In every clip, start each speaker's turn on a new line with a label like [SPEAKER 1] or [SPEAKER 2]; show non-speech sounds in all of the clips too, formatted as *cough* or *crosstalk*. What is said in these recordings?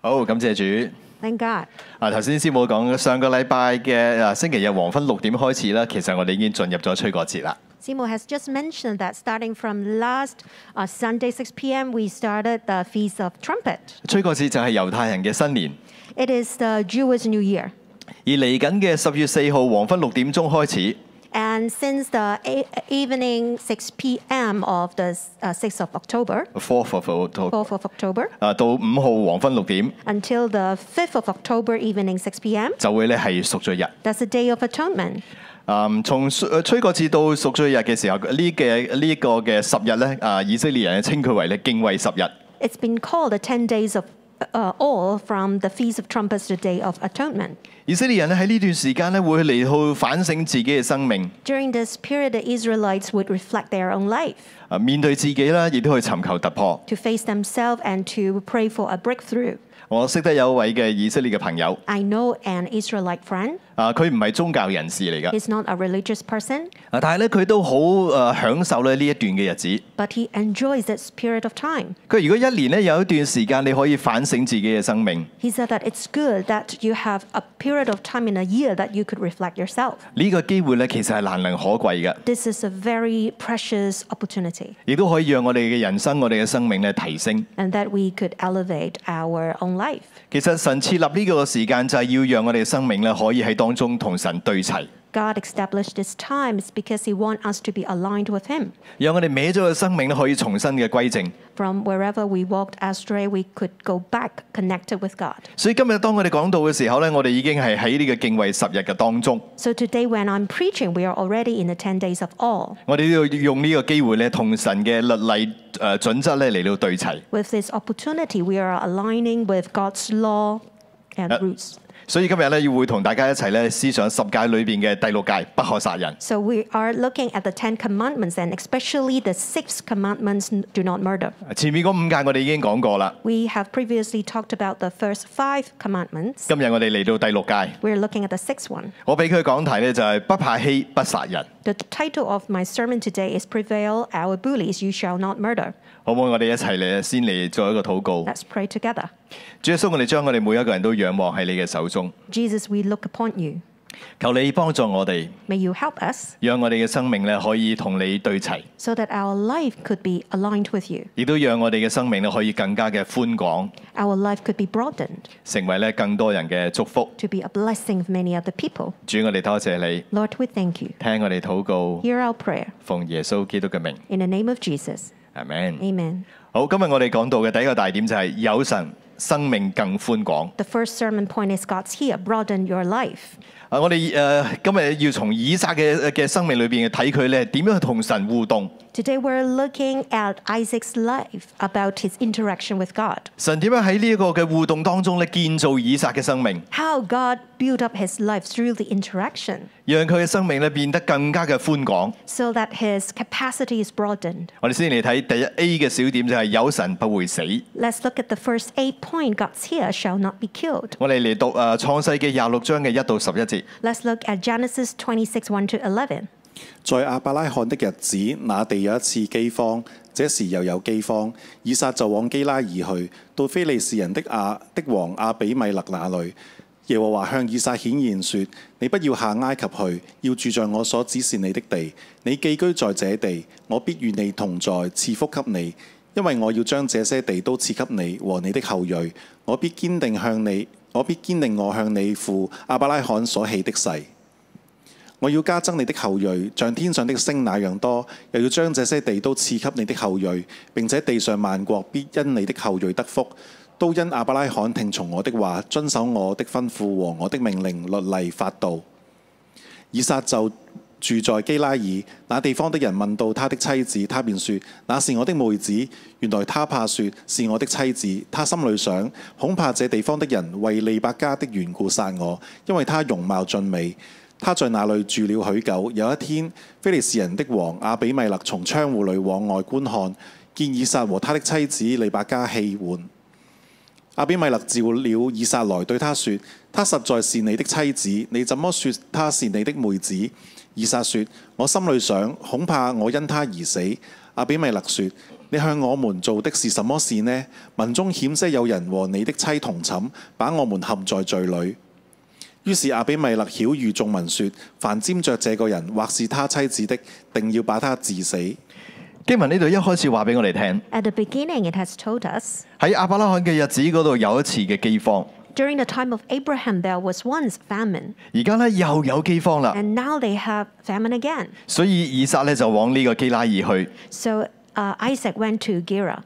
[SPEAKER 1] 好，感謝主。
[SPEAKER 2] Thank God.
[SPEAKER 1] 啊，頭先師母講上個禮拜嘅啊星期日黃昏六點開始啦，其實我哋已經進入咗吹角節啦。
[SPEAKER 2] Simo has just mentioned that starting from last uh, Sunday, 6 p.m., we started the Feast of Trumpet.
[SPEAKER 1] 吹角節就係猶太人嘅新年，
[SPEAKER 2] It is the Jewish New Year.
[SPEAKER 1] 而嚟緊嘅十月四號黃昏六點鐘開始，
[SPEAKER 2] And since the a- evening 6 p.m. of the uh, 6th of October,
[SPEAKER 1] 4th of October
[SPEAKER 2] 4th of October,
[SPEAKER 1] 啊到五號黃昏六點
[SPEAKER 2] until the 5th of October evening 6 p.m.,
[SPEAKER 1] 就會咧係贖罪日。
[SPEAKER 2] that's the Day of Atonement.
[SPEAKER 1] 啊、從呃吹角節到贖罪日嘅時候，呢嘅呢個嘅十日咧，啊以色列人稱佢為咧敬畏十日。
[SPEAKER 2] It's been called the 10 days of uh, all from the Feast of Trumpets to Day of Atonement.
[SPEAKER 1] 以色列人咧喺呢段時間咧會嚟到反省自己嘅生命，
[SPEAKER 2] During this period, the Israelites would reflect their own life
[SPEAKER 1] 啊面對自己啦，亦都去尋求突破。
[SPEAKER 2] to face themselves and to pray for a breakthrough.
[SPEAKER 1] 我識得有位嘅以色列嘅朋友，
[SPEAKER 2] I know an Israelite friend.
[SPEAKER 1] 啊，佢唔係宗教人士嚟㗎，
[SPEAKER 2] He's not a religious person,
[SPEAKER 1] 啊，但係咧佢都好誒、呃享受咧呢一段嘅日子。
[SPEAKER 2] but he enjoys this period of time.
[SPEAKER 1] 佢如果一年咧有一段時間，你可以反省自己嘅生命，
[SPEAKER 2] He said that it's good that you have a period of time in a year that you could reflect yourself.
[SPEAKER 1] 呢、個機會咧其實係難能可貴嘅，
[SPEAKER 2] This is a very precious opportunity,
[SPEAKER 1] 亦都可以讓我哋嘅人生、我哋嘅生命咧提升。
[SPEAKER 2] and that we could elevate our own life.
[SPEAKER 1] 其實神設立呢個時間就係要讓我哋嘅生命咧可以喺當中同神對齊，
[SPEAKER 2] God established this time is because He wants us to be aligned with Him.
[SPEAKER 1] 讓我哋歪咗嘅生命咧可以重新嘅歸正。
[SPEAKER 2] From wherever we walked astray, we could go back connected with God.
[SPEAKER 1] 所以今日當我哋講到嘅時候咧，我哋已經係喺呢個敬畏十日嘅當中，
[SPEAKER 2] So today, when I'm preaching, we are already in the 10 days of all.
[SPEAKER 1] 我哋都要用呢個機會咧同神嘅律例誒準則咧嚟到對齊。
[SPEAKER 2] With this opportunity, we are aligning with God's law and
[SPEAKER 1] Uh,
[SPEAKER 2] rules.
[SPEAKER 1] 所以今日咧，要會同大家一齊咧思想十戒裏邊嘅第六戒，不可殺人。
[SPEAKER 2] So we are looking at the Ten Commandments and especially the sixth commandments do not murder.
[SPEAKER 1] 前面嗰五戒我哋已經講過啦，
[SPEAKER 2] We have previously talked about the first five commandments.
[SPEAKER 1] 今日我哋嚟到第六戒，
[SPEAKER 2] We're looking at the sixth one.
[SPEAKER 1] 我俾佢講題咧就係不怕欺，不殺人，
[SPEAKER 2] The title of my sermon today is Prevail Our Bullies, You Shall Not Murder.
[SPEAKER 1] 好唔好？我哋一齊嚟先嚟做一個禱告。
[SPEAKER 2] Let's pray together.
[SPEAKER 1] 主耶穌，我哋將我哋每一個人都仰望喺你嘅手中，
[SPEAKER 2] Jesus, we look upon you.
[SPEAKER 1] 求你幫助我哋，
[SPEAKER 2] May you help us
[SPEAKER 1] 讓我哋嘅生命咧可以同你對齊，
[SPEAKER 2] so that our life could be aligned with you,
[SPEAKER 1] 亦都讓我哋嘅生命咧可以更加嘅寬廣，
[SPEAKER 2] our life could be broadened
[SPEAKER 1] 成為咧更多人嘅祝福。
[SPEAKER 2] to be a blessing of many other people.
[SPEAKER 1] 主，我哋多謝你，
[SPEAKER 2] Lord, we thank you.
[SPEAKER 1] 聽我哋禱告，
[SPEAKER 2] Hear our prayer.
[SPEAKER 1] 奉耶穌基督嘅名，
[SPEAKER 2] In the name of Jesus.
[SPEAKER 1] 阿門。
[SPEAKER 2] Amen.
[SPEAKER 1] 好，今日我哋講到嘅第一個大點就係有神，生命更寬廣。
[SPEAKER 2] The first sermon point is God's here, broaden your life.
[SPEAKER 1] 啊，我哋誒、呃今日要從以撒嘅呃嘅生命裏邊睇佢咧點樣去同神互動，
[SPEAKER 2] Today we're looking at Isaac's life about his interaction with God.
[SPEAKER 1] 神點樣喺呢一個嘅互動當中咧建造以撒嘅生命，
[SPEAKER 2] How God built up his life through the interaction
[SPEAKER 1] 讓佢嘅生命咧變得更加嘅寬廣。
[SPEAKER 2] so that his capacity is broadened.
[SPEAKER 1] 我哋先嚟睇第一 A 嘅小點就係有神不會死。
[SPEAKER 2] Let's look at the first eight point God's here shall not be killed.
[SPEAKER 1] 我哋嚟讀誒、呃、創世記廿六章嘅一到十一節。
[SPEAKER 2] Let's look at Genesis 26 1 to 11.
[SPEAKER 3] 在亞伯拉罕的日子，那地有一次饑荒，這時又有饑荒。以撒就往基拉爾去，到非利士人的亞的王亞比米勒那裏。耶和華向以撒顯現說：你不要下埃及去，要住在我所指示你的地。你寄居在這地，我必與你同在，賜福給你。因為我要將這些地都賜給你和你的後裔，我必堅定向你，我必堅定我向你父亞伯拉罕所起的誓。我要加增你的後裔，像天上的星那樣多；又要將這些地都賜給你的後裔，並且地上萬國必因你的後裔得福。都因亞伯拉罕聽從我的話，遵守我的吩咐和我的命令、律例、法度。以撒就住在基拉爾，那地方的人問到他的妻子，他便說：那是我的妹子。原來他怕說是我的妻子，他心裏想，恐怕這地方的人為利百加的緣故殺我，因為他容貌俊美。他在那裏住了許久。有一天，非利士人的王亞比米勒從窗戶裏往外觀看，見以撒和他的妻子利百加戲玩。阿比米勒召了以撒來，對他說：他實在是你的妻子，你怎麼說他是你的妹子？以撒說：我心裏想，恐怕我因他而死。阿比米勒說：你向我們做的是什麼事呢？民中險些有人和你的妻同寢，把我們陷在罪裏。於是亞比米勒曉喻眾民說：凡沾着這個人或是他妻子的，定要把他治死。
[SPEAKER 1] 經文呢度一開始話俾我哋聽，
[SPEAKER 2] At the beginning, it has told us
[SPEAKER 1] 喺亞伯拉罕嘅日子嗰度有一次嘅饑荒，
[SPEAKER 2] during the time of Abraham, there was once famine,
[SPEAKER 1] 而家呢又有饑荒啦，
[SPEAKER 2] and now they have famine again.
[SPEAKER 1] 所
[SPEAKER 2] 所
[SPEAKER 1] 以以撒呢就往呢個基拉爾去，
[SPEAKER 2] So uh, Isaac went to Gera,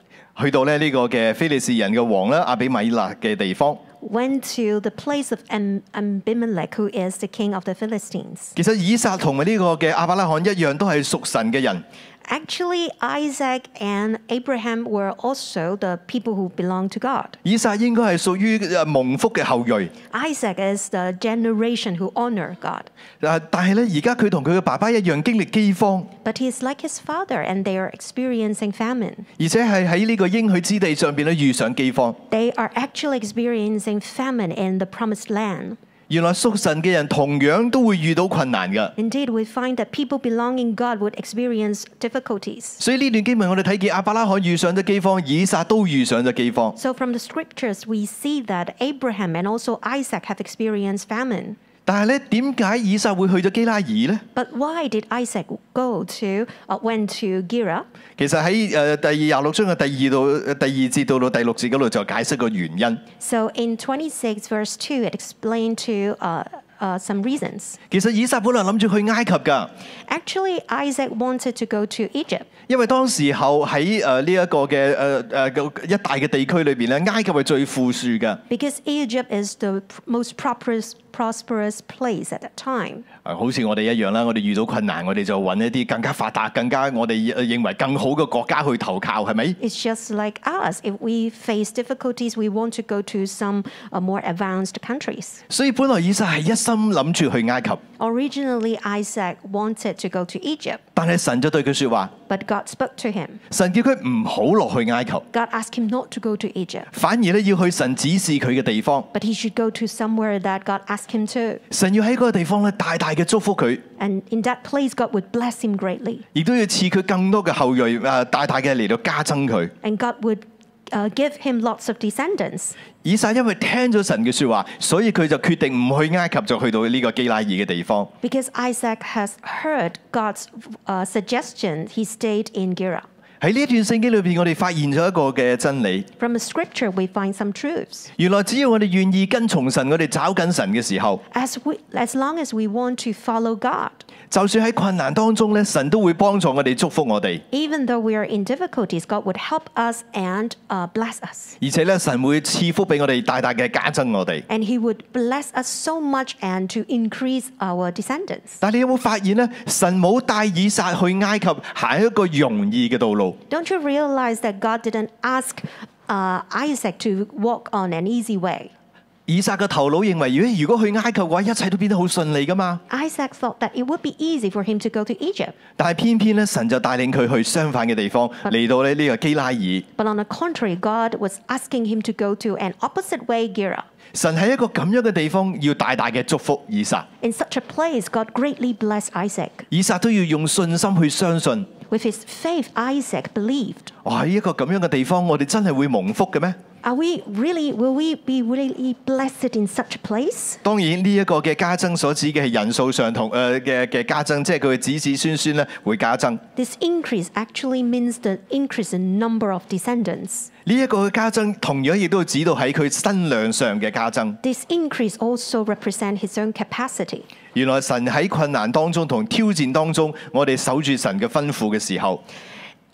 [SPEAKER 1] 去到咧呢個嘅非利士人嘅王啦亞比米勒嘅地方。
[SPEAKER 2] went to the place of Am- Abimelech, who is the king of the Philistines.
[SPEAKER 1] 其實以撒同埋呢個嘅亞伯拉罕一樣，都係屬神嘅人。
[SPEAKER 2] Actually, Isaac and Abraham were also the people who belonged to God.
[SPEAKER 1] 以撒應該係屬於誒蒙福嘅後裔，
[SPEAKER 2] Isaac is the generation who honor God,
[SPEAKER 1] 啊但係咧而家佢同佢嘅爸爸一樣經歷饑荒，
[SPEAKER 2] but he is like his father, and they are experiencing famine.
[SPEAKER 1] 而且係喺呢個應許之地上邊咧遇上饑荒。
[SPEAKER 2] They are actually experiencing famine in the promised land.
[SPEAKER 1] 原來屬神嘅人同樣都會遇到困難嘅。
[SPEAKER 2] Indeed, we find that people belonging God would experience difficulties.
[SPEAKER 1] 所以呢段經文我哋睇見亞伯拉罕遇上咗饑荒，以撒都遇上咗饑荒。
[SPEAKER 2] So, from the scriptures, we see that Abraham and also Isaac have experienced famine.
[SPEAKER 1] 但係咧點解以撒會去咗基拉爾呢？
[SPEAKER 2] But why did Isaac go to uh, went to Gera?
[SPEAKER 1] 其實喺誒、呃第二廿六章嘅第二到第二節到到第六節嗰度就解釋個原因。
[SPEAKER 2] So in 26 verse 2, it explained to uh, uh, some reasons.
[SPEAKER 1] 其實以撒本來諗住去埃及㗎，
[SPEAKER 2] Actually, Isaac wanted to go to Egypt
[SPEAKER 1] 因為當時候喺誒呢一個嘅誒誒個一大嘅地區裏邊咧，埃及係最富庶㗎，
[SPEAKER 2] because Egypt is the pr- most prosperous, prosperous place at that time.
[SPEAKER 1] 啊好似我哋一樣啦，我哋遇到困難，我哋就揾一啲更加發達、更加我哋呃認為更好嘅國家去投靠，係咪？
[SPEAKER 2] It's just like us. If we face difficulties, we want to go to some uh, more advanced countries.
[SPEAKER 1] 所以本來以撒係一心諗住去埃及，
[SPEAKER 2] Originally, Isaac wanted to go to Egypt,
[SPEAKER 1] 但係神就對佢説話，
[SPEAKER 2] but God spoke to him.
[SPEAKER 1] 神叫佢唔好落去埃及，
[SPEAKER 2] God asked him not to go to Egypt,
[SPEAKER 1] 反而咧要去神指示佢嘅地方，
[SPEAKER 2] but he should go to somewhere that God asked him to.
[SPEAKER 1] 神要喺嗰個地方咧大大嘅祝福佢，
[SPEAKER 2] And in that place, God would bless him greatly.
[SPEAKER 1] 亦都要賜佢更多嘅後裔，誒大大嘅嚟到加增佢。
[SPEAKER 2] and God would uh, give him lots of descendants.
[SPEAKER 1] 以撒因為聽咗神嘅説話，所以佢就決定唔去埃及，就去到呢個基拉爾嘅地方。
[SPEAKER 2] Because Isaac has heard God's uh, suggestion, he stayed in Gera.
[SPEAKER 1] 喺呢一段聖經裏邊，我哋發現咗一個嘅真理。
[SPEAKER 2] From the scripture, we find some truths.
[SPEAKER 1] 原來只要我哋願意跟從神，我哋找緊神嘅時候，
[SPEAKER 2] As, we, as long as we want to follow God,
[SPEAKER 1] 就算喺困難當中咧，神都會幫助我哋祝福我哋，
[SPEAKER 2] even though we are in difficulties, God would help us and uh, bless us.
[SPEAKER 1] 而且咧神會賜福俾我哋，大大嘅加增我哋。
[SPEAKER 2] And he would bless us so much and to increase our descendants.
[SPEAKER 1] 但你有冇發現呢？神冇帶以撒去埃及行一個容易嘅道路，
[SPEAKER 2] Don't you realize that God didn't ask uh, Isaac to walk on an easy way?
[SPEAKER 1] 以撒嘅頭腦認為，咦如果去埃及嘅話，一切都變得好順利噶嘛。
[SPEAKER 2] Isaac thought that it would be easy for him to go to Egypt,
[SPEAKER 1] 但係偏偏咧，神就帶領佢去相反嘅地方，嚟到咧呢個基拉爾。
[SPEAKER 2] but on the contrary, God was asking him to go to an opposite way, Gera.
[SPEAKER 1] 神喺一個咁樣嘅地方，要大大嘅祝福以撒。
[SPEAKER 2] In such a place, God greatly blessed Isaac.
[SPEAKER 1] 以撒都要用信心去相信，
[SPEAKER 2] With his faith, Isaac believed.
[SPEAKER 1] 我喺一個咁樣嘅地方，我哋真係會蒙福嘅咩？
[SPEAKER 2] Are we really, will we be really blessed in such a place?
[SPEAKER 1] 當然呢一個嘅加增所指嘅係人數上同誒嘅嘅加增，即係佢嘅子子孫孫咧會加增。
[SPEAKER 2] This increase actually means the increase in number of descendants.
[SPEAKER 1] 呢一個嘅加增同樣亦都指到喺佢身量上嘅加增。
[SPEAKER 2] This increase also represents his own capacity.
[SPEAKER 1] 原來神喺困難當中同挑戰當中，我哋守住神嘅吩咐嘅時候，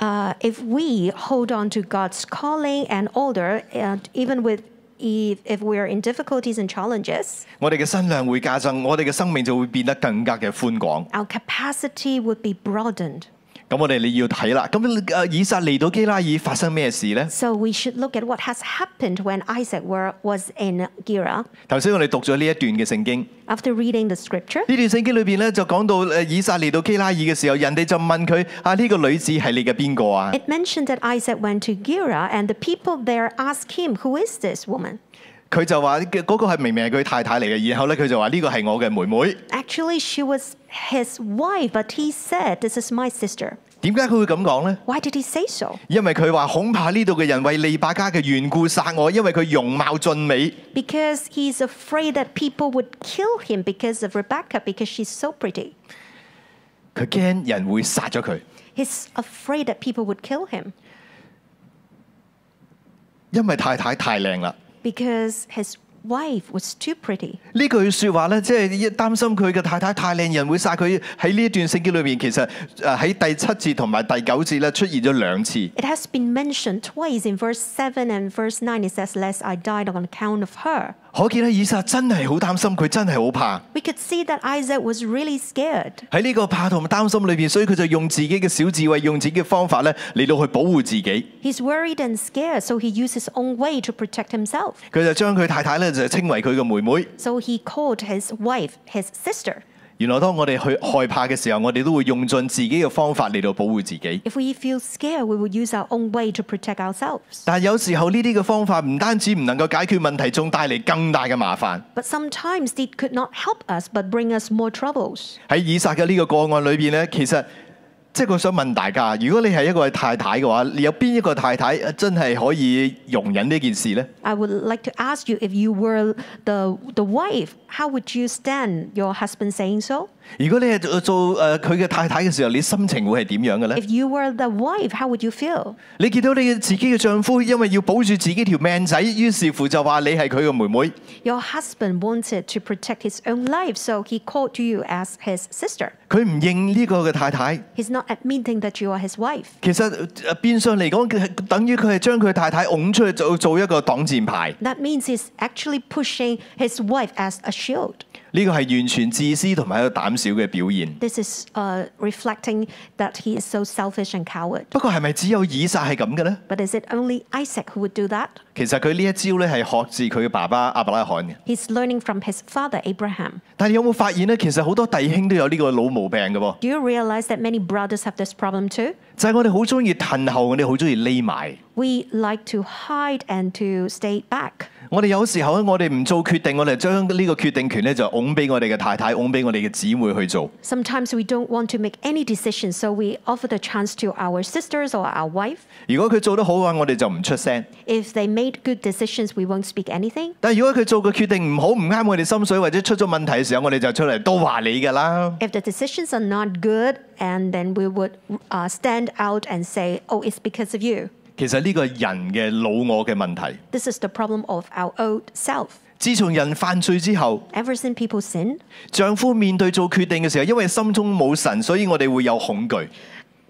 [SPEAKER 2] Uh, if we hold on to God's calling and order, and even with if, if we are in difficulties and challenges,
[SPEAKER 1] 我哋嘅身量會加增，我哋嘅生命就會變得更加嘅寬廣。
[SPEAKER 2] our capacity would be broadened.
[SPEAKER 1] 咁我哋你要睇啦。咁呃以撒嚟到基拉爾發生咩事呢？
[SPEAKER 2] So we should look at what has happened when Isaac were, was in Gera.
[SPEAKER 1] 頭先我哋讀咗呢一段嘅聖經，呢
[SPEAKER 2] After reading the scripture,
[SPEAKER 1] 段聖經裏邊咧就講到呃以撒嚟到基拉爾嘅時候，人哋就問佢：啊呢、個女子係你嘅邊個啊？
[SPEAKER 2] it mentioned that Isaac went to Gera, and the people there asked him, "Who is this woman?"
[SPEAKER 1] 佢就話嗰、個係明明係佢太太嚟嘅，然後咧佢就話呢個係我嘅妹妹。
[SPEAKER 2] Actually, she was his wife, but he said, "This is my sister."
[SPEAKER 1] 點解佢會咁講呢？
[SPEAKER 2] Why did he say so?
[SPEAKER 1] 因為佢話恐怕呢度嘅人為利百加嘅緣故殺我，因為佢容貌俊美。
[SPEAKER 2] Because he's afraid that people would kill him because of Rebecca, because she's so pretty.
[SPEAKER 1] 佢驚人會殺咗佢，
[SPEAKER 2] He's afraid that people would kill him
[SPEAKER 1] 因為太太太靚啦。
[SPEAKER 2] because his wife was too pretty.
[SPEAKER 1] 呢句説話呢，即係擔心佢嘅太太太靚，人會殺佢。喺呢一段聖經裏面，其實誒喺第七節同埋第九節咧出現咗兩次。
[SPEAKER 2] It has been mentioned twice in verse 7 and verse 9. It says, Lest I died on account of her.
[SPEAKER 1] 可見咧，以撒真係好擔心，佢真係好怕。
[SPEAKER 2] We could see that Isaac was really scared.
[SPEAKER 1] 喺呢個怕同擔心裏邊，所以佢就用自己嘅小智慧，用自己嘅方法咧嚟到去保護自己。
[SPEAKER 2] He's worried and scared, so he used his own way to protect himself.
[SPEAKER 1] 佢就將佢太太咧就稱為佢嘅妹妹。
[SPEAKER 2] So he called his wife his sister.
[SPEAKER 1] 原來當我哋去害怕嘅時候，我哋都會用盡自己嘅方法嚟到保護自己。
[SPEAKER 2] If we feel scared, we will use our own way to protect ourselves.
[SPEAKER 1] 但有時候呢啲嘅方法唔單止唔能夠解決問題，仲帶嚟更大嘅麻煩。
[SPEAKER 2] But sometimes it could not help us but bring us more troubles.
[SPEAKER 1] 喺以撒嘅呢個個案裏邊呢，其實即係佢想問大家：如果你係一個太太嘅話，你有邊一個太太呃真係可以容忍呢件事呢？
[SPEAKER 2] I would like to ask you if you were the, the wife, how would you stand your husband saying so?
[SPEAKER 1] 如果你係做做誒佢嘅太太嘅時候，你心情會係點樣嘅呢？
[SPEAKER 2] If you were the wife, how would you feel?
[SPEAKER 1] 你見到你自己嘅丈夫，因為要保住自己條命仔，於是乎就話你係佢嘅妹妹。
[SPEAKER 2] Your husband wanted to protect his own life, so he called you as his sister.
[SPEAKER 1] 佢唔認呢個嘅太太，
[SPEAKER 2] He's not admitting that you are his wife.
[SPEAKER 1] 其實呃變相嚟講，佢係等於佢係將佢太太拱出去做做一個擋箭牌。
[SPEAKER 2] That means he's actually pushing his wife as a shield.
[SPEAKER 1] 呢個係完全自私同埋一個膽小嘅表現。
[SPEAKER 2] This is uh, reflecting that he is so selfish and coward.
[SPEAKER 1] 不過係咪只有以撒係咁嘅呢？
[SPEAKER 2] But is it only Isaac who would do that?
[SPEAKER 1] 其實佢呢一招咧係學自佢嘅爸爸阿伯拉罕嘅。
[SPEAKER 2] He's learning from his father Abraham.
[SPEAKER 1] 但係你有冇發現呢？其實好多弟兄都有呢個老毛病嘅噃，
[SPEAKER 2] Do you realize that many brothers have this problem too?
[SPEAKER 1] 就係、我哋好中意褪後，我哋好中意匿埋。
[SPEAKER 2] We like to hide and to stay back.
[SPEAKER 1] 我哋有時候咧，我哋唔做決定，我哋將呢個決定權咧就拱俾我哋嘅太太，拱俾我哋嘅姊妹去做。
[SPEAKER 2] Sometimes we don't want to make any decisions, so we offer the chance to our sisters or our wife.
[SPEAKER 1] 如果佢做得好嘅話，我哋就唔出聲；
[SPEAKER 2] If they made good decisions, we won't speak anything.
[SPEAKER 1] 但係如果佢做個決定唔好、唔啱我哋心水，或者出咗問題嘅時候，我哋就出嚟都話你㗎啦。
[SPEAKER 2] If the decisions are not good, and then we would uh, stand out and say, "Oh, it's because of you."
[SPEAKER 1] 其實呢個人嘅老我嘅問題，
[SPEAKER 2] This is the problem of our old self.
[SPEAKER 1] 自從人犯罪之後，
[SPEAKER 2] Ever since people sin,
[SPEAKER 1] 丈夫面對做決定嘅時候，因為心中冇神，所以我哋會有恐懼。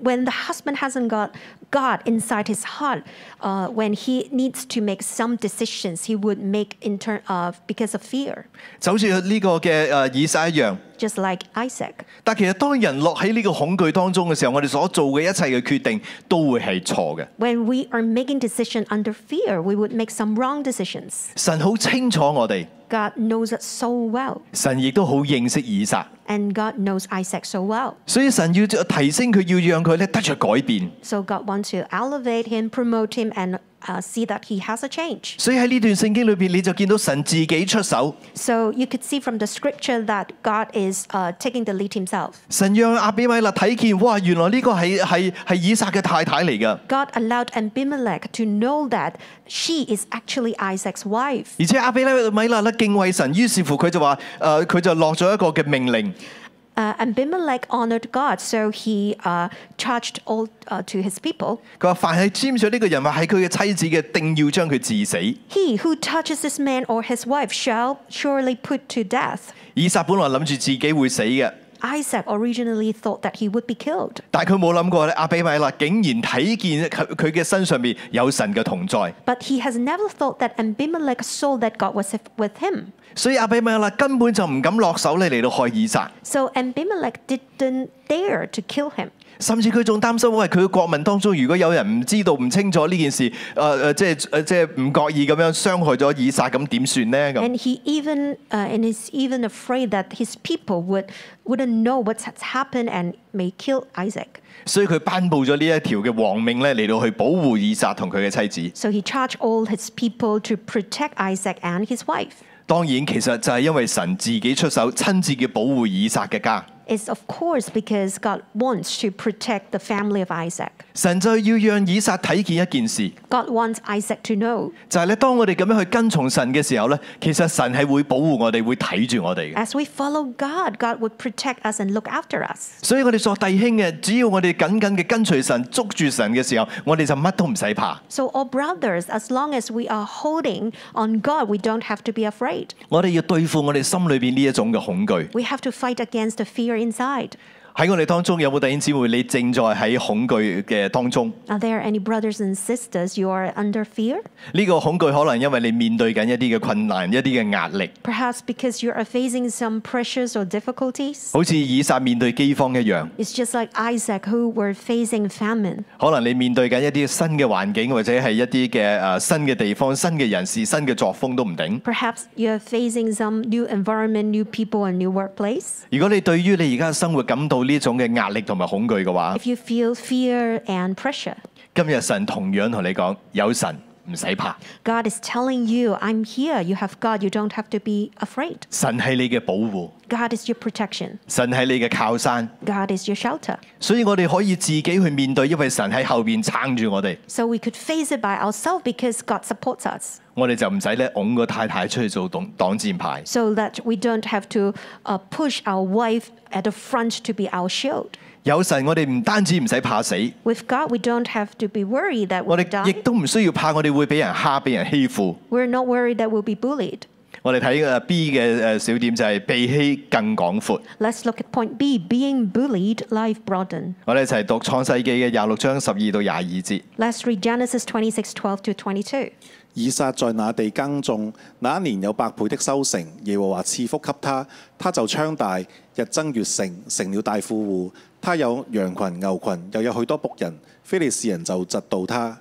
[SPEAKER 2] when the husband hasn't got God inside his heart, uh, when he needs to make some decisions, he would make in turn of because of fear,
[SPEAKER 1] 就好似呢個嘅誒以撒一樣。
[SPEAKER 2] just like Isaac.
[SPEAKER 1] 但其實當人落喺呢個恐懼當中嘅時候，我哋所做嘅一切嘅決定都會係錯嘅。
[SPEAKER 2] When we are making decision under fear, we would make some wrong decisions.
[SPEAKER 1] 神好清楚我哋，
[SPEAKER 2] God knows us so well,
[SPEAKER 1] 神亦都好認識以撒，
[SPEAKER 2] and God knows Isaac so well.
[SPEAKER 1] 所以神要提升佢，要讓佢咧得着改變。
[SPEAKER 2] So God wants to elevate him, promote him, and uh, see that he has a change.
[SPEAKER 1] 所以喺呢段聖經裏邊，你就見到神自己出手，
[SPEAKER 2] So you could see from the scripture that God is uh, taking the lead himself.
[SPEAKER 1] 神讓阿比米勒睇見，哇！原來呢個係係係以撒嘅太太嚟噶，
[SPEAKER 2] God allowed Abimelech to know that she is actually Isaac's wife.
[SPEAKER 1] 而且阿比米勒咧敬畏神，於是乎佢就話誒，呃佢、就落咗一個嘅命令，
[SPEAKER 2] Uh, Abimelech honored God, so he uh, charged all uh, to his people.
[SPEAKER 1] 佢話凡係沾上呢個人或係佢嘅妻子嘅，定要將佢致死。
[SPEAKER 2] He who touches this man or his wife shall surely put to death.
[SPEAKER 1] 以撒本來諗住自己會死嘅，
[SPEAKER 2] Isaac originally thought that he would be killed,
[SPEAKER 1] 但係佢冇諗過咧，阿比米勒竟然睇見佢佢嘅身上面有神嘅同在，
[SPEAKER 2] but he has never thought that Abimelech saw that God was with him.
[SPEAKER 1] 所以阿比米勒根本就唔敢落手咧嚟到害以撒，
[SPEAKER 2] So Abimelech didn't dare to kill him.
[SPEAKER 1] 甚至佢仲擔心，喂佢嘅國民當中如果有人唔知道唔清楚呢件事，誒、呃、誒即係誒即係唔覺意咁樣傷害咗以撒，咁點算呢？咁
[SPEAKER 2] And he even uh, and is even afraid that his people would wouldn't know what's happened and may kill Isaac.
[SPEAKER 1] 所以佢頒布咗呢一條嘅王命咧嚟到去保護以撒同佢嘅妻子。
[SPEAKER 2] So he charged all his people to protect Isaac and his wife.
[SPEAKER 1] 當然其實就係因為神自己出手，親自嘅保護以撒嘅家。
[SPEAKER 2] is, of course, because God wants to protect the family of Isaac.
[SPEAKER 1] 神就要讓以撒睇見一件事，
[SPEAKER 2] God wants Isaac to know.
[SPEAKER 1] 就係咧，當我哋咁樣去跟從神嘅時候咧，其實神係會保護我哋，會睇住我哋嘅。
[SPEAKER 2] As we follow God, God would protect us and look after us.
[SPEAKER 1] 所以我哋作弟兄嘅，只要我哋緊緊嘅跟隨神、捉住神嘅時候，我哋就乜都唔使怕。
[SPEAKER 2] So, all brothers, as long as we are holding on God, we don't have to be afraid.
[SPEAKER 1] 我哋要對付我哋心裏邊呢一種嘅恐懼。
[SPEAKER 2] We have to fight against the fear inside.
[SPEAKER 1] 喺我哋當中有冇弟兄姊妹，你正在喺恐懼嘅當中？
[SPEAKER 2] Are there any brothers and sisters you are under fear?
[SPEAKER 1] 呢、個恐懼可能因為你面對緊一啲嘅困難、一啲嘅壓力，
[SPEAKER 2] Perhaps because you are facing some pressures or difficulties?
[SPEAKER 1] 好似以撒面對饑荒一樣。
[SPEAKER 2] It's just like Isaac who were facing famine.
[SPEAKER 1] 可能你面對緊一啲新嘅環境，或者係一啲嘅誒新嘅地方、新嘅人事、新嘅作風都唔定。
[SPEAKER 2] Perhaps you're facing some new environment, new people, and new workplace.
[SPEAKER 1] 如果你對於你而家嘅生活感到呢種嘅壓力同埋恐懼嘅話，
[SPEAKER 2] If you feel fear and pressure,
[SPEAKER 1] 今日神同樣同你講，有神唔使怕，
[SPEAKER 2] God is telling you, I'm here. You have God. You don't have to be afraid.
[SPEAKER 1] 神係你嘅保護，
[SPEAKER 2] God is your protection.
[SPEAKER 1] 神係你嘅靠山，
[SPEAKER 2] God is your shelter.
[SPEAKER 1] 所以我哋可以自己去面對，因為神喺後邊撐住我哋，
[SPEAKER 2] So we could face it by ourselves because God supports us.
[SPEAKER 1] 我哋就唔使咧拱個太太出去做擋擋箭牌。
[SPEAKER 2] So that we don't have to uh, push our wife at the front to be our shield.
[SPEAKER 1] 有神，我哋唔單止唔使怕死，
[SPEAKER 2] With God, we don't have to be worried that
[SPEAKER 1] 我
[SPEAKER 2] we'll
[SPEAKER 1] 哋亦
[SPEAKER 2] die.
[SPEAKER 1] 都唔需要怕我哋會俾人蝦、俾人欺負。
[SPEAKER 2] We're not worried that we'll be bullied.
[SPEAKER 1] 我哋睇誒 B 嘅誒小點就係被欺更廣闊。
[SPEAKER 2] Let's look at point B being bullied, life broadened.
[SPEAKER 1] 我哋一齊讀創世記嘅廿六章十二到廿二節。
[SPEAKER 2] Let's read Genesis 26 12 to 22.
[SPEAKER 3] 以撒在那地耕種，那一年有百倍的收成，耶和華賜福給他，他就昌大，日增月盛，成了大富戶。他有羊群、牛群，又有許多仆人，非利士人就嫉妒他。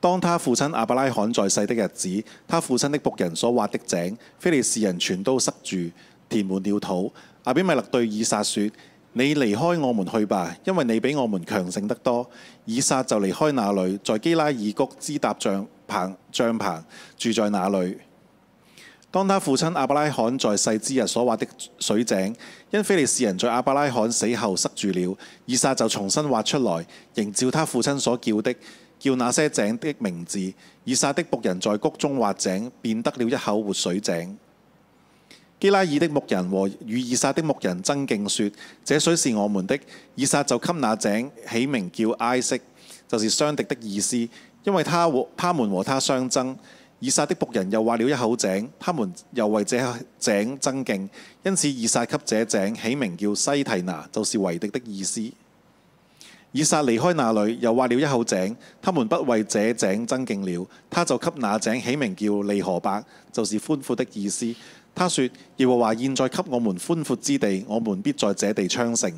[SPEAKER 3] 當他父親亞伯拉罕在世的日子，他父親的僕人所挖的井，非利士人全都塞住，填滿了土。亞比米勒對以撒說：你離開我們去吧，因為你比我們強盛得多。以撒就離開那裏，在基拉爾谷支搭帳棚，帳棚住在那裏。當他父親亞伯拉罕在世之日所挖的水井，因非利士人在亞伯拉罕死後塞住了，以撒就重新挖出來，仍照他父親所叫的，叫那些井的名字。以撒的僕人在谷中挖井，便得了一口活水井。基拉爾的牧人和與以撒的牧人爭競說：這水是我們的。以撒就給那井起名叫埃色，就是相敵的意思，因為他和他們和他相爭。以撒的僕人又挖了一口井，他們又為這井爭競，因此以撒給這井起名叫西提拿，就是為敵的意思。以撒離開那裏，又挖了一口井，他們不為這井爭競了。他就給那井起名叫利河伯，就是寬闊的意思。他說：耶和華現在給我們寬闊之地，我們必在這地昌盛。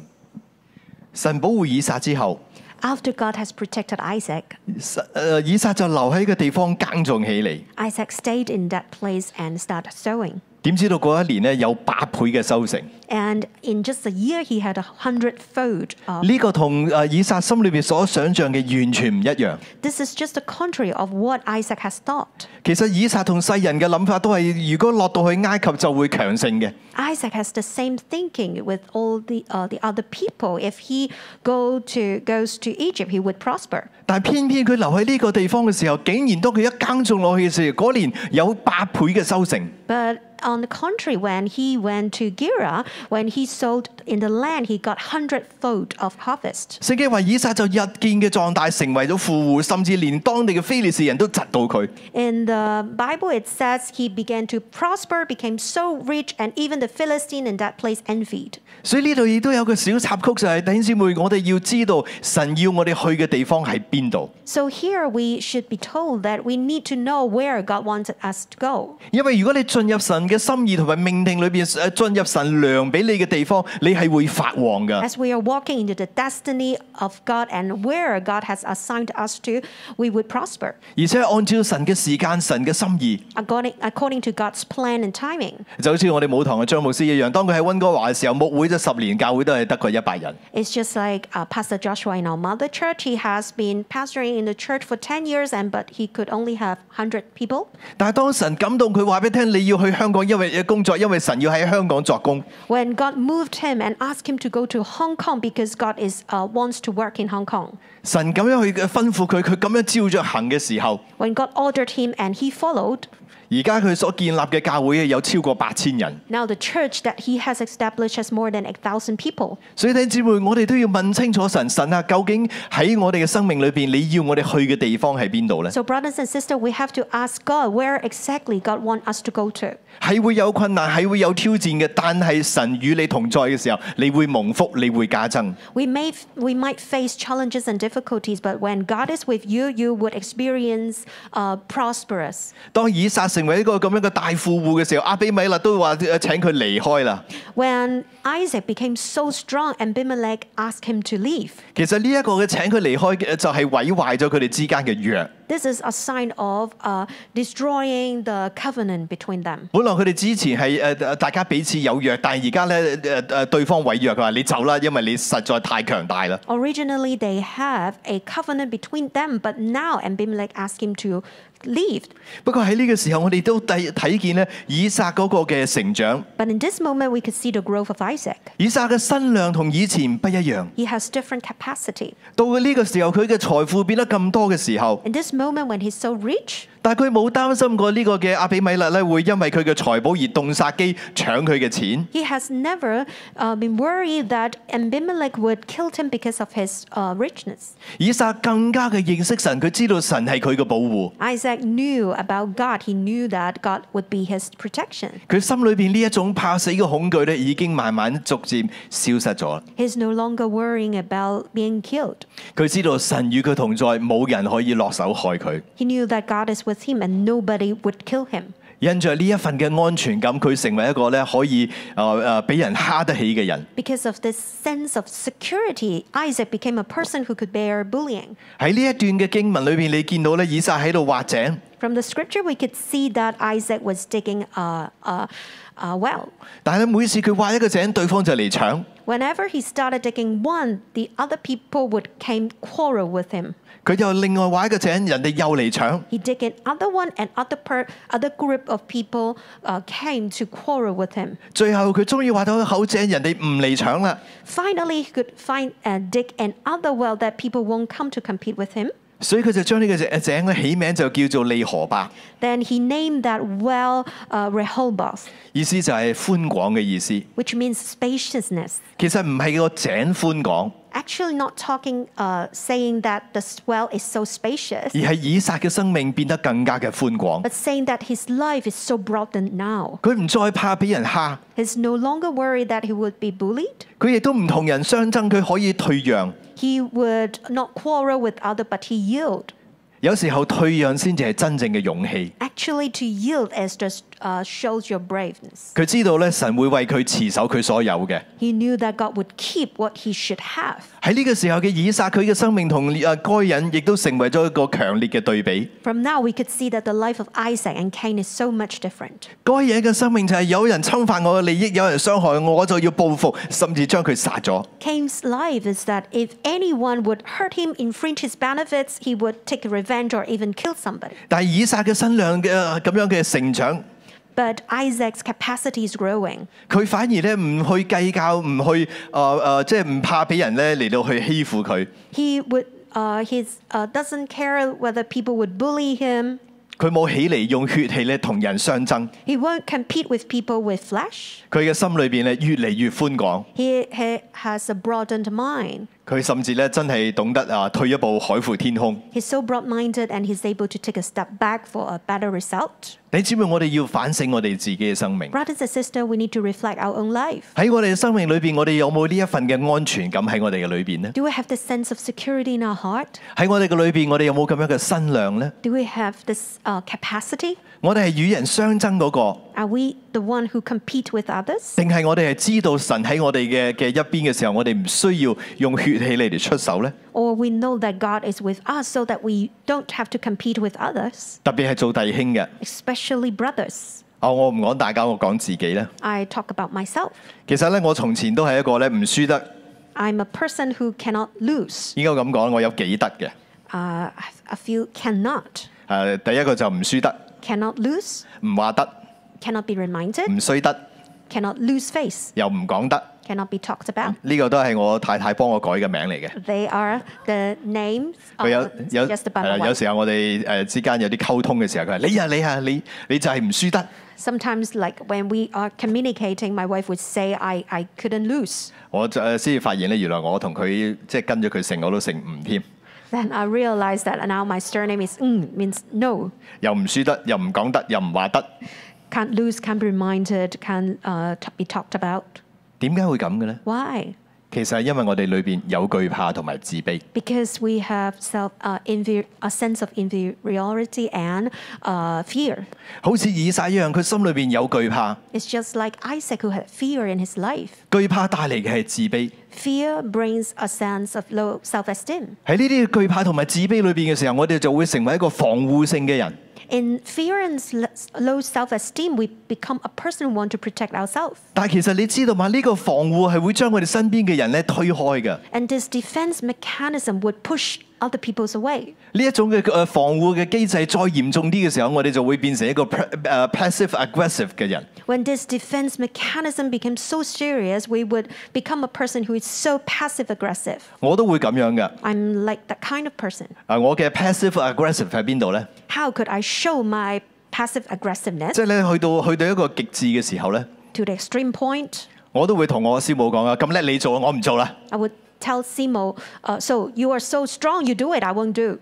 [SPEAKER 1] 神保護以撒之後，
[SPEAKER 2] After God has protected Isaac,
[SPEAKER 1] 神呃以撒就留喺個地方耕種起嚟。
[SPEAKER 2] Isaac stayed in that place and started sowing.
[SPEAKER 1] 點知道嗰一年呢，有百倍嘅收成？呢、
[SPEAKER 2] And in just a year, he had a hundredfold. Uh, Of,
[SPEAKER 1] 個同呃以撒心裏邊所想像嘅完全唔一樣。
[SPEAKER 2] this is just the contrary of what Isaac has thought.
[SPEAKER 1] 其實以撒同世人嘅諗法都係，如果落到去埃及就會強盛嘅。
[SPEAKER 2] Isaac has the same thinking with all the, uh, the other people. If he go to, goes to Egypt, he would prosper.
[SPEAKER 1] 但偏偏佢留喺呢個地方嘅時候，竟然當佢一耕種落去嘅時候，嗰年有百倍嘅收成。
[SPEAKER 2] But on the contrary, when he went to Gira, when he sowed in the land, he got hundredfold of harvest.
[SPEAKER 1] 聖經話以撒就日見嘅壯大，成為咗富戶，甚至連當地嘅非利士人都窒到佢。
[SPEAKER 2] In the Bible, it says he began to prosper, became so rich, and even the Philistine in that place envied.
[SPEAKER 1] 所以呢度亦都有個小插曲，就係、弟兄姊妹，我哋要知道神要我哋去嘅地方喺邊度，
[SPEAKER 2] So here we should be told that we need to know where God wanted us to go.
[SPEAKER 1] 因為如果你進入神嘅心意同埋命定裏邊，誒進入神量俾你嘅地方，你係會發旺噶。
[SPEAKER 2] As we are walking into the destiny of God and where God has assigned us to, we would prosper
[SPEAKER 1] 而且按照神嘅時間、神嘅心意，
[SPEAKER 2] according, according to God's plan and timing.
[SPEAKER 1] 就好似我哋舞堂嘅張牧師一樣，當佢喺温哥華嘅時候，牧會咗十年，教會都係得佢一百人。
[SPEAKER 2] It's just like uh, Pastor Joshua in our mother church. He has been pastoring in the church for 10 years, and but he could only have 100 people.
[SPEAKER 1] 但係當神感動佢話俾你聽，你要去香港港，因為工作，因為神要喺香港作工。
[SPEAKER 2] When God moved him and asked him to go to Hong Kong because God is, uh, wants to work in Hong Kong.
[SPEAKER 1] 神咁樣去吩咐佢，佢咁樣照着行嘅時候，
[SPEAKER 2] When God ordered him and he followed,
[SPEAKER 1] 而家佢所建立嘅教會有超過八千人。
[SPEAKER 2] now the church that he has established has more than 8,000 people.
[SPEAKER 1] 所以弟兄姊妹，我哋都要問清楚神，神啊，究竟喺我哋嘅生命裏邊，你要我哋去嘅地方係邊度呢？
[SPEAKER 2] So, brothers and sisters, we have to ask God where exactly God wants us to go to.
[SPEAKER 1] 係會有困難，係會有挑戰嘅，但係神與你同在嘅時候，你會蒙福，你會加增。
[SPEAKER 2] We may we might face challenges and difficulties, but when God is with you, you would experience uh, prosperous.
[SPEAKER 1] 當以撒成為一個咁樣嘅大富戶嘅時候，阿比米勒都話呃請佢離開啦。
[SPEAKER 2] When Isaac became so strong, Abimelech asked him to leave.
[SPEAKER 1] 其實呢一個嘅請佢離開呃嘅就係毀壞咗佢哋之間嘅約。
[SPEAKER 2] This is a sign of uh, destroying the covenant between them.
[SPEAKER 1] 本來佢哋之前係誒、呃大家彼此有約，但係而家咧誒誒對方毀約，佢話你走啦，因為你實在太強大啦。
[SPEAKER 2] Originally, they have a covenant between them, but now Abimelech asked him to leave.
[SPEAKER 1] 不過喺呢個時候，我哋都睇睇見咧以撒嗰個嘅成長。
[SPEAKER 2] But in this moment, we could see the growth of Isaac.
[SPEAKER 1] 以撒嘅身量同以前不一樣。
[SPEAKER 2] He has different capacity.
[SPEAKER 1] 到佢呢個時候，佢嘅財富變得咁多嘅時候，
[SPEAKER 2] In this moment, when he's so rich,
[SPEAKER 1] 但係佢冇擔心過呢個嘅阿比米勒咧會因為佢嘅財寶而動殺機搶佢嘅錢。
[SPEAKER 2] He has never uh, been worried that Abimelech would kill him because of his uh, richness.
[SPEAKER 1] 以撒更加嘅認識神，佢知道神係佢嘅保護。
[SPEAKER 2] Isaac knew about God. He knew that God would be his protection.
[SPEAKER 1] 佢心裏邊呢一種怕死嘅恐懼咧，已經慢慢逐漸消失咗。
[SPEAKER 2] He's no longer worrying about being killed.
[SPEAKER 1] 佢知道神與佢同在，冇人可以落手害佢。
[SPEAKER 2] He knew that God is with him and nobody would kill him.
[SPEAKER 1] 因着呢一份嘅安全感，佢成為一個咧可以誒誒俾人蝦得起嘅人。
[SPEAKER 2] Because of this sense of security, Isaac became a person who could bear bullying.
[SPEAKER 1] 喺呢一段嘅經文裏邊，你見到咧以撒喺度挖井，
[SPEAKER 2] From the scripture, we could see that Isaac was digging a, a, a well.
[SPEAKER 1] 但係咧每次佢挖一個井，對方就嚟搶。
[SPEAKER 2] Whenever he started digging one, the other people would came quarrel with him.
[SPEAKER 1] 佢又另外挖一個井，人哋又嚟搶。
[SPEAKER 2] He dig another one, and other per, other group of people uh, came to quarrel with him.
[SPEAKER 1] 最後佢終於挖到一口井，人哋唔嚟搶啦。
[SPEAKER 2] Finally, he could find and dig another well that people won't come to compete with him.
[SPEAKER 1] 所以佢就將呢個井井咧起名就叫做利河伯，
[SPEAKER 2] Then he named that well uh, Rehoboth,
[SPEAKER 1] 意思就係寬廣嘅意思。
[SPEAKER 2] which means spaciousness.
[SPEAKER 1] 其實唔係個井寬廣，
[SPEAKER 2] Actually, not talking, uh, saying that the well is so spacious,
[SPEAKER 1] 而係以撒嘅生命變得更加嘅寬廣。
[SPEAKER 2] but saying that his life is so broadened now.
[SPEAKER 1] 佢唔再怕俾人蝦，
[SPEAKER 2] He's no longer worried that he would be bullied.
[SPEAKER 1] 佢亦都唔同人相爭，佢可以退讓。
[SPEAKER 2] He would not quarrel with other, but he yield.
[SPEAKER 1] 有時候退讓先至係真正嘅勇氣。
[SPEAKER 2] Actually, to yield is just uh, shows your braveness.
[SPEAKER 1] 佢知道咧，神會為佢持守佢所有嘅。
[SPEAKER 2] He knew that God would keep what he should have.
[SPEAKER 1] 喺呢個時候嘅以撒，佢嘅生命同誒該人亦都成為咗一個強烈嘅對比。
[SPEAKER 2] From now, we could see that the life of Isaac and Cain is so much different.
[SPEAKER 1] 該人嘅生命就係有人侵犯我嘅利益，有人傷害我，我就要報復，甚至將佢殺咗。
[SPEAKER 2] Cain's life is that if anyone would hurt him, infringe his benefits, he would take revenge or even kill somebody.
[SPEAKER 1] 但係以撒嘅身量嘅呃咁樣嘅成長，
[SPEAKER 2] But Isaac's capacity is growing.
[SPEAKER 1] 佢反而咧唔去計較，唔去誒誒、呃呃即係唔怕俾人咧嚟到去欺負佢。
[SPEAKER 2] He would, uh, he's, uh, doesn't care whether people would bully him.
[SPEAKER 1] 佢冇起嚟用血氣咧同人相爭，
[SPEAKER 2] He won't compete with people with flesh.
[SPEAKER 1] 佢嘅心裏邊咧越嚟越寬廣。
[SPEAKER 2] He, he has a broadened mind.
[SPEAKER 1] 佢甚至咧真係懂得啊退一步海闊天空。
[SPEAKER 2] He's so broad minded and he's able to take a step back for a better result.
[SPEAKER 1] 你知唔知我哋要反省我哋自己嘅生命？
[SPEAKER 2] Brothers and sisters, we need to reflect our own life.
[SPEAKER 1] 喺我哋嘅生命裏邊，我哋有冇呢一份嘅安全感喺我哋嘅裏邊呢？
[SPEAKER 2] Do we have this sense of security in our heart?
[SPEAKER 1] 喺我哋嘅裏邊，我哋有冇咁樣嘅身量呢？
[SPEAKER 2] Do we have this uh, capacity?
[SPEAKER 1] 我哋係與人相爭嗰、個，
[SPEAKER 2] Are we the one who compete with others?
[SPEAKER 1] 定係我哋係知道神喺我哋嘅嘅一邊嘅時候，我哋唔需要用血氣嚟嚟出手呢？
[SPEAKER 2] Or we know that God is with us so that we don't have to compete with others,
[SPEAKER 1] 特別係做弟兄嘅，
[SPEAKER 2] especially brothers.
[SPEAKER 1] 啊，我唔講大家，我講自己呢。
[SPEAKER 2] I talk about myself.
[SPEAKER 1] 其實呢，我從前都係一個咧唔輸得，
[SPEAKER 2] I'm a person who cannot lose.
[SPEAKER 1] 應該咁講，我有幾得嘅。啊
[SPEAKER 2] Uh, I- I feel cannot.
[SPEAKER 1] 誒、第一個就唔輸得，
[SPEAKER 2] Cannot lose,
[SPEAKER 1] 唔話得，
[SPEAKER 2] cannot be reminded,
[SPEAKER 1] 唔衰得
[SPEAKER 2] cannot lose face,
[SPEAKER 1] 又唔講得。
[SPEAKER 2] cannot be talked about.
[SPEAKER 1] 呢、個都係我太太幫我改嘅名嚟嘅。
[SPEAKER 2] They are the names
[SPEAKER 1] 佢
[SPEAKER 2] of
[SPEAKER 1] 有有
[SPEAKER 2] suggested
[SPEAKER 1] 係
[SPEAKER 2] by
[SPEAKER 1] 啦有
[SPEAKER 2] my wife.
[SPEAKER 1] 時候我哋誒之間有啲溝通嘅時候，佢話你啊你啊你你就係唔輸得。
[SPEAKER 2] Sometimes, like when we are communicating, my wife would say, I, I couldn't lose.
[SPEAKER 1] 我就誒先至發現咧，原來我同佢即係跟咗佢姓，我都姓吳添，
[SPEAKER 2] Then I realized that now my surname is Ng, means no.
[SPEAKER 1] 又唔輸得，又唔講得，又唔話得。
[SPEAKER 2] Can't lose, can't be reminded, can't uh, t- be talked about.
[SPEAKER 1] 點解會咁嘅咧？
[SPEAKER 2] Why?
[SPEAKER 1] 其實係因為我哋裏邊有懼怕同埋自卑。
[SPEAKER 2] Because we have self, uh, infer- a sense of inferiority and uh, fear.
[SPEAKER 1] 好似以撒一樣，佢心裏邊有懼怕，
[SPEAKER 2] It's just like Isaac who had fear in his life.
[SPEAKER 1] 懼怕帶嚟嘅係自卑。
[SPEAKER 2] Fear brings a sense of low self esteem.
[SPEAKER 1] 喺呢啲懼怕同埋自卑裏邊嘅時候，我哋就會成為一個防護性嘅人。
[SPEAKER 2] In fear and s- low self esteem, we become a person who want to protect ourselves.
[SPEAKER 1] 但係其實你知道嘛？呢、個防護係會將我哋身邊嘅人咧推開嘅。
[SPEAKER 2] And this defense mechanism would push other people away.
[SPEAKER 1] 呢一種嘅誒防護嘅機制再嚴重啲嘅時候，我哋就會變成一個 pa- 誒 passive aggressive 嘅人。
[SPEAKER 2] When this defense mechanism becomes so serious, we would become a person who is so passive aggressive.
[SPEAKER 1] 我都會咁樣嘅。
[SPEAKER 2] I'm like that kind of person.
[SPEAKER 1] 啊，我嘅 passive aggressive 喺邊度呢？
[SPEAKER 2] How could I show my passive
[SPEAKER 1] 即
[SPEAKER 2] aggressiveness
[SPEAKER 1] 係咧去到去到一個極致嘅時候呢，
[SPEAKER 2] to the extreme point?
[SPEAKER 1] 我都會同我師母講啊，咁叻你做，我唔做啦。
[SPEAKER 2] I would tell Simo, uh, so you are so strong, you do it, I won't do.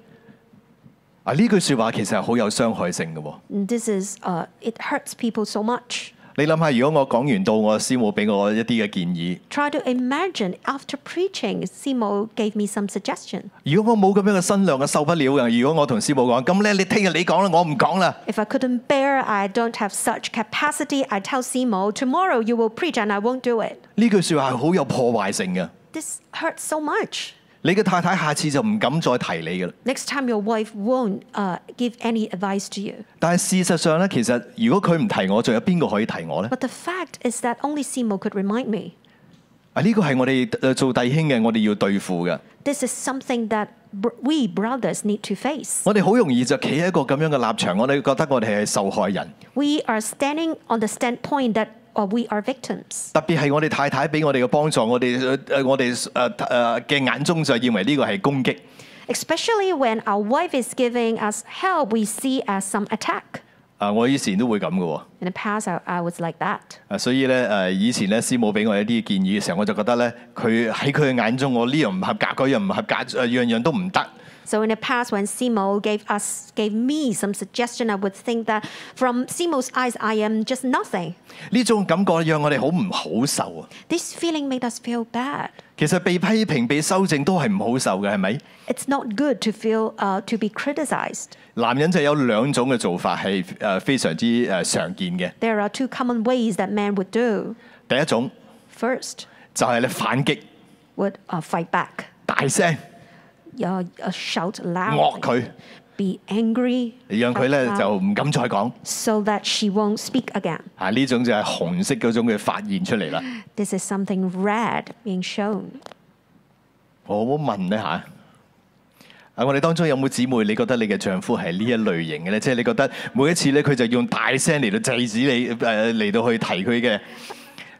[SPEAKER 1] 啊，呢句説話其實係好有傷害性嘅喎。
[SPEAKER 2] And This is, uh, it hurts people so much.
[SPEAKER 1] 你諗下，如果我講完到我師母俾我一啲嘅建議，
[SPEAKER 2] Try to imagine after preaching, Simo gave me some suggestion.
[SPEAKER 1] 如果我冇咁樣嘅身量，我受不了嘅。如果我同師母講，咁叻你聽日你講啦，我唔講啦。
[SPEAKER 2] If I couldn't bear, I don't have such capacity, I tell Simo, tomorrow you will preach and I won't do it.
[SPEAKER 1] 呢句説話係好有破壞性嘅。
[SPEAKER 2] This hurts so much.
[SPEAKER 1] 你嘅太太下次就唔敢再提你嘅啦。
[SPEAKER 2] Next time your wife won't uh, give any advice to you.
[SPEAKER 1] 但係事實上咧，其實如果佢唔提我，仲有邊個可以提我呢？
[SPEAKER 2] But the fact is that only Simo could remind me.
[SPEAKER 1] 啊，呢個係我哋誒做弟兄嘅，我哋要對付嘅。
[SPEAKER 2] This is something that br- we brothers need to face.
[SPEAKER 1] 我哋好容易就企喺一個咁樣嘅立場，我哋覺得我哋係受害人，
[SPEAKER 2] We are standing on the standpoint that uh, we are victims.
[SPEAKER 1] 特別係我哋太太俾我哋嘅幫助，我哋誒誒我哋誒誒嘅眼中就認為呢個係攻擊。
[SPEAKER 2] Especially when our wife is giving us help, we see as some attack.
[SPEAKER 1] 啊，我以前都會咁嘅喎。
[SPEAKER 2] In the past, I, I was like that.
[SPEAKER 1] 啊，所以咧誒、以前咧師母俾我一啲建議嘅時候，我就覺得咧，佢喺佢嘅眼中，我呢樣唔合格，嗰樣唔合格，誒樣樣都唔得。
[SPEAKER 2] So in the past, when Simo gave us, gave me some suggestion, I would think that from Simo's eyes, I am just nothing.
[SPEAKER 1] 呢種感覺讓我哋好唔好受啊！
[SPEAKER 2] This feeling made us feel bad.
[SPEAKER 1] 其實被批評、被修正都係唔好受嘅，係咪？
[SPEAKER 2] It's not good to feel uh, to be criticized.
[SPEAKER 1] 男人就有兩種嘅做法係誒非常之誒常見嘅。
[SPEAKER 2] There are two common ways that men would do.
[SPEAKER 1] 第一種
[SPEAKER 2] First,
[SPEAKER 1] 就係你反擊，
[SPEAKER 2] would uh, fight back,
[SPEAKER 1] 大聲
[SPEAKER 2] uh, uh, shout
[SPEAKER 1] 惡
[SPEAKER 2] loudly,
[SPEAKER 1] 佢，
[SPEAKER 2] be angry,
[SPEAKER 1] 讓佢咧
[SPEAKER 2] shout
[SPEAKER 1] 就
[SPEAKER 2] loud,
[SPEAKER 1] 唔敢再講。
[SPEAKER 2] so that she won't speak again.
[SPEAKER 1] 啊，呢種就係紅色嗰種嘅發現出嚟啦。
[SPEAKER 2] This is something red being shown.
[SPEAKER 1] 我好問一下，啊，我哋當中有冇姊妹？你覺得你嘅丈夫係呢一類型嘅咧？即係你覺得每一次咧，佢就用大聲嚟到制止你，誒、嚟到去提佢嘅。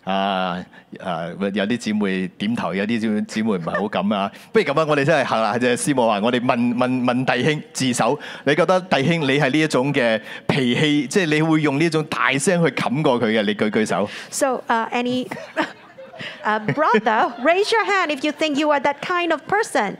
[SPEAKER 1] 啊啊！有啲姊妹點頭，有啲姊妹姊妹唔係好敢啊。不如咁啊，我哋真係係啦，即係師母話，我哋問問問弟兄自首。你覺得弟兄你係呢一種嘅脾氣，即係你會用呢種大聲去冚過佢嘅？你舉舉手。
[SPEAKER 2] So, uh, any *laughs* uh, brother, raise your hand if you think you are that kind of person.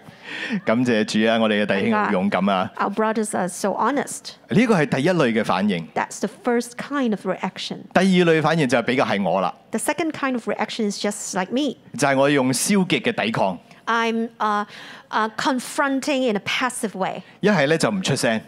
[SPEAKER 1] 感謝主啊！我哋嘅弟兄好勇敢啊！
[SPEAKER 2] Our brothers are so honest.
[SPEAKER 1] 呢個係第一類嘅反應。
[SPEAKER 2] That's the first kind of reaction.
[SPEAKER 1] 第二類反應就係比較係我啦，
[SPEAKER 2] The second kind of reaction is just like me.
[SPEAKER 1] 就係、我用消極嘅抵抗，
[SPEAKER 2] I'm uh, uh, confronting in a passive way.
[SPEAKER 1] 一係咧就唔出聲，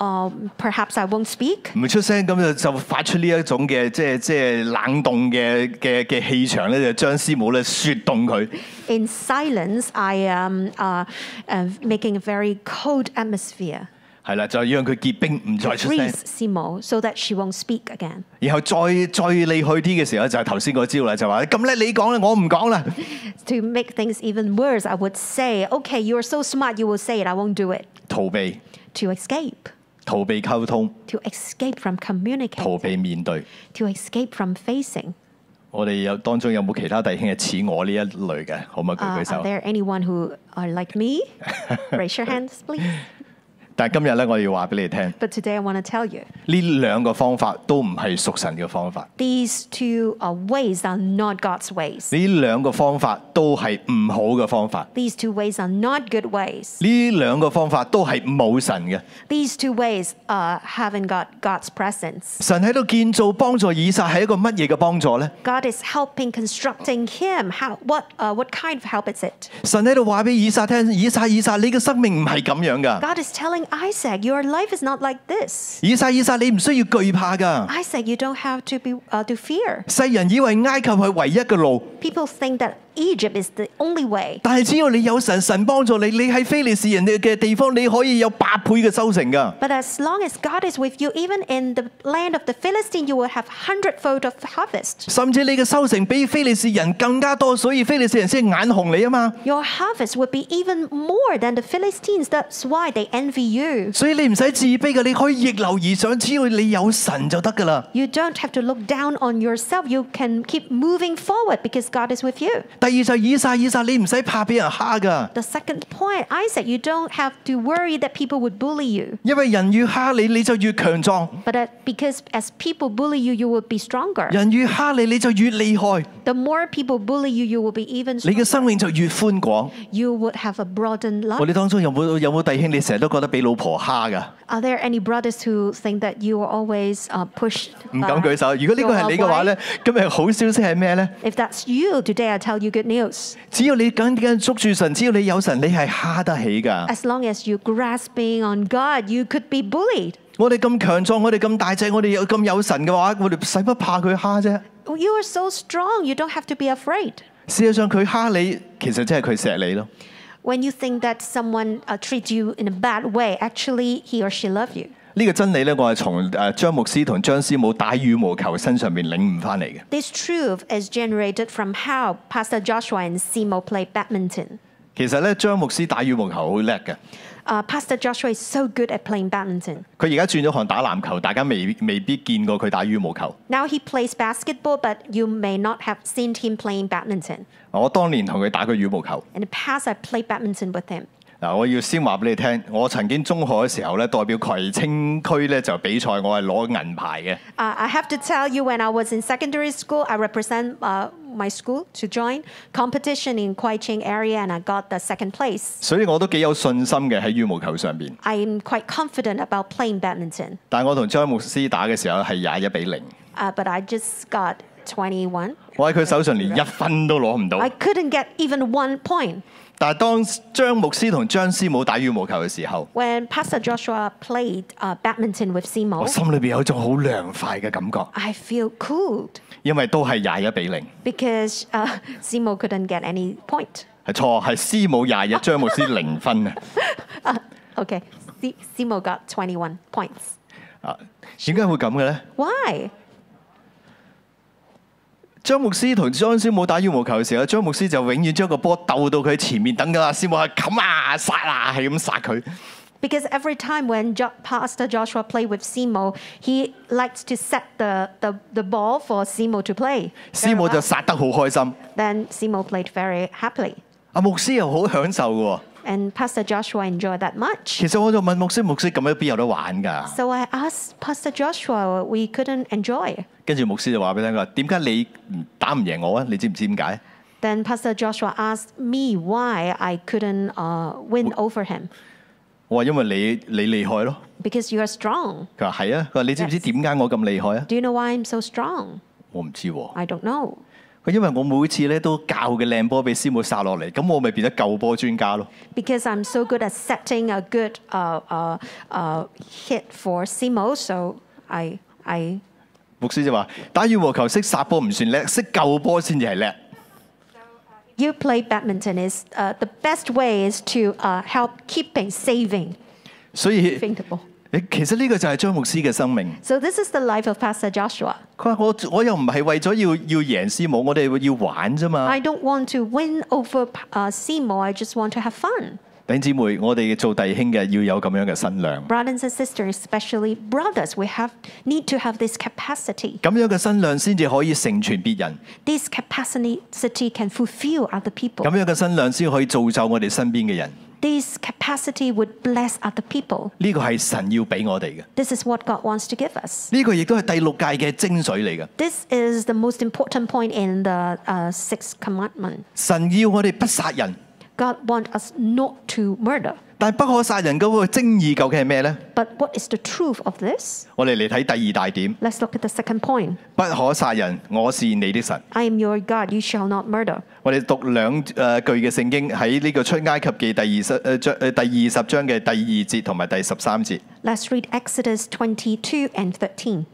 [SPEAKER 2] Um, perhaps I won't speak.
[SPEAKER 1] 唔出聲咁就就發出呢一種嘅即係即係冷凍嘅嘅嘅氣場咧，就將師母咧雪凍佢。
[SPEAKER 2] In silence, I am uh, uh, making a very cold atmosphere.
[SPEAKER 1] 係啦，就讓佢結冰，唔再出聲。
[SPEAKER 2] Freeze Simo so that she won't speak again.
[SPEAKER 1] 然後再再厲害啲嘅時候咧，就係頭先嗰招啦，就話咁咧你講啦，我唔講啦。
[SPEAKER 2] To make things even worse, I would say, okay, you are so smart, you will say it, I won't do it,
[SPEAKER 1] 逃避，
[SPEAKER 2] to escape.
[SPEAKER 1] 逃避溝通，
[SPEAKER 2] to escape from
[SPEAKER 1] 逃
[SPEAKER 2] communicating,
[SPEAKER 1] 避面對。
[SPEAKER 2] to escape from facing.
[SPEAKER 1] 我哋有當中有冇其他弟兄係似我呢一類嘅？可唔可以
[SPEAKER 2] Uh,
[SPEAKER 1] 舉舉
[SPEAKER 2] are
[SPEAKER 1] 手？
[SPEAKER 2] there anyone who are like me? Raise your hands, please.
[SPEAKER 1] 但係今日咧，我要話俾你聽，
[SPEAKER 2] But today I want to tell you
[SPEAKER 1] 呢兩個方法都唔係屬神嘅方法，
[SPEAKER 2] these two uh, ways are not God's ways.
[SPEAKER 1] 呢兩個方法都係唔好嘅方法，
[SPEAKER 2] These two ways are not good ways.
[SPEAKER 1] 呢兩個方法都係冇神嘅。
[SPEAKER 2] These two ways uh, haven't got God's presence.
[SPEAKER 1] 神喺度建造幫助以撒係一個乜嘢嘅幫助呢？
[SPEAKER 2] God is helping constructing him. How, what, uh, what kind of help is it?
[SPEAKER 1] 神喺度話俾以撒聽：以撒，以撒，你嘅生命唔係咁樣噶。
[SPEAKER 2] God is telling Isaac, your life is not like this.
[SPEAKER 1] 以撒，以撒，你唔需要懼怕噶。
[SPEAKER 2] Isaac, you don't have to be uh, to fear.
[SPEAKER 1] 世人以為埃及係唯一嘅路，
[SPEAKER 2] People think that Egypt is the only way,
[SPEAKER 1] 但係只要你有神，神幫助你，你喺非利士人嘅地方，你可以有百倍嘅收成噶。
[SPEAKER 2] but as long as God is with you, even in the land of the Philistine, you will have hundredfold of harvest.
[SPEAKER 1] 甚至你嘅收成比非利士人更加多，所以非利士人先眼紅你啊嘛。
[SPEAKER 2] Your harvest will be even more than the Philistines. That's why they envy you.
[SPEAKER 1] 所以你唔使自卑嘅，你可以逆流而上，只要你有神就得噶啦。
[SPEAKER 2] You don't have to look down on yourself. You can keep moving forward because God is with you.
[SPEAKER 1] 第二就以撒，以撒，你唔使怕俾人蝦噶，
[SPEAKER 2] The second point, Isaac, you don't have to worry that people would bully you.
[SPEAKER 1] 因為人越蝦你，你就越強壯；
[SPEAKER 2] But uh, because as people bully you, you will be stronger.
[SPEAKER 1] 人越蝦你，你就越厲害，
[SPEAKER 2] The more people bully you, you will be even
[SPEAKER 1] 你
[SPEAKER 2] stronger.
[SPEAKER 1] 嘅生命就越寬廣。
[SPEAKER 2] You would have a broadened
[SPEAKER 1] 我
[SPEAKER 2] life.
[SPEAKER 1] 哋當中有冇有冇弟兄，你成日都覺得俾老婆蝦噶？
[SPEAKER 2] Are there any brothers who think that you are always uh, pushed?
[SPEAKER 1] 唔敢
[SPEAKER 2] uh,
[SPEAKER 1] 舉手。如果呢個
[SPEAKER 2] your
[SPEAKER 1] 係你嘅話
[SPEAKER 2] way?
[SPEAKER 1] 呢，今日好消息係咩呢？
[SPEAKER 2] If that's you, today I tell you good news.
[SPEAKER 1] 只要你緊緊捉住神，只要你有神，你係蝦得起㗎。
[SPEAKER 2] As long as you grasping on God, you could be bullied.
[SPEAKER 1] 我哋咁強壯，我哋咁大隻，我哋有咁有神嘅話，我哋使乜怕佢蝦啫？
[SPEAKER 2] Oh, You are so strong, you don't have to be afraid.
[SPEAKER 1] 事實上佢蝦你，其實真係佢錫你咯。
[SPEAKER 2] When you think that someone uh, treats you in a bad way, actually he or she love you.
[SPEAKER 1] 呢、個真理呢，我係從誒張牧師同張師母打羽毛球身上面領悟翻嚟嘅。
[SPEAKER 2] This truth is generated from how Pastor Joshua and Simo play badminton.
[SPEAKER 1] 其實呢，張牧師打羽毛球好叻嘅，
[SPEAKER 2] Uh, Pastor Joshua is so good at playing badminton.
[SPEAKER 1] 佢而家轉咗行打籃球，大家未未必見過佢打羽毛球。
[SPEAKER 2] Now he plays basketball, but you may not have seen him playing badminton.
[SPEAKER 1] 我當年同佢打過羽毛球。
[SPEAKER 2] In the past, I played badminton with him.
[SPEAKER 1] 嗱，我要先話俾你聽，我曾經中學嘅時候咧，代表葵青區咧就比賽，我係攞銀牌嘅。
[SPEAKER 2] Uh, I have to tell you, when I was in secondary school, I represent uh, my school to join competition in Kwai Ching area, and I got the second place.
[SPEAKER 1] 所以我都幾有信心嘅喺羽毛球上邊。
[SPEAKER 2] I am quite confident about playing badminton,
[SPEAKER 1] 但我同張牧師打嘅時候係廿一比零，
[SPEAKER 2] uh, but I just got 21.
[SPEAKER 1] 我喺佢手上連一分都攞唔到
[SPEAKER 2] I。couldn't get even one point.
[SPEAKER 1] 但係當張牧師同張師母打羽毛球嘅時候，
[SPEAKER 2] When Pastor Joshua played uh, badminton with
[SPEAKER 1] 我
[SPEAKER 2] Simo,
[SPEAKER 1] 心裏邊有一種好涼快嘅感覺，
[SPEAKER 2] I feel cooled
[SPEAKER 1] 因為都係廿一比零。
[SPEAKER 2] because uh, *laughs* Simo couldn't get any point.
[SPEAKER 1] 係錯，係師母廿一，張牧師零分啊！ *laughs*
[SPEAKER 2] Okay, Si- Simo got 21 points.
[SPEAKER 1] 啊，點解會咁嘅咧？
[SPEAKER 2] Why?
[SPEAKER 1] 張牧師同張師母打羽毛球嘅時候，張牧師就永遠將個波鬥到佢前面等緊啦，師母係冚啊殺啊，係咁殺佢。
[SPEAKER 2] Because every time when jo- Pastor Joshua played with Simo, he likes to set the, the, the ball for Simo to play.
[SPEAKER 1] 師母
[SPEAKER 2] very
[SPEAKER 1] 就
[SPEAKER 2] well.
[SPEAKER 1] 殺得好開心，
[SPEAKER 2] Then Simo played very happily.
[SPEAKER 1] 阿牧師又好享受嘅喎。
[SPEAKER 2] And Pastor Joshua enjoyed that much.
[SPEAKER 1] 其實我就問牧師，牧師咁樣邊有得玩㗎？
[SPEAKER 2] So I asked Pastor Joshua, we couldn't enjoy.
[SPEAKER 1] 跟住牧師就話俾你聽，佢話點解你唔打唔贏我啊？你知唔知點解？
[SPEAKER 2] Then Pastor Joshua asked me why I couldn't uh, win over him.
[SPEAKER 1] 我話因為你你厲害咯。
[SPEAKER 2] Because you are strong.
[SPEAKER 1] 佢話係啊，佢話你知唔知點解我咁厲害啊？
[SPEAKER 2] Do you know why I'm so strong?
[SPEAKER 1] 我唔知喎。
[SPEAKER 2] I don't know.
[SPEAKER 1] 佢因為我每次咧都教嘅靚波俾師母殺落嚟，咁我咪變咗救波專家咯。
[SPEAKER 2] because I'm so good at setting a good uh, uh, uh, hit for Simo, so I I
[SPEAKER 1] 牧師就話：打羽毛球識殺波唔算叻，識救波先至係叻。
[SPEAKER 2] you play badminton is uh, the best way is to uh, help keeping saving
[SPEAKER 1] 所以
[SPEAKER 2] saving the ball.
[SPEAKER 1] 你其實呢個就係張牧師嘅生命。
[SPEAKER 2] So this is the life of Pastor Joshua.
[SPEAKER 1] 佢話：我我又唔係為咗要要贏師母，我哋要玩啫嘛。
[SPEAKER 2] I don't want to win over uh, Simo. I just want to have fun.
[SPEAKER 1] 弟兄姊妹，我哋做弟兄嘅要有咁樣嘅身量。
[SPEAKER 2] Brothers and sisters, especially brothers, we have need to have this capacity.
[SPEAKER 1] 咁樣嘅身量先至可以成全別人，
[SPEAKER 2] This capacity can fulfill
[SPEAKER 1] 咁
[SPEAKER 2] other people.
[SPEAKER 1] 樣嘅身量先可以造就我哋身邊嘅人。
[SPEAKER 2] This capacity would bless other people.
[SPEAKER 1] 呢個係神要俾我哋嘅，
[SPEAKER 2] This is what God wants to give us.
[SPEAKER 1] 呢個亦都係第六屆嘅精髓嚟嘅。
[SPEAKER 2] This is the most important point in the uh, sixth commandment.
[SPEAKER 1] 神要我哋不殺人，
[SPEAKER 2] God wants us not to murder.
[SPEAKER 1] 但不可殺人嗰個精義究竟係咩呢？
[SPEAKER 2] But what is the truth of this?
[SPEAKER 1] 我哋嚟睇第二大點：
[SPEAKER 2] Let's look at the second point.
[SPEAKER 1] 不可殺人，我是你的神。
[SPEAKER 2] I am your God, you shall not murder.
[SPEAKER 1] 我哋讀兩誒、呃句嘅聖經喺呢個出埃及記第二十誒章呃誒第二十章嘅第二節同埋第十三節。
[SPEAKER 2] Let's read Exodus 22 and 13.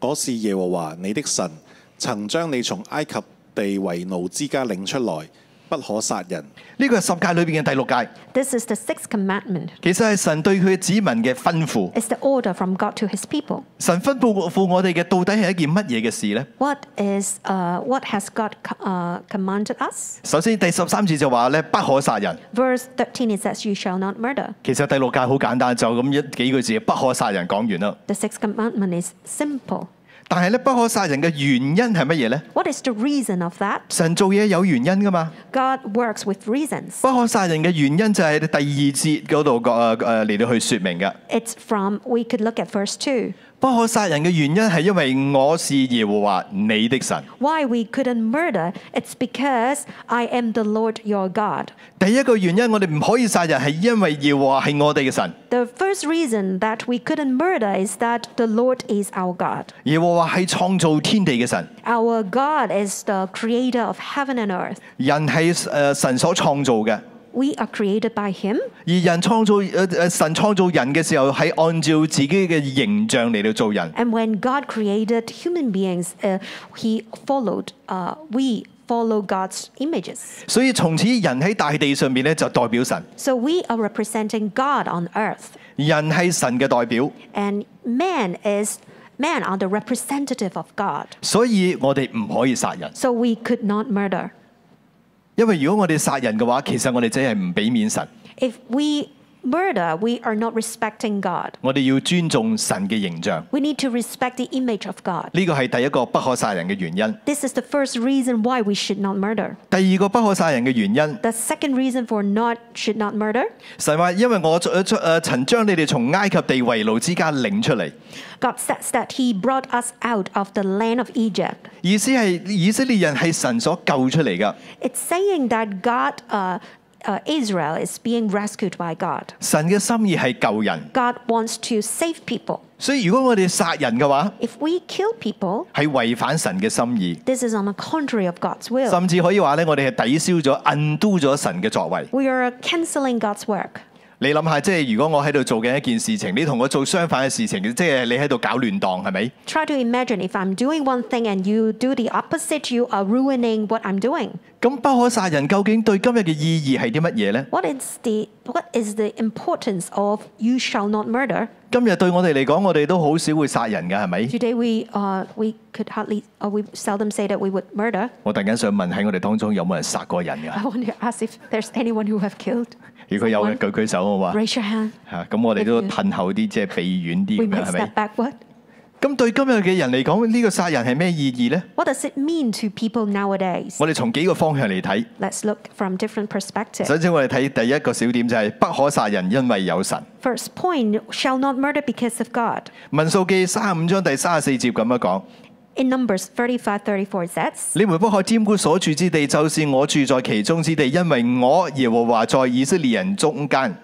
[SPEAKER 3] 我是耶和華你的神，曾將你從埃及地為奴之家領出來，不可殺人。
[SPEAKER 1] 呢個係十戒裏邊嘅第六戒，
[SPEAKER 2] This is the sixth commandment.
[SPEAKER 1] 其實係神對佢嘅子民嘅吩咐。
[SPEAKER 2] It's the order from God to his people.
[SPEAKER 1] 神吩咐咐我哋嘅到底係一件乜嘢嘅事呢？
[SPEAKER 2] What is uh, what has God co- uh, commanded us?
[SPEAKER 1] 首先第十三節就話咧，不可殺人。
[SPEAKER 2] Verse 13 it says, You shall not murder.
[SPEAKER 1] 其實第六戒好簡單，就咁一幾句字，不可殺人講完啦。
[SPEAKER 2] The sixth commandment is simple.
[SPEAKER 1] 但係咧，不可殺人嘅原因係乜嘢呢？
[SPEAKER 2] What is the reason of that?
[SPEAKER 1] 神做嘢有原因噶嘛？
[SPEAKER 2] God works with reasons.
[SPEAKER 1] 不可殺人嘅原因就係第二節嗰度誒誒嚟到去説明嘅。
[SPEAKER 2] It's from, we could look at verse 2.
[SPEAKER 1] 不可殺人嘅原因係因為我是耶和華你的神。
[SPEAKER 2] Why we couldn't murder? It's because I am the Lord your God.
[SPEAKER 1] 第一個原因我哋唔可以殺人係因為耶和華係我哋嘅神，
[SPEAKER 2] The first reason that we couldn't murder is that the Lord is our God.
[SPEAKER 1] 耶和華係創造天地嘅神，
[SPEAKER 2] Our God is the creator of heaven and earth.
[SPEAKER 1] 人係誒神所創造嘅。
[SPEAKER 2] We are created by him.
[SPEAKER 1] 而人創造誒誒、呃神創造人嘅時候，係按照自己嘅形象嚟到做人。
[SPEAKER 2] And when God created human beings, uh, he followed, uh, we follow God's images.
[SPEAKER 1] 所以從此人喺大地上面咧就代表神，
[SPEAKER 2] So we are representing God on earth.
[SPEAKER 1] 人係神嘅代表，
[SPEAKER 2] And man is, man are the representative of God.
[SPEAKER 1] 所以我哋唔可以殺人。
[SPEAKER 2] So we could not murder.
[SPEAKER 1] 因為如果我哋殺人嘅話，其實我哋真係唔俾面神，
[SPEAKER 2] If we murder, we are not respecting God.
[SPEAKER 1] 我哋要尊重神嘅形象。
[SPEAKER 2] We need to respect the image of God.
[SPEAKER 1] 呢個係第一個不可殺人嘅原因。
[SPEAKER 2] This is the first reason why we should not murder.
[SPEAKER 1] 第二個不可殺人嘅原因，
[SPEAKER 2] The second reason for not should not murder,
[SPEAKER 1] 神話因為我出出誒曾將你哋從埃及地為奴之家領出嚟，
[SPEAKER 2] God says that He brought us out of the land of Egypt.
[SPEAKER 1] 意思係以色列人係神所救出嚟㗎。
[SPEAKER 2] It's saying that God, uh, uh, Israel, is being rescued by God.
[SPEAKER 1] 神嘅心意係救人，
[SPEAKER 2] God wants to save people.
[SPEAKER 1] 所以如果我哋殺人嘅話，
[SPEAKER 2] If we kill people,
[SPEAKER 1] 係違反神嘅心意，
[SPEAKER 2] this is on the contrary of God's will.
[SPEAKER 1] 甚至可以話咧，我哋係抵消咗、undo 咗神嘅作為。
[SPEAKER 2] We are canceling God's work.
[SPEAKER 1] 你諗下，即係如果我喺度做緊一件事情，你同我做相反嘅事情，即係你喺度搞亂檔，係咪？
[SPEAKER 2] Try to imagine if I'm doing one thing and you do the opposite, you are ruining what I'm doing.
[SPEAKER 1] 咁不可殺人究竟對今日嘅意義係啲乜嘢呢？
[SPEAKER 2] What is the what is the importance of you shall not murder?
[SPEAKER 1] 今日對我哋嚟講，我哋都好少會殺人㗎，係咪？
[SPEAKER 2] Today we uh, we could hardly or we seldom say that we would murder. *laughs*
[SPEAKER 1] 我突然間想問喺我哋當中有冇人殺過人㗎？
[SPEAKER 2] I want to ask if there's anyone who have killed.
[SPEAKER 1] 如果有嘅，
[SPEAKER 2] One.
[SPEAKER 1] 舉舉手好嘛？
[SPEAKER 2] Raise your hand.
[SPEAKER 1] 嚇，咁我哋都褪後啲，即係避遠
[SPEAKER 2] We
[SPEAKER 1] 啲咁
[SPEAKER 2] might
[SPEAKER 1] 樣，係
[SPEAKER 2] step
[SPEAKER 1] 咪？
[SPEAKER 2] backward.
[SPEAKER 1] 咁對今日嘅人嚟講，呢個殺人係咩意義呢？
[SPEAKER 2] What does it mean to people nowadays?
[SPEAKER 1] 我哋從幾個方向嚟睇。
[SPEAKER 2] Let's look from different perspectives.
[SPEAKER 1] 首先我哋睇第一個小點就係不可殺人，因為有神。
[SPEAKER 2] First point: shall not murder because of God.
[SPEAKER 1] 民數記三十五章第三十四節咁樣講：
[SPEAKER 2] In Numbers 35, 34 it says,
[SPEAKER 1] 你們不可玷污所住之地，就是我住在其中之地，因為我耶和華在以色列人中間。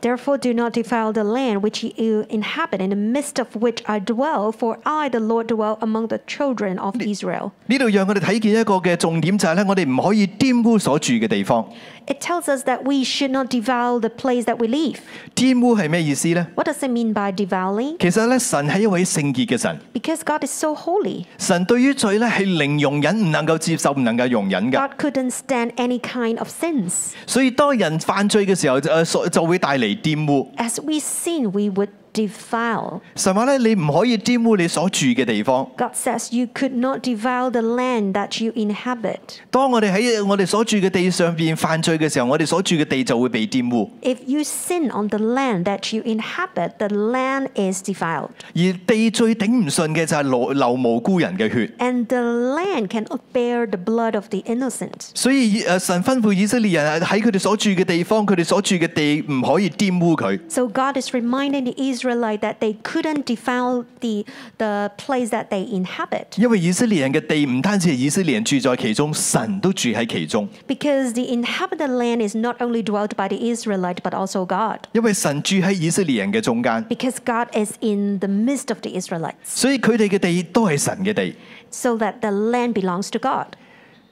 [SPEAKER 2] Therefore do not defile the land which you inhabit, in the midst of which I dwell, for I, the Lord, dwell among the children of Israel.
[SPEAKER 1] 呢度讓我哋睇見一個嘅重點就係咧，我哋唔可以玷污所住嘅地方。
[SPEAKER 2] It tells us that we should not devour the place that we live.
[SPEAKER 1] 玷污係咩意思呢？
[SPEAKER 2] What does it mean by devouring?
[SPEAKER 1] 其實咧，神係一位聖潔嘅神，
[SPEAKER 2] Because God is so holy,
[SPEAKER 1] 神對於罪咧係零容忍，唔能夠接受，唔能夠容忍嘅。
[SPEAKER 2] God couldn't stand any kind of sins.
[SPEAKER 1] 所以當人犯罪嘅時候，誒、呃、所就會帶嚟玷污。
[SPEAKER 2] As we sin, we would defile.
[SPEAKER 1] 神話咧，你唔可以玷污你所住嘅地方。
[SPEAKER 2] God says you could not defile the land that you inhabit.
[SPEAKER 1] 當我哋喺我哋所住嘅地上邊犯罪嘅時候，我哋所住嘅地就會被玷污，
[SPEAKER 2] If you sin on the land that you inhabit, the land is defiled.
[SPEAKER 1] 而地最頂唔順嘅就係流流無辜人嘅血。
[SPEAKER 2] And the land cannot bear the blood of the innocent.
[SPEAKER 1] 所以誒神吩咐以色列人喺佢哋所住嘅地方，佢哋所住嘅地唔可以玷污佢。
[SPEAKER 2] So God is reminding the Israelite that they couldn't defile the, the place that they inhabit
[SPEAKER 1] 因為以色列人嘅地唔單止係以色列人住在其中，神都住喺其中。
[SPEAKER 2] because the inhabited land is not only dwelt by the Israelite but also God
[SPEAKER 1] 因為神住喺以色列人嘅中間，
[SPEAKER 2] because God is in the midst of the Israelites
[SPEAKER 1] 所以佢哋嘅地都係神嘅地。
[SPEAKER 2] so that the land belongs to God.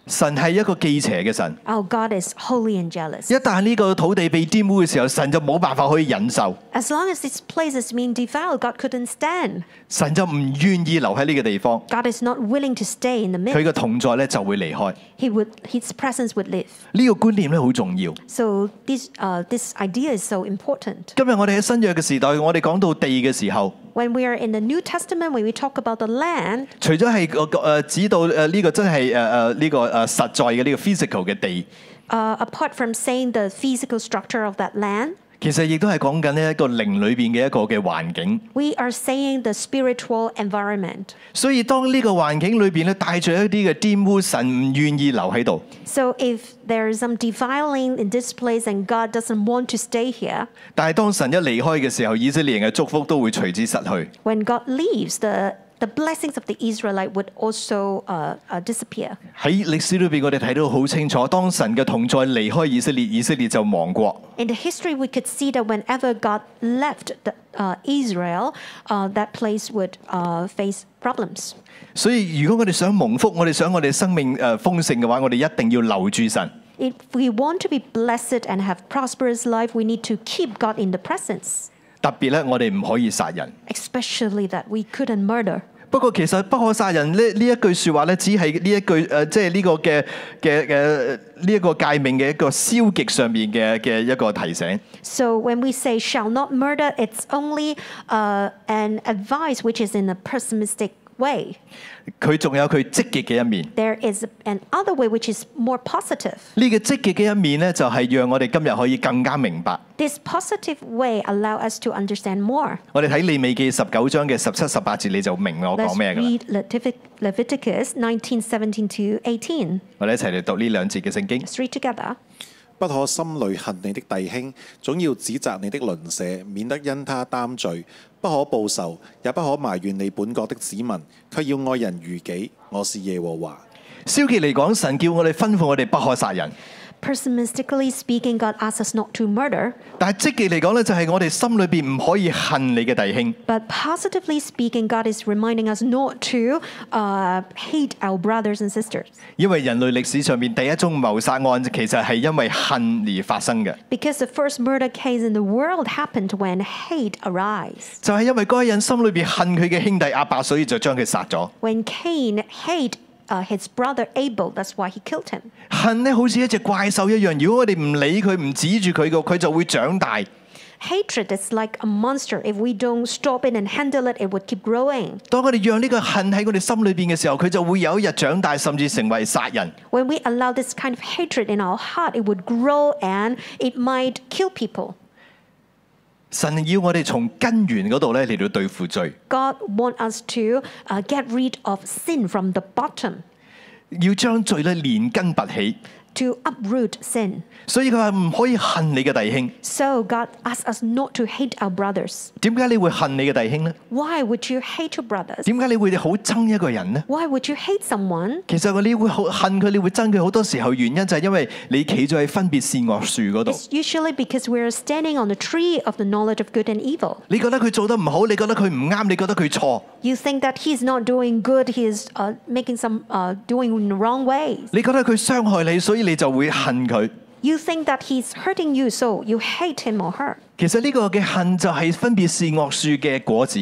[SPEAKER 1] 神係一個忌邪嘅神，
[SPEAKER 2] Our God is holy and jealous.
[SPEAKER 1] 一旦呢個土地被玷污嘅時候，神就冇辦法可以忍受，
[SPEAKER 2] As long as this place is being defiled, God couldn't stand.
[SPEAKER 1] 神就唔願意留喺呢個地方，
[SPEAKER 2] God is not willing to stay in the
[SPEAKER 1] 佢
[SPEAKER 2] midst.
[SPEAKER 1] 嘅同在咧就會離開。
[SPEAKER 2] He would, his presence would leave.
[SPEAKER 1] 呢、個觀念咧好重要。
[SPEAKER 2] So this, uh, this idea is so important.
[SPEAKER 1] 今日我哋喺新約嘅時代，我哋講到地嘅時候，
[SPEAKER 2] When we are in the New Testament, when we talk about the land,
[SPEAKER 1] 除咗係個誒指到誒呢個真係誒誒呢個誒實在嘅呢個 physical 嘅地，
[SPEAKER 2] uh, apart from saying the physical structure of that land,
[SPEAKER 1] 其實亦都係講緊呢一個靈裏邊嘅一個嘅環境。
[SPEAKER 2] we are saying the spiritual environment.
[SPEAKER 1] 所以當呢個環境裏邊咧帶住一啲嘅玷污，神唔願意留喺度。
[SPEAKER 2] So if there is some defiling in this place and God doesn't want to stay here,
[SPEAKER 1] 但係當神一離開嘅時候，以色列人嘅祝福都會隨之失去。
[SPEAKER 2] when God leaves, the, the blessings of the Israelite would also uh, uh, disappear.
[SPEAKER 1] 喺歷史裏邊，我哋睇到好清楚，當神嘅同在離開以色列，以色列就亡國。
[SPEAKER 2] In the history, we could see that whenever God left the, uh, Israel, uh, that place would uh, face problems.
[SPEAKER 1] 所以如果我哋想蒙福，我哋想我哋生命誒豐盛嘅話，我哋一定要留住神。
[SPEAKER 2] If we want to be blessed and have prosperous life, we need to keep God in the presence,
[SPEAKER 1] 特別咧，我哋唔可以殺人。
[SPEAKER 2] especially that we couldn't murder.
[SPEAKER 1] 不過其實不可殺人呢呢一句説話咧，只係呢一句誒、呃即係呢個嘅嘅嘅呢一個界面嘅一個消極上面嘅嘅一個提醒。
[SPEAKER 2] So when we say "shall not murder," it's only uh, an advice which is in a pessimistic way.
[SPEAKER 1] 佢仲有佢積極嘅一面。
[SPEAKER 2] There is an other way which is more positive.
[SPEAKER 1] 呢、個積極嘅一面咧，就係讓我哋今日可以更加明白。
[SPEAKER 2] This positive way allow us to understand more.
[SPEAKER 1] 我哋睇利未記十九章嘅十七、十八節，你就明我
[SPEAKER 2] Let's
[SPEAKER 1] 講咩㗎啦。
[SPEAKER 2] read Levitic- Leviticus 19, 17 to 18.
[SPEAKER 1] 我哋一齊嚟讀呢兩節嘅聖經。
[SPEAKER 2] Let's read together.
[SPEAKER 3] 不可心裏恨你的弟兄，總要指責你的鄰舍，免得因他擔罪。不可報仇，也不可埋怨你本國的子民，卻要愛人如己。我是耶和華。
[SPEAKER 1] 消極嚟講，神叫我哋吩咐我哋不可殺人，
[SPEAKER 2] Pessimistically speaking, God asks us not to murder,
[SPEAKER 1] 但係積極嚟講咧，就係我哋心裏邊唔可以恨你嘅弟兄。
[SPEAKER 2] but positively speaking, God is reminding us not to uh, hate our brothers and sisters.
[SPEAKER 1] 因為人類歷史上面第一宗謀殺案，其實係因為恨而發生嘅，
[SPEAKER 2] Because the first murder case in the world happened when hate arose.
[SPEAKER 1] 就係、因為嗰個人心裏邊恨佢嘅兄弟阿伯，所以就將佢殺咗。
[SPEAKER 2] When Cain hated uh, his brother Abel, that's why he killed him.
[SPEAKER 1] 恨咧好似一隻怪獸一樣，如果我哋唔理佢，唔指住佢個，佢就會長大。
[SPEAKER 2] Hatred is like a monster. If we don't stop it and handle it, it would keep growing.
[SPEAKER 1] 當我哋讓呢個恨喺我哋心裏邊嘅時候，佢就會有一日長大，甚至成為殺人。
[SPEAKER 2] When we allow this kind of hatred in our heart, it would grow and it might kill people.
[SPEAKER 1] 神要我哋從根源嗰度咧嚟到對付罪，
[SPEAKER 2] God wants us to uh, get rid of sin from the bottom,
[SPEAKER 1] 要將罪咧連根拔起。
[SPEAKER 2] to uproot sin.
[SPEAKER 1] 所以佢話唔可以恨你嘅弟兄。
[SPEAKER 2] So God asks us not to hate our brothers.
[SPEAKER 1] 點解你會恨你嘅弟兄呢？
[SPEAKER 2] Why would you hate your brothers?
[SPEAKER 1] 點解你會好憎一個人呢？
[SPEAKER 2] Why would you hate someone?
[SPEAKER 1] 其實你會好恨佢，你會憎佢，好多時候原因就係因為你企咗喺分別善惡樹嗰度，
[SPEAKER 2] It's usually because we're standing on the tree of the knowledge of good and evil.
[SPEAKER 1] 你覺得佢做得唔好，你覺得佢唔啱，你覺得佢錯，
[SPEAKER 2] You think that he's not doing good, he's uh, making some, uh, doing in the wrong ways.
[SPEAKER 1] 你覺得佢傷害你，所以你就會恨佢。
[SPEAKER 2] You think that he's hurting you, so you hate him or her.
[SPEAKER 1] 其實呢個嘅恨就係分別善惡樹嘅果子。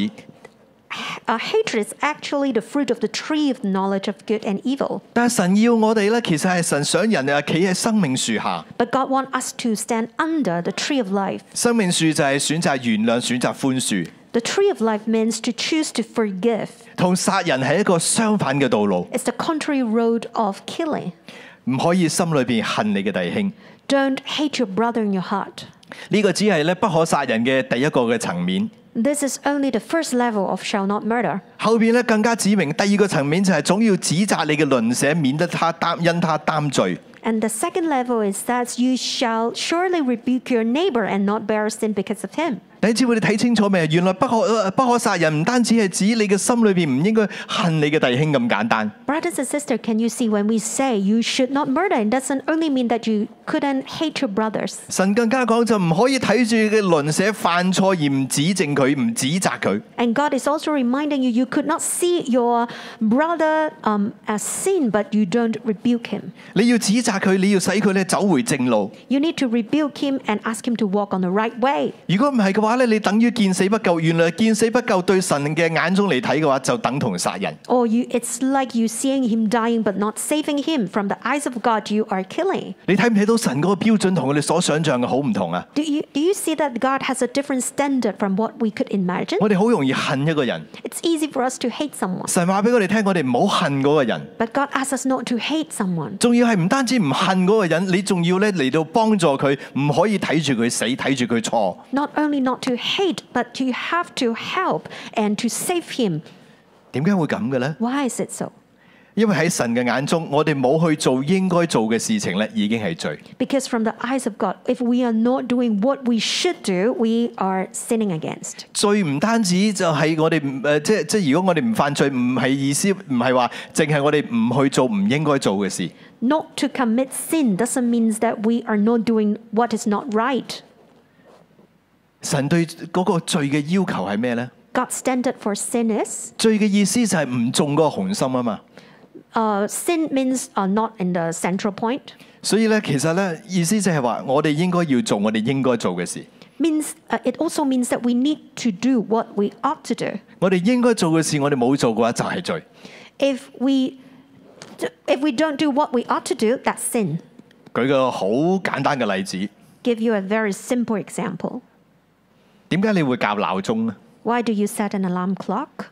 [SPEAKER 2] Uh, hatred is actually the fruit of the tree of the knowledge of good and evil.
[SPEAKER 1] 但係神要我哋咧，其實係神想人啊，企喺生命樹下。
[SPEAKER 2] But God wants us to stand under the tree of life.
[SPEAKER 1] 生命樹就係選擇原諒、選擇寬恕。
[SPEAKER 2] The The tree of life means to choose to forgive.
[SPEAKER 1] 同殺人係一個相反嘅道路，
[SPEAKER 2] It's the contrary road of killing.
[SPEAKER 1] 唔可以心裏邊恨你嘅弟兄。
[SPEAKER 2] Don't hate your brother in your heart.
[SPEAKER 1] 呢、個只係咧不可殺人嘅第一個嘅層面。
[SPEAKER 2] This is only the first level of shall not murder.
[SPEAKER 1] 後邊咧更加指明第二個層面就係總要指責你嘅鄰舍，免得他擔因他擔罪。
[SPEAKER 2] And the second level is that you shall surely rebuke your neighbor and not bear sin because of him.
[SPEAKER 1] 你知唔知你睇清楚未？原來不可呃不可殺人唔單止係指你嘅心裏邊唔應該恨你嘅弟兄咁簡單，
[SPEAKER 2] Brothers and sisters, can you see when we say you should not murder, it doesn't only mean that you couldn't hate your brothers.
[SPEAKER 1] 神更加講就唔可以睇住嘅鄰舍犯錯而唔指正佢，唔指責佢。
[SPEAKER 2] And God is also reminding you you could not see your brother um, as sin, but you don't rebuke him.
[SPEAKER 1] 你要指責佢，你要使佢咧走回正路。
[SPEAKER 2] You need to rebuke him and ask him to walk on the right way.
[SPEAKER 1] 如果唔係嘅話咧，你等於見死不救。原來見死不救對神嘅眼中嚟睇嘅話，就等同殺人。
[SPEAKER 2] Or you, it's like you seeing him dying but not saving him. From the eyes of God, you are killing.
[SPEAKER 1] 你睇唔睇到神嗰個標準同我哋所想象嘅好唔同啊？
[SPEAKER 2] Do you, do you see that God has a different standard from what we could imagine?
[SPEAKER 1] 我哋好容易恨一個人，
[SPEAKER 2] It's easy for us to hate someone,
[SPEAKER 1] 神話俾我哋聽，我哋唔好恨嗰個人，
[SPEAKER 2] but God asks us not to hate someone.
[SPEAKER 1] 仲要係唔單止唔恨嗰個人，你仲要咧嚟到幫助佢，唔可以睇住佢死，睇住佢錯。
[SPEAKER 2] Not only not to hate, but you have to help and to save him.
[SPEAKER 1] 點解會咁嘅呢？
[SPEAKER 2] Why is it so?
[SPEAKER 1] 因為喺神嘅眼中，我哋冇去做應該做嘅事情咧，已經係罪。
[SPEAKER 2] Because from the eyes of God, if we are not doing what we should do, we are sinning against.
[SPEAKER 1] 罪唔單止就係我哋唔誒，即係即係如果我哋唔犯罪，唔係意思唔係話淨係我哋唔去做唔應該做嘅事。
[SPEAKER 2] Not to commit sin doesn't mean that we are not doing what is not right.
[SPEAKER 1] 神對嗰個罪嘅要求係咩呢？
[SPEAKER 2] God's standard for sin is
[SPEAKER 1] 罪嘅意思就係唔中嗰個紅心啊嘛。
[SPEAKER 2] uh, sin means uh, not in the central point,
[SPEAKER 1] 所以咧，其實咧意思就係話，我哋應該要做我哋應該做嘅事，
[SPEAKER 2] means uh, it also means that we need to do what we ought to do.
[SPEAKER 1] 我哋應該做嘅事，我哋冇做嘅話就係罪。
[SPEAKER 2] If we if we don't do what we ought to do, that's sin.
[SPEAKER 1] 舉個好簡單嘅例子，
[SPEAKER 2] Give you a very simple example.
[SPEAKER 1] 點解你會校鬧鐘咧
[SPEAKER 2] Why do you set an alarm clock?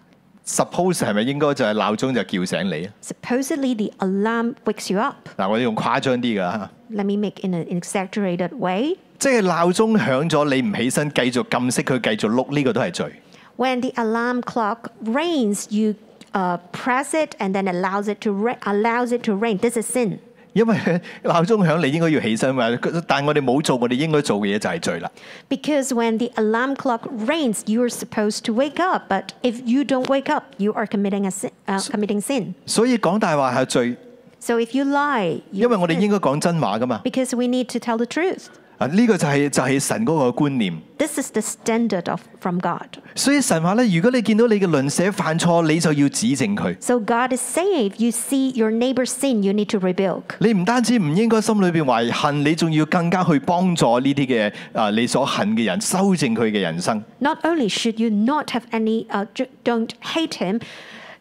[SPEAKER 1] ？Suppose 係咪應該就係鬧鐘就叫醒你啊？
[SPEAKER 2] Supposedly the alarm wakes you up.
[SPEAKER 1] 嗱，我哋用誇張啲㗎嚇，
[SPEAKER 2] Let me make in an exaggerated way.
[SPEAKER 1] 即係鬧鐘響咗，你唔起身，繼續撳熄佢，繼續碌，呢、個都係罪。
[SPEAKER 2] When the alarm clock rings, you uh, press it and then allows it to ri- allows it to ring. This is sin
[SPEAKER 1] 因為 *laughs* 鬧鐘響，你應該要起身嘛，但係我哋冇做我哋應該做嘅嘢就係罪啦。
[SPEAKER 2] because when the alarm clock rings, you are supposed to wake up. But if you don't wake up, you are committing a sin, uh, committing sin.
[SPEAKER 1] 所以講大話係罪，
[SPEAKER 2] So if you lie,
[SPEAKER 1] 因
[SPEAKER 2] you
[SPEAKER 1] 為我哋
[SPEAKER 2] sin.
[SPEAKER 1] 應該講真話㗎嘛。
[SPEAKER 2] because we need to tell the truth.
[SPEAKER 1] 啊，呢、個就係、就係、神嗰個觀念。
[SPEAKER 2] This is the standard of from God.
[SPEAKER 1] 所以神話咧，如果你見到你嘅鄰舍犯錯，你就要指正佢。
[SPEAKER 2] So God is saying, if you see your neighbor sin, you need to rebuke.
[SPEAKER 1] 你唔單止唔應該心裏邊懷恨，你仲要更加去幫助呢啲嘅啊你所恨嘅人，修正佢嘅人生。
[SPEAKER 2] Not only should you not have any, uh, ju- don't hate him,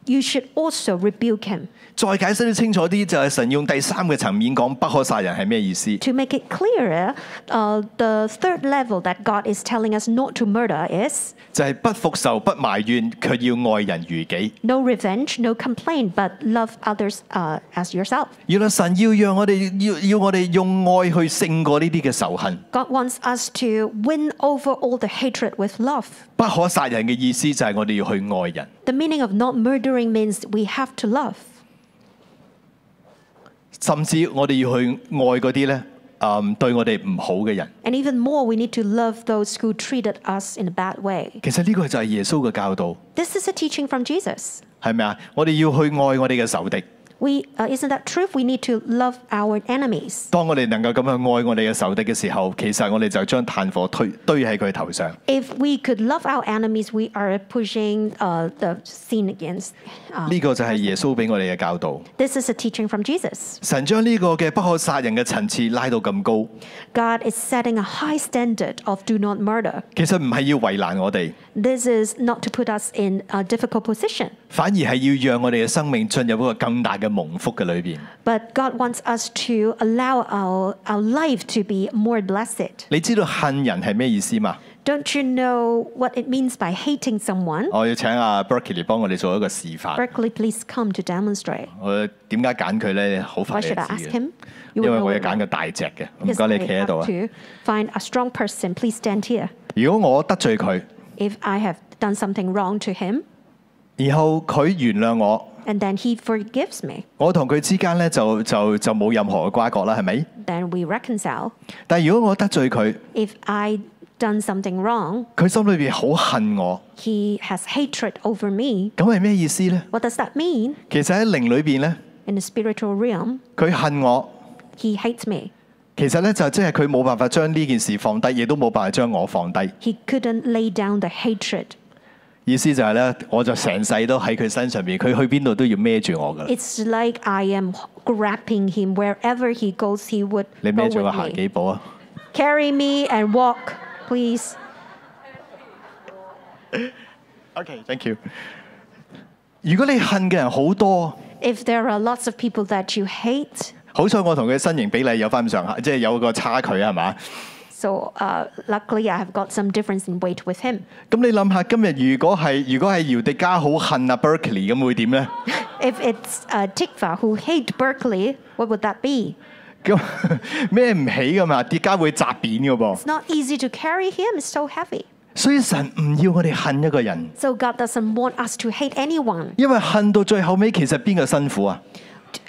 [SPEAKER 2] you should also rebuke him.
[SPEAKER 1] 再解釋得清楚啲，就係、神用第三個層面講不可殺人係咩意思。
[SPEAKER 2] To make it clearer, uh, the third level that God is telling us not to murder is
[SPEAKER 1] 就係不復仇、不埋怨，卻要愛人如己。
[SPEAKER 2] no revenge, no complaint, but love others uh, as yourself.
[SPEAKER 1] 原來神要讓我哋要要我哋用愛去勝過呢啲嘅仇恨。
[SPEAKER 2] God wants us to win over all the hatred with love.
[SPEAKER 1] 不可殺人嘅意思就係我哋要去愛人。
[SPEAKER 2] The meaning of not murdering means we have to love.
[SPEAKER 1] 甚至我哋要去愛嗰啲咧，嗯，對我哋唔好嘅人。
[SPEAKER 2] And even more, we need to love those who treated us in a bad way.
[SPEAKER 1] 其實呢個就係耶穌嘅教導，
[SPEAKER 2] This is a teaching from Jesus.
[SPEAKER 1] 係咪啊？我哋要去愛我哋嘅仇敵。
[SPEAKER 2] We, uh, isn't that true? We need to love our enemies.
[SPEAKER 1] 當我哋能夠咁樣愛我哋嘅仇敵嘅時候，其實我哋就將炭火推堆喺佢頭上。
[SPEAKER 2] If we could love our enemies, we are pushing uh, the sin against. Uh,
[SPEAKER 1] 呢、個就係耶穌俾我哋嘅教導。
[SPEAKER 2] this is a teaching from Jesus.
[SPEAKER 1] 神將呢個嘅不可殺人嘅層次拉到咁高，
[SPEAKER 2] God is setting a high standard of do not murder.
[SPEAKER 1] 其實唔係要為難我哋，
[SPEAKER 2] This is not to put us in a difficult position,
[SPEAKER 1] 反而係要讓我哋嘅生命進入一個更大嘅蒙福嘅裏邊。
[SPEAKER 2] but God wants us to allow our, our life to be more blessed.
[SPEAKER 1] 你知道恨人係咩意思嘛？
[SPEAKER 2] Don't you know what it means by hating someone?
[SPEAKER 1] 我要請阿 Berkeley 幫我哋做一個示範。
[SPEAKER 2] Berkeley, please come to demonstrate.
[SPEAKER 1] 我點解揀佢咧？好
[SPEAKER 2] Why
[SPEAKER 1] 快你
[SPEAKER 2] should
[SPEAKER 1] 就
[SPEAKER 2] I
[SPEAKER 1] 知
[SPEAKER 2] ask
[SPEAKER 1] 嘅
[SPEAKER 2] him?，
[SPEAKER 1] 因
[SPEAKER 2] You will
[SPEAKER 1] 為
[SPEAKER 2] know
[SPEAKER 1] 我要
[SPEAKER 2] when
[SPEAKER 1] 揀
[SPEAKER 2] I-
[SPEAKER 1] 個大隻嘅。唔
[SPEAKER 2] Yes,
[SPEAKER 1] 該，你
[SPEAKER 2] I
[SPEAKER 1] 企喺度
[SPEAKER 2] have
[SPEAKER 1] 啊！
[SPEAKER 2] to find a strong person. Please stand here.
[SPEAKER 1] 如果我得罪佢，
[SPEAKER 2] If I have done something wrong to him,
[SPEAKER 1] 然後佢原諒我，
[SPEAKER 2] and then he forgives me,
[SPEAKER 1] 我同佢之間咧就就就冇任何嘅瓜葛啦，係咪？
[SPEAKER 2] then we reconcile.
[SPEAKER 1] 但係如果我得罪佢，
[SPEAKER 2] If I done something wrong,
[SPEAKER 1] 佢心裏邊好恨我，
[SPEAKER 2] he has hatred over me.
[SPEAKER 1] 咁係咩意思呢？
[SPEAKER 2] What does that mean?
[SPEAKER 1] 其實喺靈裏邊呢，
[SPEAKER 2] In the spiritual realm,
[SPEAKER 1] 佢恨我，
[SPEAKER 2] he hates me.
[SPEAKER 1] 其實呢，就即係佢冇辦法將呢件事放低，亦都冇辦法將我放低。
[SPEAKER 2] He couldn't lay down the hatred.
[SPEAKER 1] 意思就係呢，我就成世都喺佢身上邊，佢去邊度都要孭住我噶啦。
[SPEAKER 2] It's like I am grabbing him wherever he goes. He would
[SPEAKER 1] 你
[SPEAKER 2] go
[SPEAKER 1] 孭住我
[SPEAKER 2] with
[SPEAKER 1] 行
[SPEAKER 2] me.
[SPEAKER 1] 幾步啊？
[SPEAKER 2] Carry me and walk, please.
[SPEAKER 1] OK，thank you。如果你恨嘅人好多，
[SPEAKER 2] If there are lots of people that you hate,
[SPEAKER 1] 好彩我同佢身形比例有翻咁上下，即係有個差距啊係嘛？
[SPEAKER 2] so uh, luckily I have got some difference in weight with him.
[SPEAKER 1] 咁你諗下，今日如果係如果係姚迪加好恨啊 Berkeley 咁會點呢？
[SPEAKER 2] If it's uh, Tikva who hate Berkeley, what would that be?
[SPEAKER 1] 咁 *laughs* 孭唔起噶嘛？迪加會砸扁噶噃。
[SPEAKER 2] It's not easy to carry him. It's so heavy.
[SPEAKER 1] 所以神唔要我哋恨一個人，
[SPEAKER 2] So God doesn't want us to hate anyone.
[SPEAKER 1] 因為恨到最後尾，其實邊個辛苦啊？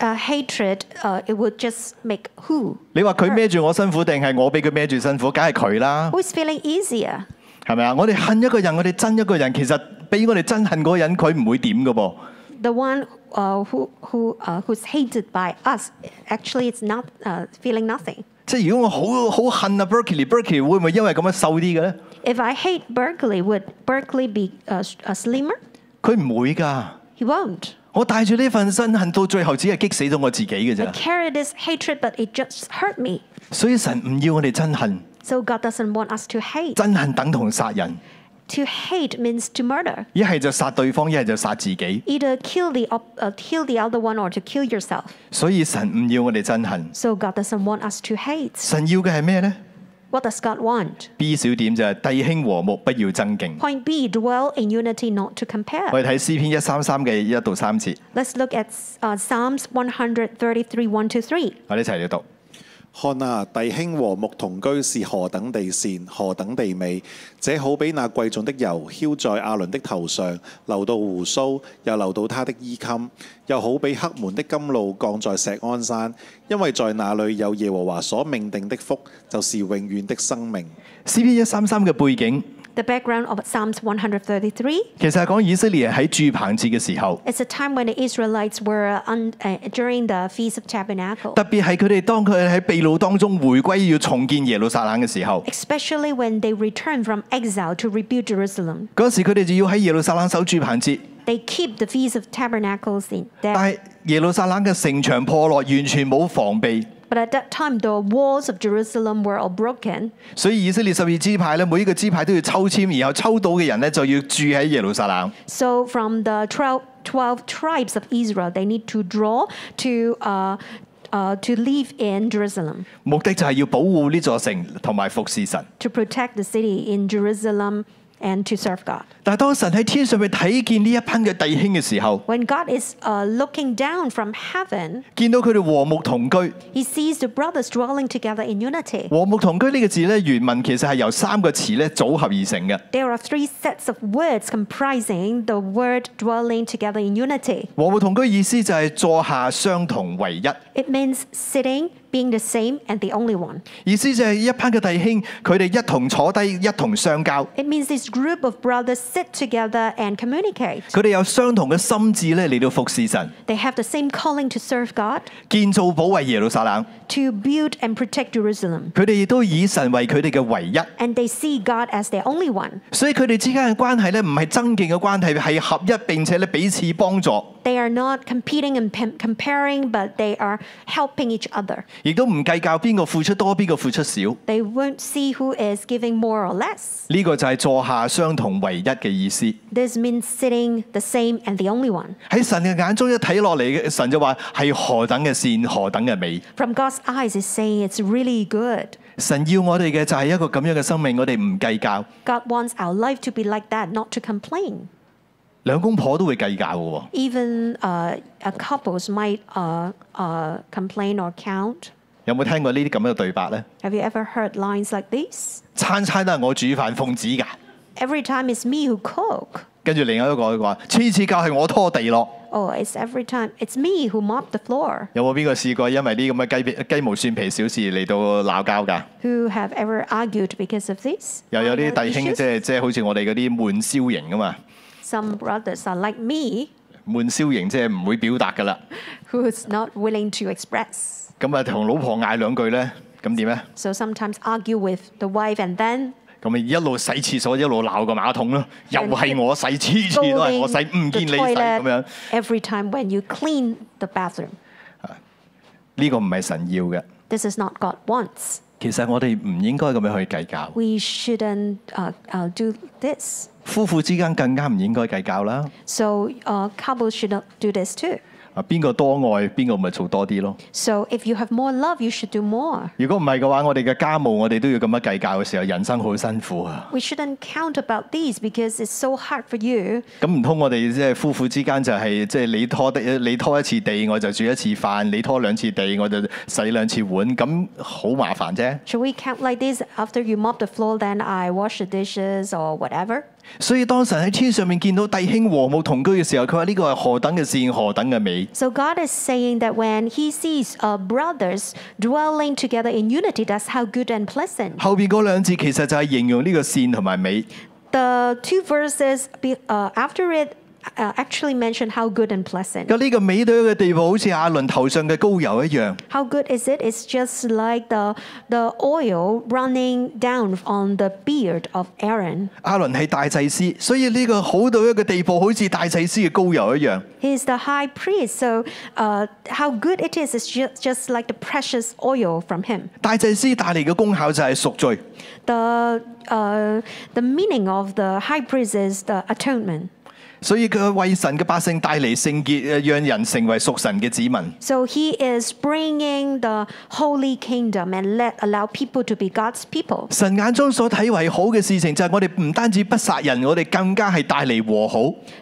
[SPEAKER 2] Uh, hatred, uh, it would just make who?
[SPEAKER 1] 你話佢孭住我辛苦，定係我俾佢孭住辛苦？梗係佢啦，
[SPEAKER 2] Who is feeling easier?
[SPEAKER 1] 係咪啊？我哋恨一個人，我哋憎一個人，其實俾我哋憎恨嗰個人，佢唔會點噶噃。
[SPEAKER 2] The one uh, who, who, uh, who's hated by us, actually, it's not uh, feeling nothing.
[SPEAKER 1] 即係如果我好好恨啊 Berkeley，Berkeley 會唔會因為咁樣瘦啲嘅咧？
[SPEAKER 2] If I hate Berkeley, would Berkeley be uh, s- uh, slimmer?
[SPEAKER 1] 佢唔會㗎。
[SPEAKER 2] He won't.
[SPEAKER 1] 我帶住呢份憎恨，到最後只係激死咗我自己嘅
[SPEAKER 2] I
[SPEAKER 1] 咋。
[SPEAKER 2] carry this hatred, but it just hurt me.
[SPEAKER 1] 所以神唔要我哋憎恨，
[SPEAKER 2] So God doesn't want us to hate.
[SPEAKER 1] 憎恨等同殺人，
[SPEAKER 2] To hate means to murder.
[SPEAKER 1] 一係就殺對方，一係就殺自己。
[SPEAKER 2] Either kill the op- uh, kill the other one or to kill yourself.
[SPEAKER 1] 所以神唔要我哋憎恨，
[SPEAKER 2] So God doesn't want us to hate.
[SPEAKER 1] 神要嘅係咩呢？
[SPEAKER 2] What does God want?
[SPEAKER 1] B 小點就係弟兄和睦，不要爭競。
[SPEAKER 2] Point B: dwell in unity, not to compare.
[SPEAKER 1] 我哋睇詩篇一三三嘅一到三節，
[SPEAKER 2] Let's look at uh, Psalms 133, 1 to 3.
[SPEAKER 1] 我哋一齊嚟讀。
[SPEAKER 3] 看啊，弟兄和睦同居是何等地善，何等地美！這好比那貴重的油澆在亞倫的頭上，流到胡鬚，又流到他的衣襟；又好比黑門的甘露降在錫安山，因為在那裏有耶和華所命定的福，就是永遠的生命。
[SPEAKER 1] 詩篇一三三嘅背景
[SPEAKER 2] The background of Psalms 133
[SPEAKER 1] 其實係講以色列人喺住棚節嘅時候，
[SPEAKER 2] is a time when the Israelites were un- uh, during the Feast of Tabernacle.
[SPEAKER 1] 特別係佢哋當佢喺秘魯當中回歸要重建耶路撒冷嘅時候，
[SPEAKER 2] especially when they return from exile to rebuild Jerusalem.
[SPEAKER 1] 嗰時佢哋就要喺耶路撒冷守住棚節，
[SPEAKER 2] They keep the Feast of Tabernacles in
[SPEAKER 1] 但
[SPEAKER 2] there.
[SPEAKER 1] 係耶路撒冷嘅城牆破落，完全冇防備，
[SPEAKER 2] But at that time, the walls of Jerusalem were all broken.
[SPEAKER 1] 所以以色列十二支派咧，每一個支派都要抽籤，然後抽到嘅人咧就要住喺耶路撒冷。
[SPEAKER 2] So from the 12, 12 tribes of Israel, they need to draw to, uh, uh, to live in Jerusalem,
[SPEAKER 1] 目的就係要保護呢座城同埋服侍神。
[SPEAKER 2] to protect the city in Jerusalem and to serve God.
[SPEAKER 1] 但係當神喺天上面睇見呢一班嘅弟兄嘅時候，
[SPEAKER 2] When God is uh, looking down from heaven,
[SPEAKER 1] 見到佢哋和睦同居。
[SPEAKER 2] he sees the brothers dwelling together in unity.
[SPEAKER 1] 和睦同居呢個字咧，原文其實係由三個詞咧組合而成嘅。
[SPEAKER 2] There are three sets of words comprising the word dwelling together in unity.
[SPEAKER 1] 和睦同居意思就係坐下相同為一，
[SPEAKER 2] It means sitting, being the same, and the only one.
[SPEAKER 1] 意思就係一班嘅弟兄，佢哋一同坐低，一同相交，
[SPEAKER 2] It means this group of brothers sit together and communicate.
[SPEAKER 1] 佢哋有相同嘅心志咧嚟到服侍神，
[SPEAKER 2] They have the same calling to serve God,
[SPEAKER 1] 建造保衛耶路撒冷。
[SPEAKER 2] to build and protect Jerusalem.
[SPEAKER 1] 佢哋亦都以神為佢哋嘅唯一，
[SPEAKER 2] And they see God as their only one.
[SPEAKER 1] 所以佢哋之間嘅關係咧唔係爭競嘅關係，係合一並且咧彼此幫助，
[SPEAKER 2] They are not competing and pam- comparing, but they are helping each other.
[SPEAKER 1] 亦都唔計較邊個付出多，邊個付出少。
[SPEAKER 2] They won't see who is giving more or less.
[SPEAKER 1] 呢個就係座下相同唯一嘅意思。
[SPEAKER 2] This means sitting the same and the only one.
[SPEAKER 1] 喺神嘅眼中一睇落嚟，神就話係何等嘅善，何等嘅美。
[SPEAKER 2] From God's eyes, it's saying it's really good.
[SPEAKER 1] 神要我哋嘅就係一個咁樣嘅生命，我哋唔計較。
[SPEAKER 2] God wants our life to be like that, not to complain.
[SPEAKER 1] 兩公婆都會計較嘅喎。
[SPEAKER 2] Even uh, uh, couples might uh, uh, complain or count.
[SPEAKER 1] 有冇聽過呢啲咁樣嘅對白呢？
[SPEAKER 2] Have you ever heard lines like this?
[SPEAKER 1] 餐餐都係我煮飯奉旨㗎，
[SPEAKER 2] Every time it's me who cook.
[SPEAKER 1] 跟住另外一個佢話：次次教係我拖地咯。
[SPEAKER 2] Oh, it's every time it's me who mop the floor.
[SPEAKER 1] 有冇邊個試過因為呢咁嘅雞皮雞毛蒜皮小事嚟到鬧交㗎？
[SPEAKER 2] Who have ever argued because of this?
[SPEAKER 1] 又有啲
[SPEAKER 2] Minor
[SPEAKER 1] 弟兄
[SPEAKER 2] issues.
[SPEAKER 1] 即係即係好似我哋嗰啲悶燒型啊嘛，
[SPEAKER 2] Some brothers are like me,
[SPEAKER 1] 悶燒型即係唔會表達㗎啦。
[SPEAKER 2] who is not willing to express.
[SPEAKER 1] 咁啊同老婆嗌兩句呢，咁點呢？
[SPEAKER 2] So sometimes argue with the wife and then
[SPEAKER 1] 咁咪一路洗廁所一路鬧個馬桶咯，又係我洗，次次都係
[SPEAKER 2] scolding
[SPEAKER 1] 我洗，唔
[SPEAKER 2] the
[SPEAKER 1] 見你洗咁
[SPEAKER 2] toilet
[SPEAKER 1] 樣。
[SPEAKER 2] every time when you clean the bathroom.
[SPEAKER 1] 呢個唔係神要嘅。
[SPEAKER 2] This is not God wants.
[SPEAKER 1] 其實我哋唔應該咁樣去計較，
[SPEAKER 2] We shouldn't uh, uh, do this.
[SPEAKER 1] 夫婦之間更加唔應該計較啦。
[SPEAKER 2] So uh, couples should not do this too.
[SPEAKER 1] 啊，邊個多愛，邊個咪做多啲咯。
[SPEAKER 2] So if you have more love, you should do more.
[SPEAKER 1] 如果唔係嘅話，我哋嘅家務我哋都要咁樣計較嘅時候，人生好辛苦啊。
[SPEAKER 2] We shouldn't count about these because it's so hard for you.
[SPEAKER 1] 咁唔通我哋即係夫婦之間就係即係你拖的你拖一次地，我就煮一次飯；你拖兩次地，我就洗兩次碗。咁好麻煩啫。
[SPEAKER 2] Should we count like this? After you mop the floor, then I wash the dishes or whatever.
[SPEAKER 1] 所以當神喺天上面見到弟兄和睦同居嘅時候，佢話呢個係何等嘅善，何等嘅美。
[SPEAKER 2] So God is saying that when He sees uh, brothers dwelling together in unity, that's how good and pleasant.
[SPEAKER 1] 後邊嗰兩字其實就係形容呢個善同埋美。
[SPEAKER 2] The two verses be, uh, after it uh, actually mention how good and pleasant.
[SPEAKER 1] 咁呢個美到一個地步，好似亞倫頭上嘅膏油一樣。
[SPEAKER 2] How good is it? It's just like the the oil running down on the beard of Aaron.
[SPEAKER 1] 亞倫係大祭司，所以呢個好到一個地步，好似大祭司嘅膏油一樣。
[SPEAKER 2] He is the high priest, so uh, how good it is is ju- just like the precious oil from him.
[SPEAKER 1] 大祭司帶嚟嘅功效就係贖罪，
[SPEAKER 2] The uh, the meaning of the high priest is the atonement.
[SPEAKER 1] 所以佢為神嘅百姓帶嚟聖潔，誒讓人成為屬神嘅子民。
[SPEAKER 2] So he is bringing the holy kingdom and let allow people to be God's people.
[SPEAKER 1] 神眼中所睇為好嘅事情，就係我哋唔單止不殺人，我哋更加係帶嚟和好。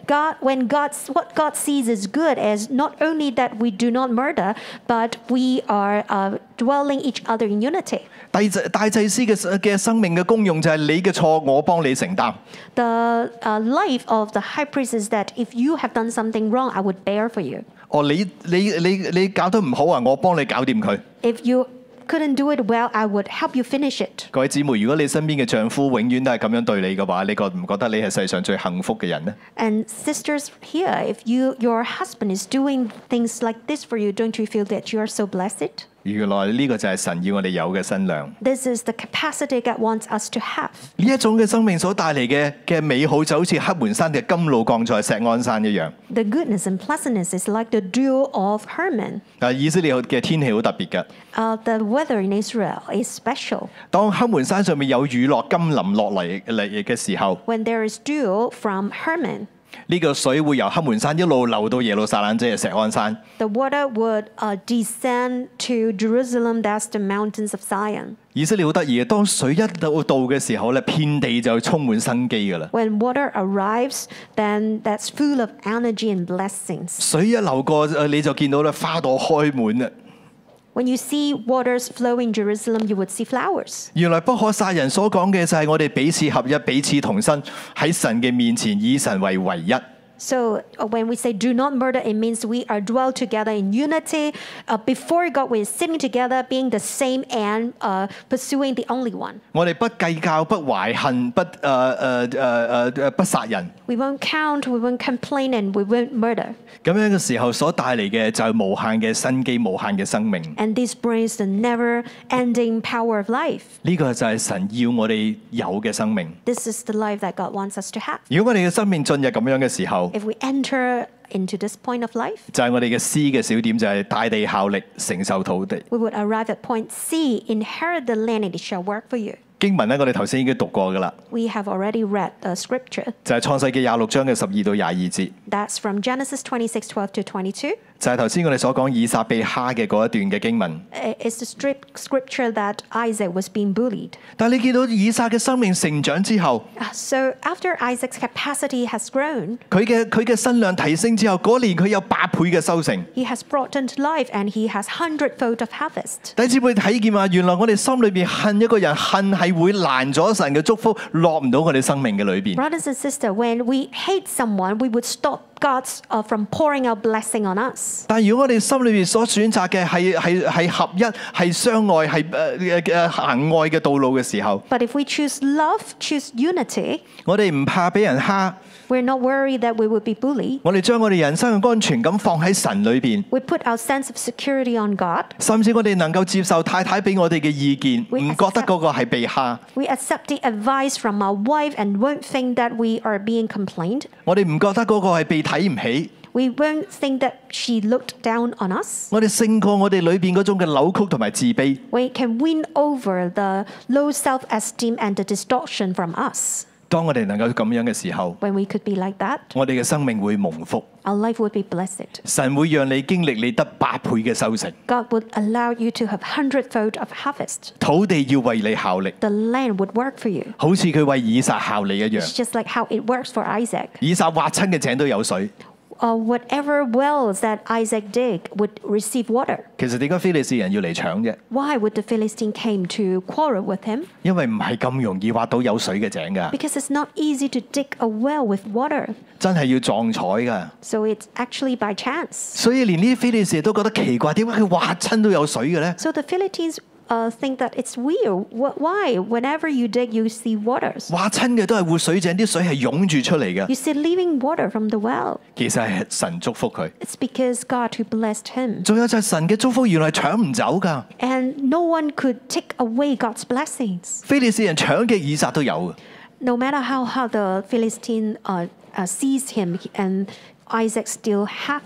[SPEAKER 2] God, when God's what God sees is good is not only that we do not murder, but we are uh, dwelling each other in unity.
[SPEAKER 1] 大祭大祭司嘅嘅生命嘅功用就係你嘅錯，我幫你承擔。
[SPEAKER 2] The uh, life of the high priest is that if you have done something wrong, I would bear for you.
[SPEAKER 1] 哦，你你你你搞得唔好啊，我幫你搞掂佢。
[SPEAKER 2] If you couldn't do it well, I would help you finish it.
[SPEAKER 1] 各位姊妹，如果你身邊嘅丈夫永遠都係咁樣對你嘅話，你覺唔覺得你係世上最幸福嘅人呢？
[SPEAKER 2] And sisters here, if you your husband is doing things like this for you, don't you feel that you are so blessed?
[SPEAKER 1] 原來呢個就係神要我哋有嘅新娘。呢
[SPEAKER 2] This is the capacity God wants us to have.
[SPEAKER 1] 一種嘅生命所帶嚟嘅嘅美好，就好似黑門山嘅甘露降在石安山一樣。
[SPEAKER 2] The goodness and pleasantness is like the dew of Hermon.
[SPEAKER 1] 啊，以色列嘅天氣好特別嘅。
[SPEAKER 2] Uh, the weather in Israel is special.
[SPEAKER 1] 當黑門山上面有雨落甘霖落嚟嚟嘅時候，
[SPEAKER 2] When there is dew from Hermon,
[SPEAKER 1] 呢、個水會由黑門山一路流到耶路撒冷，即係石安山。
[SPEAKER 2] the water would uh, descend to Jerusalem, that's the mountains of Zion.
[SPEAKER 1] 以色列好得意嘅，當水一到到嘅時候咧，遍地就充滿生機㗎啦。
[SPEAKER 2] When water arrives, then that's full of energy and blessings.
[SPEAKER 1] 水一流過，呃你就見到咧花朵開滿啊啦。
[SPEAKER 2] When you see waters flowing Jerusalem, you would see flowers.
[SPEAKER 1] 原來不可殺人所講嘅就係我哋彼此合一、彼此同心，喺神嘅面前以神為唯一。
[SPEAKER 2] So uh, when we say do not murder, it means we are dwell together in unity. Uh, before God, we're sitting together, being the same and uh, pursuing the only one.
[SPEAKER 1] 我哋不計較、不懷恨、不誒呃誒誒誒呃不殺人。
[SPEAKER 2] We won't count, we won't complain, and we won't murder.
[SPEAKER 1] 咁樣嘅時候所帶嚟嘅就係無限嘅生機、無限嘅生命。
[SPEAKER 2] And this brings the never ending power of life.
[SPEAKER 1] 呢個就係神要我哋有嘅生命。
[SPEAKER 2] This is the life that God wants us to have.
[SPEAKER 1] 如果我哋嘅生命進入咁樣嘅時候，
[SPEAKER 2] If we enter into this point of life,
[SPEAKER 1] 就係我哋嘅詩嘅小點，就係大地效力，承受土地。
[SPEAKER 2] we would arrive at point C inherit the land, and it shall work for you.
[SPEAKER 1] 經文咧，我哋頭先已經讀過㗎啦，
[SPEAKER 2] We have already read the scripture.
[SPEAKER 1] 就係、創世記廿六章嘅十二到廿二節。
[SPEAKER 2] That's from Genesis 26 12 to 22.
[SPEAKER 1] 就係頭先我哋所講以撒被蝦嘅嗰一段嘅經文。
[SPEAKER 2] I- It's the strip scripture that Isaac was being bullied.
[SPEAKER 1] 但係你見到以撒嘅生命成長之後，
[SPEAKER 2] Uh, So after Isaac's capacity has grown,
[SPEAKER 1] 佢嘅佢嘅身量提升之後，嗰年佢有八倍嘅收成。
[SPEAKER 2] he has brought into life and he has hundredfold of harvest.
[SPEAKER 1] 弟兄姊妹睇見啊，原來我哋心裏邊恨一個人，恨係會攔咗神嘅祝福，落唔到我哋生命嘅裏邊。
[SPEAKER 2] Brothers and sisters, when we hate someone, we would stop God uh, from pouring out blessing on us.
[SPEAKER 1] 但如果我哋心裏邊所選擇嘅係係係合一、係相愛、係誒誒誒行愛嘅道路嘅時候，
[SPEAKER 2] But if we choose love, choose unity,
[SPEAKER 1] 我哋唔怕俾人蝦，
[SPEAKER 2] we're not worried that we will be bullied.
[SPEAKER 1] 我哋將我哋人生嘅安全感放喺神裏邊，
[SPEAKER 2] We put our sense of security on God.
[SPEAKER 1] 甚至我哋能夠接受太太俾我哋嘅意見，
[SPEAKER 2] We
[SPEAKER 1] 唔覺得嗰個係被蝦，
[SPEAKER 2] We accept the advice from our wife and won't think that we are being complained.
[SPEAKER 1] 我哋唔覺得嗰個係被睇唔起，
[SPEAKER 2] We won't think that she looked down on us.
[SPEAKER 1] 我哋勝過我哋裏邊嗰種嘅扭曲同埋自卑。
[SPEAKER 2] We can win over the low self esteem and the distortion from us.
[SPEAKER 1] 當我哋能夠咁樣嘅時候，
[SPEAKER 2] When we could be like that,
[SPEAKER 1] 我哋嘅生命會蒙福，
[SPEAKER 2] our life would be blessed.
[SPEAKER 1] 神會讓你經歷你得八倍嘅收成，
[SPEAKER 2] God would allow you to have hundredfold of harvest.
[SPEAKER 1] 土地要為你效力，
[SPEAKER 2] The land would work for you.
[SPEAKER 1] 好似佢為以撒效力一
[SPEAKER 2] It's
[SPEAKER 1] 樣。
[SPEAKER 2] just like how it works for Isaac.
[SPEAKER 1] 以撒挖親嘅井都有水，
[SPEAKER 2] Uh, whatever wells that Isaac dig would receive water.
[SPEAKER 1] 其實點解非利士人要嚟搶啫？
[SPEAKER 2] Why would the Philistine came to quarrel with him?
[SPEAKER 1] 因為唔係咁容易挖到有水嘅井㗎，
[SPEAKER 2] Because it's not easy to dig a well with water.
[SPEAKER 1] 真係要撞彩㗎。
[SPEAKER 2] So it's actually by chance.
[SPEAKER 1] 所以連呢啲非利士人都覺得奇怪，點解佢挖親都有水嘅呢？
[SPEAKER 2] So the Philistines uh, think that it's weird. Wh- Why? Whenever you dig, you see waters.
[SPEAKER 1] 挖親嘅都係活水井，啲水係湧住出嚟嘅
[SPEAKER 2] You。see living water from the well.
[SPEAKER 1] 其實係神祝福佢。
[SPEAKER 2] It's because God who blessed him.
[SPEAKER 1] 仲有就係神嘅祝福原來係搶唔走㗎，
[SPEAKER 2] And no one could take away God's blessings.
[SPEAKER 1] 非利士人搶嘅以撒都有嘅。
[SPEAKER 2] No matter how hard the Philistine uh, uh, seized him, he- and Isaac still have.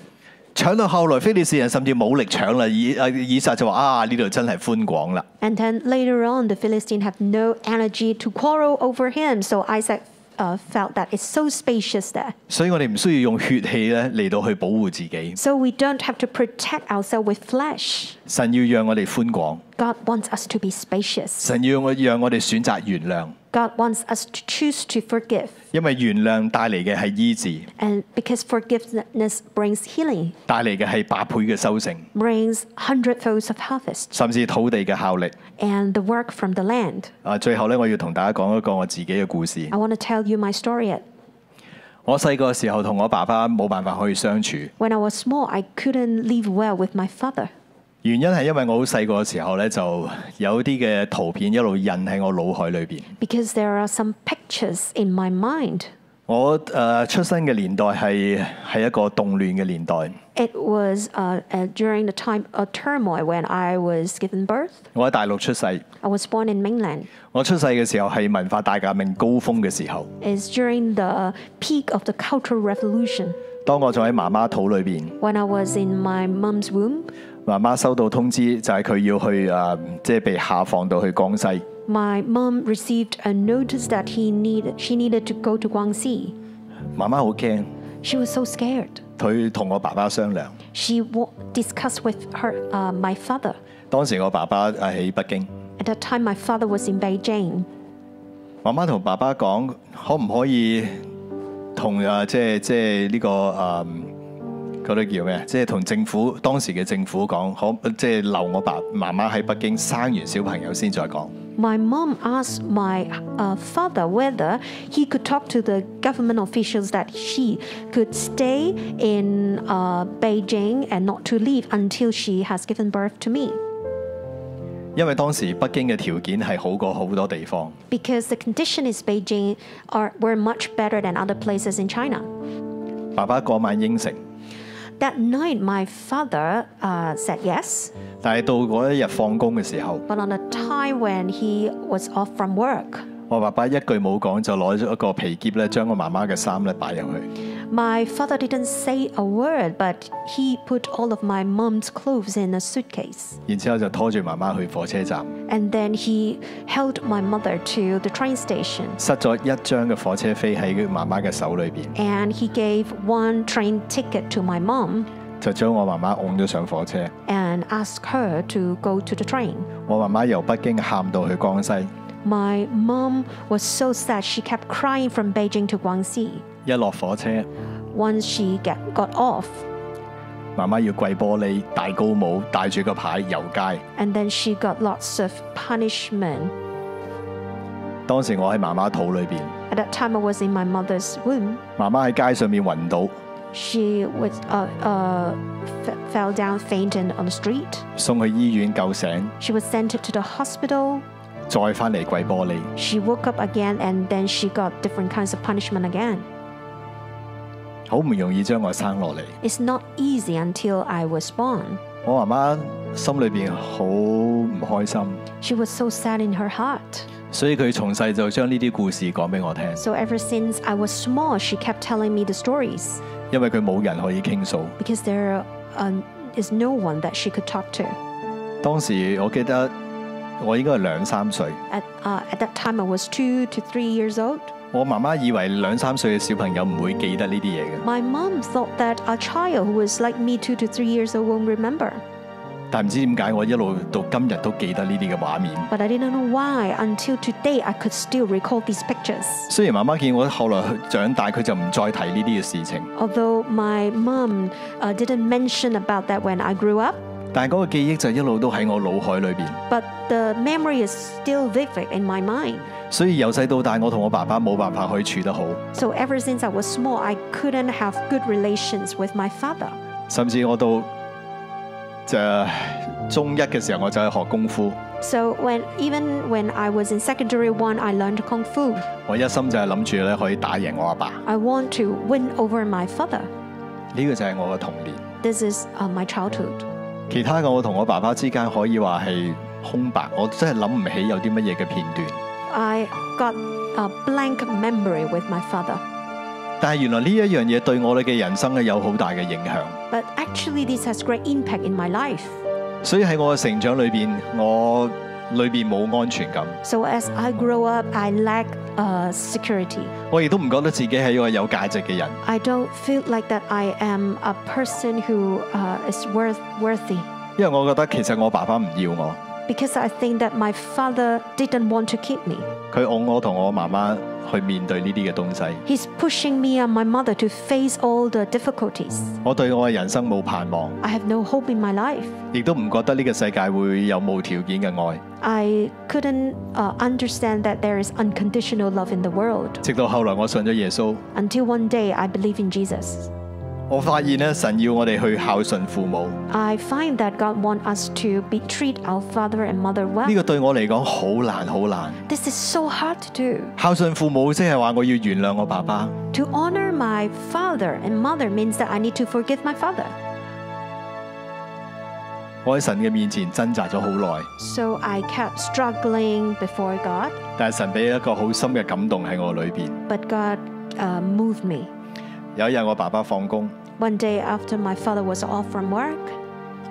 [SPEAKER 1] 搶到後來，非利士人甚至冇力搶啦。以啊以撒就話：啊，呢度真係寬廣啦。
[SPEAKER 2] And then later on, the Philistine have no energy to quarrel over him. So Isaac uh, felt that it's so spacious there.
[SPEAKER 1] 所以我哋唔需要用血氣咧嚟到去保護自己。
[SPEAKER 2] So we don't have to protect ourselves with flesh.
[SPEAKER 1] 神要讓我哋寬廣，
[SPEAKER 2] God wants us to be spacious.
[SPEAKER 1] 神要我讓我哋選擇原諒，
[SPEAKER 2] God wants us to choose to forgive.
[SPEAKER 1] 因為原諒帶嚟嘅係醫治，
[SPEAKER 2] And because forgiveness brings healing,
[SPEAKER 1] 帶嚟嘅係百倍嘅收成，
[SPEAKER 2] brings hundredfolds of harvest
[SPEAKER 1] 甚至土地嘅效力。
[SPEAKER 2] and the work from the land.
[SPEAKER 1] 啊，最後咧，我要同大家講一個我自己嘅故事
[SPEAKER 2] I。want to tell you my story.
[SPEAKER 1] 我細個嘅時候同我爸爸冇辦法可以相處，
[SPEAKER 2] When I was small, I couldn't live well with my father
[SPEAKER 1] 原因係因為我好細個嘅時候咧，就有啲嘅圖片一路印喺我腦海裏邊。
[SPEAKER 2] because there are some pictures in my mind.
[SPEAKER 1] 我誒、呃出生嘅年代係係一個動亂嘅年代。
[SPEAKER 2] It was uh, uh, during the time of turmoil when I was given birth.
[SPEAKER 1] 我喺大陸出世，
[SPEAKER 2] I was born in mainland.
[SPEAKER 1] 我出世嘅時候係文化大革命高峰嘅時候。
[SPEAKER 2] It's during the peak of the Cultural Revolution.
[SPEAKER 1] 當我仲喺媽媽肚裏邊，
[SPEAKER 2] When I was in my mom's womb,
[SPEAKER 1] 媽媽收到通知就係佢要去誒、呃即係被下放到去江西。
[SPEAKER 2] my mom received a notice that he needed, she needed to go to Guangxi.
[SPEAKER 1] 媽媽好驚，
[SPEAKER 2] She was so scared.
[SPEAKER 1] 佢同我爸爸商量。
[SPEAKER 2] She wa- discussed with her, uh, my father.
[SPEAKER 1] 當時我爸爸呃喺北京，
[SPEAKER 2] At that time, my father was in Beijing.
[SPEAKER 1] 媽媽同爸爸講，可唔可以同誒即係即係呢個誒嗰啲叫咩？即係同政府當時嘅政府講，可即係留我爸媽媽喺北京生完小朋友先再講。
[SPEAKER 2] My mom asked my uh, father whether he could talk to the government officials that she could stay in uh, Beijing and not to leave until she has given birth to me.
[SPEAKER 1] 因為當時北京嘅條件係好過好多地方，
[SPEAKER 2] Because the condition in Beijing are, were much better than other places in China.
[SPEAKER 1] 爸爸嗰晚應承，
[SPEAKER 2] That night, my father uh, said yes,
[SPEAKER 1] 但係到嗰一日放工嘅時候，
[SPEAKER 2] but on a time when he was off from work,
[SPEAKER 1] 我爸爸一句冇講就攞咗一個皮夾咧，將我媽媽嘅衫咧擺入去。
[SPEAKER 2] my father didn't say a word, but he put all of my mom's clothes in a suitcase.
[SPEAKER 1] 然之後就拖住媽媽去火車站，
[SPEAKER 2] And then he held my mother to the train station
[SPEAKER 1] 塞咗一張嘅火車飛喺佢媽媽嘅手裏邊。
[SPEAKER 2] and he gave one train ticket to my mom.
[SPEAKER 1] 就將我媽媽拱咗上火車。
[SPEAKER 2] and asked her to go to the train.
[SPEAKER 1] 我媽媽由北京喊到去江西，
[SPEAKER 2] My mom was so sad she kept crying from Beijing to Guangxi.
[SPEAKER 1] 一落火車，
[SPEAKER 2] Once she get, got off,
[SPEAKER 1] 媽媽要跪玻璃、戴高帽、帶住個牌遊街。
[SPEAKER 2] and then she got lots of punishment.
[SPEAKER 1] 當時我喺媽媽肚裏邊，
[SPEAKER 2] At that time, I was in my mother's womb.
[SPEAKER 1] 媽媽喺街上面暈倒，
[SPEAKER 2] She was uh, uh, f- fell down fainted on the street.
[SPEAKER 1] 送去醫院救醒，
[SPEAKER 2] She was sent to the hospital.
[SPEAKER 1] 再翻嚟跪玻璃。
[SPEAKER 2] She woke up again, and then she got different kinds of punishment again.
[SPEAKER 1] 好唔容易將我生落嚟，
[SPEAKER 2] It's not easy until I was born.
[SPEAKER 1] 我媽媽心裏邊好唔開心，
[SPEAKER 2] She was so sad in her heart.
[SPEAKER 1] 所以佢從細就將呢啲故事講俾我聽，
[SPEAKER 2] So ever since I was small, she kept telling me the stories
[SPEAKER 1] 因為佢冇人可以傾訴。
[SPEAKER 2] because there um, is no one that she could talk to.
[SPEAKER 1] 當時我記得我應該係兩三歲，
[SPEAKER 2] At, uh, at that time, I was two to three years old.
[SPEAKER 1] 我媽媽以為兩三歲嘅小朋友唔會記得呢啲嘢嘅，
[SPEAKER 2] My mom thought that a child who was like me, two to three years old, won't remember.
[SPEAKER 1] 但唔知點解我一路到今日都記得呢啲嘅畫面。
[SPEAKER 2] But I didn't know why until today I could still recall these pictures.
[SPEAKER 1] 雖然媽媽見我後來長大，佢就唔再提呢啲嘅事情，
[SPEAKER 2] Although my mom uh, didn't mention about that when I grew up,
[SPEAKER 1] 但係嗰個記憶就一路都喺我腦海裏邊。
[SPEAKER 2] but the memory is still vivid in my mind.
[SPEAKER 1] 所以由細到大，我同我爸爸冇辦法可以處得好，
[SPEAKER 2] So ever since I was small, I couldn't have good relations with my father.
[SPEAKER 1] 甚至我到就中一嘅時候，我就去學功夫。
[SPEAKER 2] So when even when I was in secondary one, I learned kung fu.
[SPEAKER 1] 我一心就係諗住咧可以打贏我阿爸，呢、
[SPEAKER 2] I want to win over my father.
[SPEAKER 1] 個就係我嘅童年。
[SPEAKER 2] This is uh, my childhood.
[SPEAKER 1] 其他嘅我同我爸爸之間可以話係空白，我真係諗唔起有啲乜嘢嘅片段。
[SPEAKER 2] I got a blank memory with my father.
[SPEAKER 1] 但係原來呢一樣嘢對我哋嘅人生咧有好大嘅影響，
[SPEAKER 2] But actually, this has great impact in my life.
[SPEAKER 1] 所以喺我嘅成長裏邊，我裏邊冇安全感，
[SPEAKER 2] So as I grow up, I lack uh, security.
[SPEAKER 1] 我亦都唔覺得自己係一個有價值嘅人。
[SPEAKER 2] I don't feel like that I am a person who uh, is worth worthy
[SPEAKER 1] 因為我覺得其實我爸爸唔要我，
[SPEAKER 2] because I think that my father didn't want to keep me.
[SPEAKER 1] 佢擁我同我媽媽去面對呢啲嘅東西。
[SPEAKER 2] He's pushing me and my mother to face all the difficulties.
[SPEAKER 1] 我對我嘅人生冇盼望，
[SPEAKER 2] I have no hope in my life.
[SPEAKER 1] 亦都唔覺得呢個世界會有無條件嘅愛。
[SPEAKER 2] I couldn't uh, understand that there is unconditional love in the world
[SPEAKER 1] 直到後來我信咗耶穌，
[SPEAKER 2] until one day I believe in Jesus.
[SPEAKER 1] 我發現咧神要我哋去孝順父母，
[SPEAKER 2] I find that God wants us to be, treat our father and mother
[SPEAKER 1] 呢
[SPEAKER 2] well.
[SPEAKER 1] 個對我嚟講好難好難。
[SPEAKER 2] This is so hard to do.
[SPEAKER 1] 孝順父母即係話我要原諒我爸爸，
[SPEAKER 2] To honor my father and mother means that I need to forgive my father.
[SPEAKER 1] 我喺神嘅面前掙扎咗好耐，
[SPEAKER 2] So I kept struggling before God,
[SPEAKER 1] 但係神俾一個好深嘅感動喺我裏邊。
[SPEAKER 2] but God uh, moved me.
[SPEAKER 1] 有一日我爸爸放工，
[SPEAKER 2] One day after my father was off from work,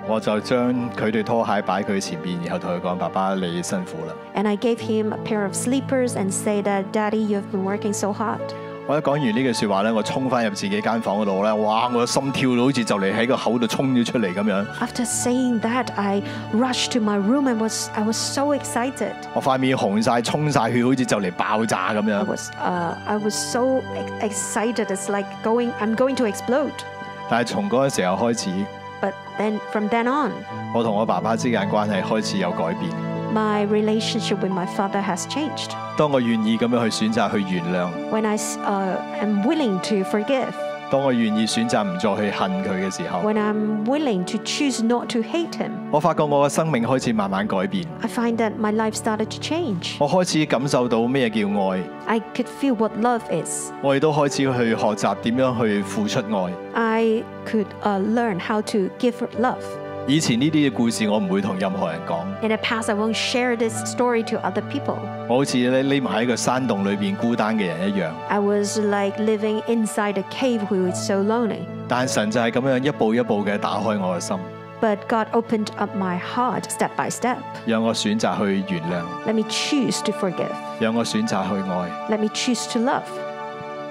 [SPEAKER 1] 我就將佢對拖鞋擺佢前邊，然後同佢講：爸爸你辛苦啦。
[SPEAKER 2] and I gave him a pair of sleepers and say that Daddy, you've been working so hard.
[SPEAKER 1] 我一講完呢句説話咧，我衝翻入自己間房嗰度咧，哇！我心跳到好似就嚟喺個口度衝咗出嚟咁樣，
[SPEAKER 2] After saying that, I rushed to my room and was I was so excited.
[SPEAKER 1] 我塊面紅晒，衝晒血，好似就嚟爆炸咁
[SPEAKER 2] I
[SPEAKER 1] 樣。
[SPEAKER 2] was uh, I was so ex- excited. It's like going I'm going to explode.
[SPEAKER 1] 但係從嗰個時候開始，
[SPEAKER 2] But then from then on,
[SPEAKER 1] 我同我爸爸之間關係開始有改變。
[SPEAKER 2] my relationship with my father has changed.
[SPEAKER 1] 當我願意咁樣去選擇去原諒，
[SPEAKER 2] When I s- uh, am willing to forgive,
[SPEAKER 1] 當我願意選擇唔再去恨佢嘅時候，
[SPEAKER 2] when I'm willing to choose not to hate him,
[SPEAKER 1] 我發覺我嘅生命開始慢慢改變。
[SPEAKER 2] I find that my life started to change.
[SPEAKER 1] 我開始感受到咩叫愛，
[SPEAKER 2] I could feel what love is.
[SPEAKER 1] 我亦都開始去學習點樣去付出愛。
[SPEAKER 2] I could uh, learn how to give love.
[SPEAKER 1] 以前呢啲嘅故事我唔會同任何人講，
[SPEAKER 2] In the past, I won't share this story to other people.
[SPEAKER 1] 我好似咧匿埋喺個山洞裏邊孤單嘅人一樣。
[SPEAKER 2] I was like living inside a cave who is so lonely.
[SPEAKER 1] 但神就係咁樣一步一步嘅打開我嘅心，
[SPEAKER 2] But God opened up my heart step by step.
[SPEAKER 1] 讓我選擇去原諒，
[SPEAKER 2] Let me choose to forgive.
[SPEAKER 1] 讓我選擇去愛。
[SPEAKER 2] Let me choose to love.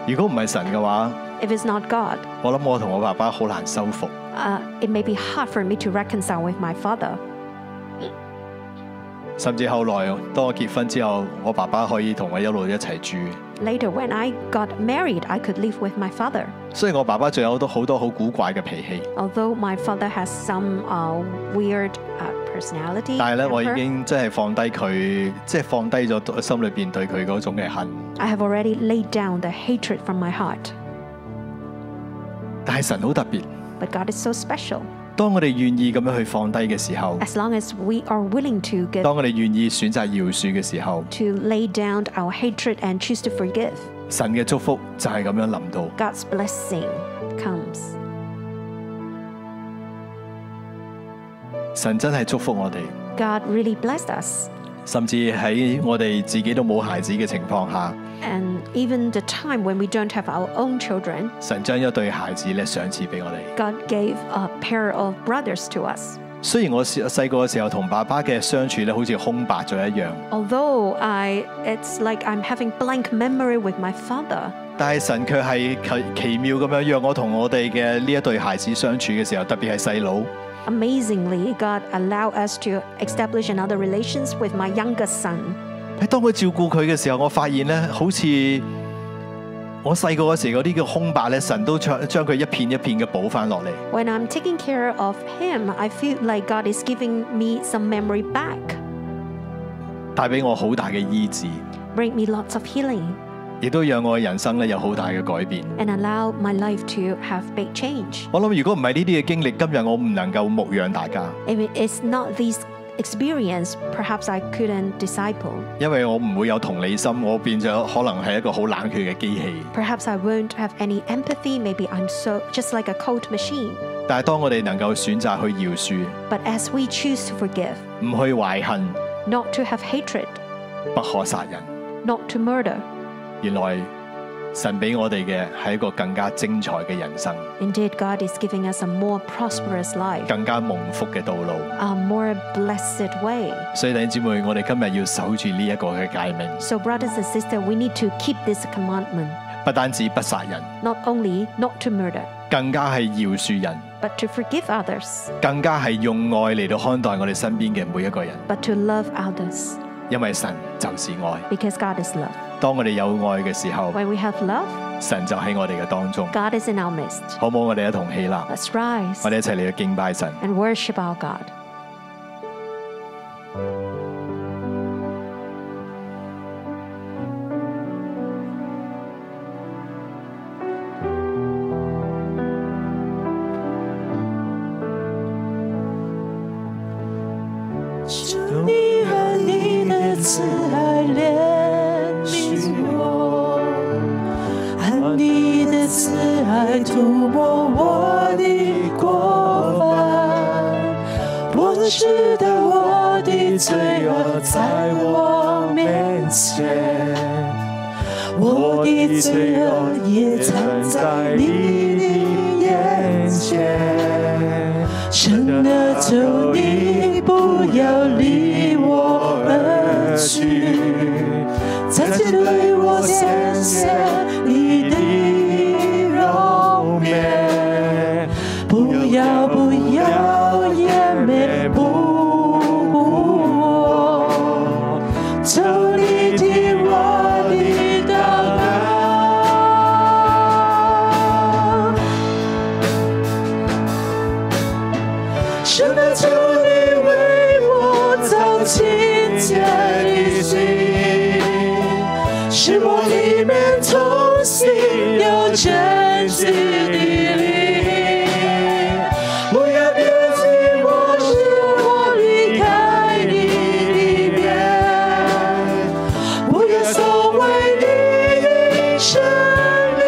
[SPEAKER 1] 如果唔係神嘅話，
[SPEAKER 2] If it's not God,
[SPEAKER 1] 我諗我同我爸爸好難修復。
[SPEAKER 2] uh, it may be hard for me to reconcile with my father.
[SPEAKER 1] 甚至後來當我結婚之後，我爸爸可以同我一路一齊住。
[SPEAKER 2] Later, when I got married, I could live with my father.
[SPEAKER 1] 雖然我爸爸仲有好多好多好古怪嘅脾氣，
[SPEAKER 2] Although my father has some uh, weird uh, personality,
[SPEAKER 1] 但係咧我已
[SPEAKER 2] temper,
[SPEAKER 1] 經真係放低佢，即係放低咗心裏邊對佢嗰種嘅恨。
[SPEAKER 2] I have already laid down the hatred from my heart.
[SPEAKER 1] 但係神好特別，
[SPEAKER 2] But God is so special.
[SPEAKER 1] 當我哋願意咁樣去放低嘅時候，
[SPEAKER 2] As long as we are willing to get
[SPEAKER 1] 當我哋願意選擇饒恕嘅時候，
[SPEAKER 2] to lay down our hatred and choose to forgive,
[SPEAKER 1] 神嘅祝福就係咁樣臨到。
[SPEAKER 2] God's blessing comes.
[SPEAKER 1] 神真係祝福我哋，
[SPEAKER 2] God really blessed us.
[SPEAKER 1] 甚至喺我哋自己都冇孩子嘅情況下，
[SPEAKER 2] And even the time when we don't have our own children,
[SPEAKER 1] 神將一對孩子咧賞賜俾我哋。
[SPEAKER 2] God gave a pair of brothers to us.
[SPEAKER 1] 雖然我細細個嘅時候同爸爸嘅相處咧，好似空白咗一樣，
[SPEAKER 2] Although I, it's like I'm having blank memory with my father,
[SPEAKER 1] 但係神卻係奇奇妙咁樣讓我同我哋嘅呢一對孩子相處嘅時候，特別係細佬，
[SPEAKER 2] amazingly, God allowed us to establish another relations with my younger son.
[SPEAKER 1] 喺當佢照顧佢嘅時候，我發現咧，好似我細個嗰時嗰啲嘅空白咧，神都將將佢一片一片嘅補翻落嚟。
[SPEAKER 2] When I'm taking care of him, I feel like God is giving me some memory back,
[SPEAKER 1] 帶俾我好大嘅醫治，
[SPEAKER 2] bring me lots of healing,
[SPEAKER 1] 亦都讓我嘅人生咧有好大嘅改變。
[SPEAKER 2] and allow my life to have big change.
[SPEAKER 1] 我諗如果唔係呢啲嘅經歷，今日我唔能夠牧養大家，
[SPEAKER 2] If it is not this experience, perhaps I couldn't disciple.
[SPEAKER 1] 因為我唔會有同理心，我變咗可能係一個好冷血嘅機器。
[SPEAKER 2] Perhaps I won't have any empathy. Maybe I'm so just like a cold machine.
[SPEAKER 1] 但係當我哋能夠選擇去饒恕，
[SPEAKER 2] But as we choose to forgive,
[SPEAKER 1] 唔去懷恨，
[SPEAKER 2] not to have hatred,
[SPEAKER 1] 不可殺人。
[SPEAKER 2] not to murder,
[SPEAKER 1] 原來神俾我哋嘅係一個更加精彩嘅人生，
[SPEAKER 2] indeed God is giving us a more prosperous life,
[SPEAKER 1] 更加蒙福嘅道路。
[SPEAKER 2] a more blessed way.
[SPEAKER 1] 所以弟兄姊妹，我哋今日要守住呢一個嘅誡命，
[SPEAKER 2] So, brothers and sisters, we need to keep this commandment
[SPEAKER 1] 不單止不殺人，
[SPEAKER 2] not only not to murder,
[SPEAKER 1] 更加係饒恕人，
[SPEAKER 2] but to forgive others,
[SPEAKER 1] 更加係用愛嚟到看待我哋身邊嘅每一個人，
[SPEAKER 2] but to love others
[SPEAKER 1] 因為神就是愛。
[SPEAKER 2] because God is love.
[SPEAKER 1] 當我哋有愛嘅時候，
[SPEAKER 2] When we have love,
[SPEAKER 1] 神就喺我哋嘅當中，
[SPEAKER 2] God is in our midst.
[SPEAKER 1] 好唔好？我哋一同起立，我
[SPEAKER 2] Let's rise
[SPEAKER 1] 哋一齊嚟到敬拜神。
[SPEAKER 2] and worship our God.
[SPEAKER 4] 祝你和你的慈爱怜悯我，按你的慈爱涂抹我的过犯。我知道我的罪恶在我面前，我的罪恶也藏在你的眼前。神啊，求你不要离我而去，再次对我显现你的容面，不要不要掩面不顾我，求你听我的祷告。神啊，求你为我造清洁的心，使我里面重新有真实的灵。不要丢弃我，使我离开你的面，不要收回你的生命。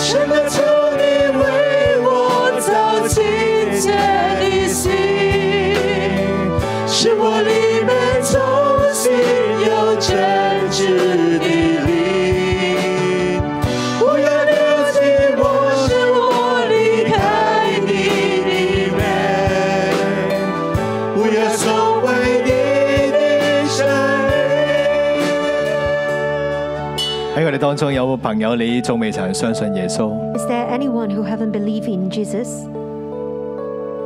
[SPEAKER 4] 什么求你为我造清洁的心，使我里面重新有真挚的灵。
[SPEAKER 1] 當中有冇朋友你仲未曾相信耶穌？
[SPEAKER 2] Is there anyone who haven't believed in Jesus?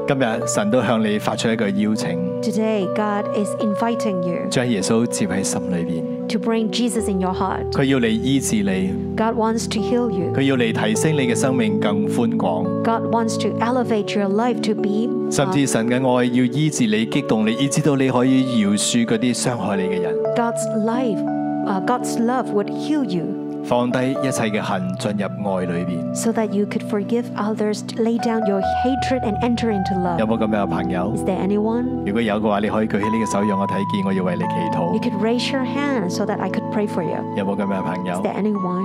[SPEAKER 1] 今日神都向你發出一個邀請，
[SPEAKER 2] Today, God is inviting you
[SPEAKER 1] 將耶穌接喺心裏邊。
[SPEAKER 2] to bring Jesus in your heart.
[SPEAKER 1] 佢要你醫治你，
[SPEAKER 2] God wants to heal you.
[SPEAKER 1] 佢要你提升你嘅生命更寬廣，
[SPEAKER 2] God wants to elevate your life to be
[SPEAKER 1] 甚至神嘅愛要醫治你、激動你，以至到你可以饒恕嗰啲傷害你嘅人，
[SPEAKER 2] God's life. Uh, God's love would heal you
[SPEAKER 1] 放低一切嘅恨，進入愛裏邊。
[SPEAKER 2] so that you could forgive others, lay down your hatred, and enter into
[SPEAKER 1] 有
[SPEAKER 2] love.
[SPEAKER 1] 冇咁樣嘅朋友
[SPEAKER 2] Is？there anyone?
[SPEAKER 1] 如果有嘅話，你可以舉起呢個手，讓我睇見，我要為你祈
[SPEAKER 2] You
[SPEAKER 1] 禱。
[SPEAKER 2] could raise your hand so that I could pray for you.
[SPEAKER 1] 有冇咁樣嘅朋
[SPEAKER 2] Is
[SPEAKER 1] 友？
[SPEAKER 2] there anyone?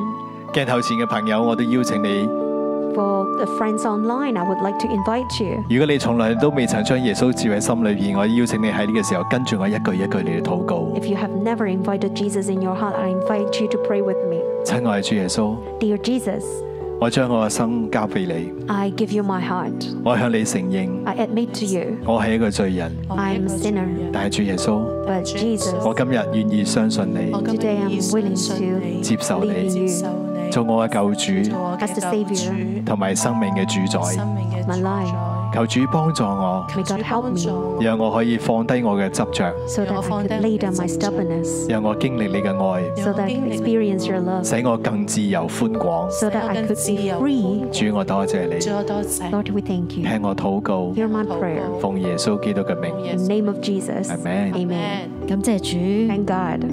[SPEAKER 1] 鏡頭前嘅朋友，我都邀請你。
[SPEAKER 2] For the friends online, I would like to invite you.
[SPEAKER 1] 如果你從來都未曾將耶穌置喺心裏邊，我邀請你喺呢個時候跟住我一句一句嚟到禱告。
[SPEAKER 2] If you have never invited Jesus in your heart, I invite you to pray with me.
[SPEAKER 1] 親愛嘅主耶穌，
[SPEAKER 2] Dear Jesus,
[SPEAKER 1] 我將我嘅心交俾你，
[SPEAKER 2] I give you my heart.
[SPEAKER 1] 我向你承認，
[SPEAKER 2] I admit to you,
[SPEAKER 1] 我係一個罪人。
[SPEAKER 2] I'm a sinner.
[SPEAKER 1] 但係主耶穌，
[SPEAKER 2] But Jesus,
[SPEAKER 1] 我今日願意相信你，
[SPEAKER 2] today I'm willing to
[SPEAKER 1] 接受你，做我嘅救主同埋生命嘅主宰。
[SPEAKER 2] my life.
[SPEAKER 1] 求主幫助我，
[SPEAKER 2] May God help me
[SPEAKER 1] 讓我可以放低我嘅執着，
[SPEAKER 2] so that I could lay down my stubbornness,
[SPEAKER 1] 讓我經歷你嘅愛，
[SPEAKER 2] so that I could experience your love,
[SPEAKER 1] 使我更自由寬廣。
[SPEAKER 2] so that I could be free.
[SPEAKER 1] 主，我多謝你，
[SPEAKER 2] Lord, we thank you.
[SPEAKER 1] 聽我禱告，
[SPEAKER 2] Hear my prayer.
[SPEAKER 1] 奉耶穌基督嘅名。
[SPEAKER 2] In the name of Jesus.
[SPEAKER 1] Amen.
[SPEAKER 2] Amen.
[SPEAKER 5] 感謝主。
[SPEAKER 2] Thank God.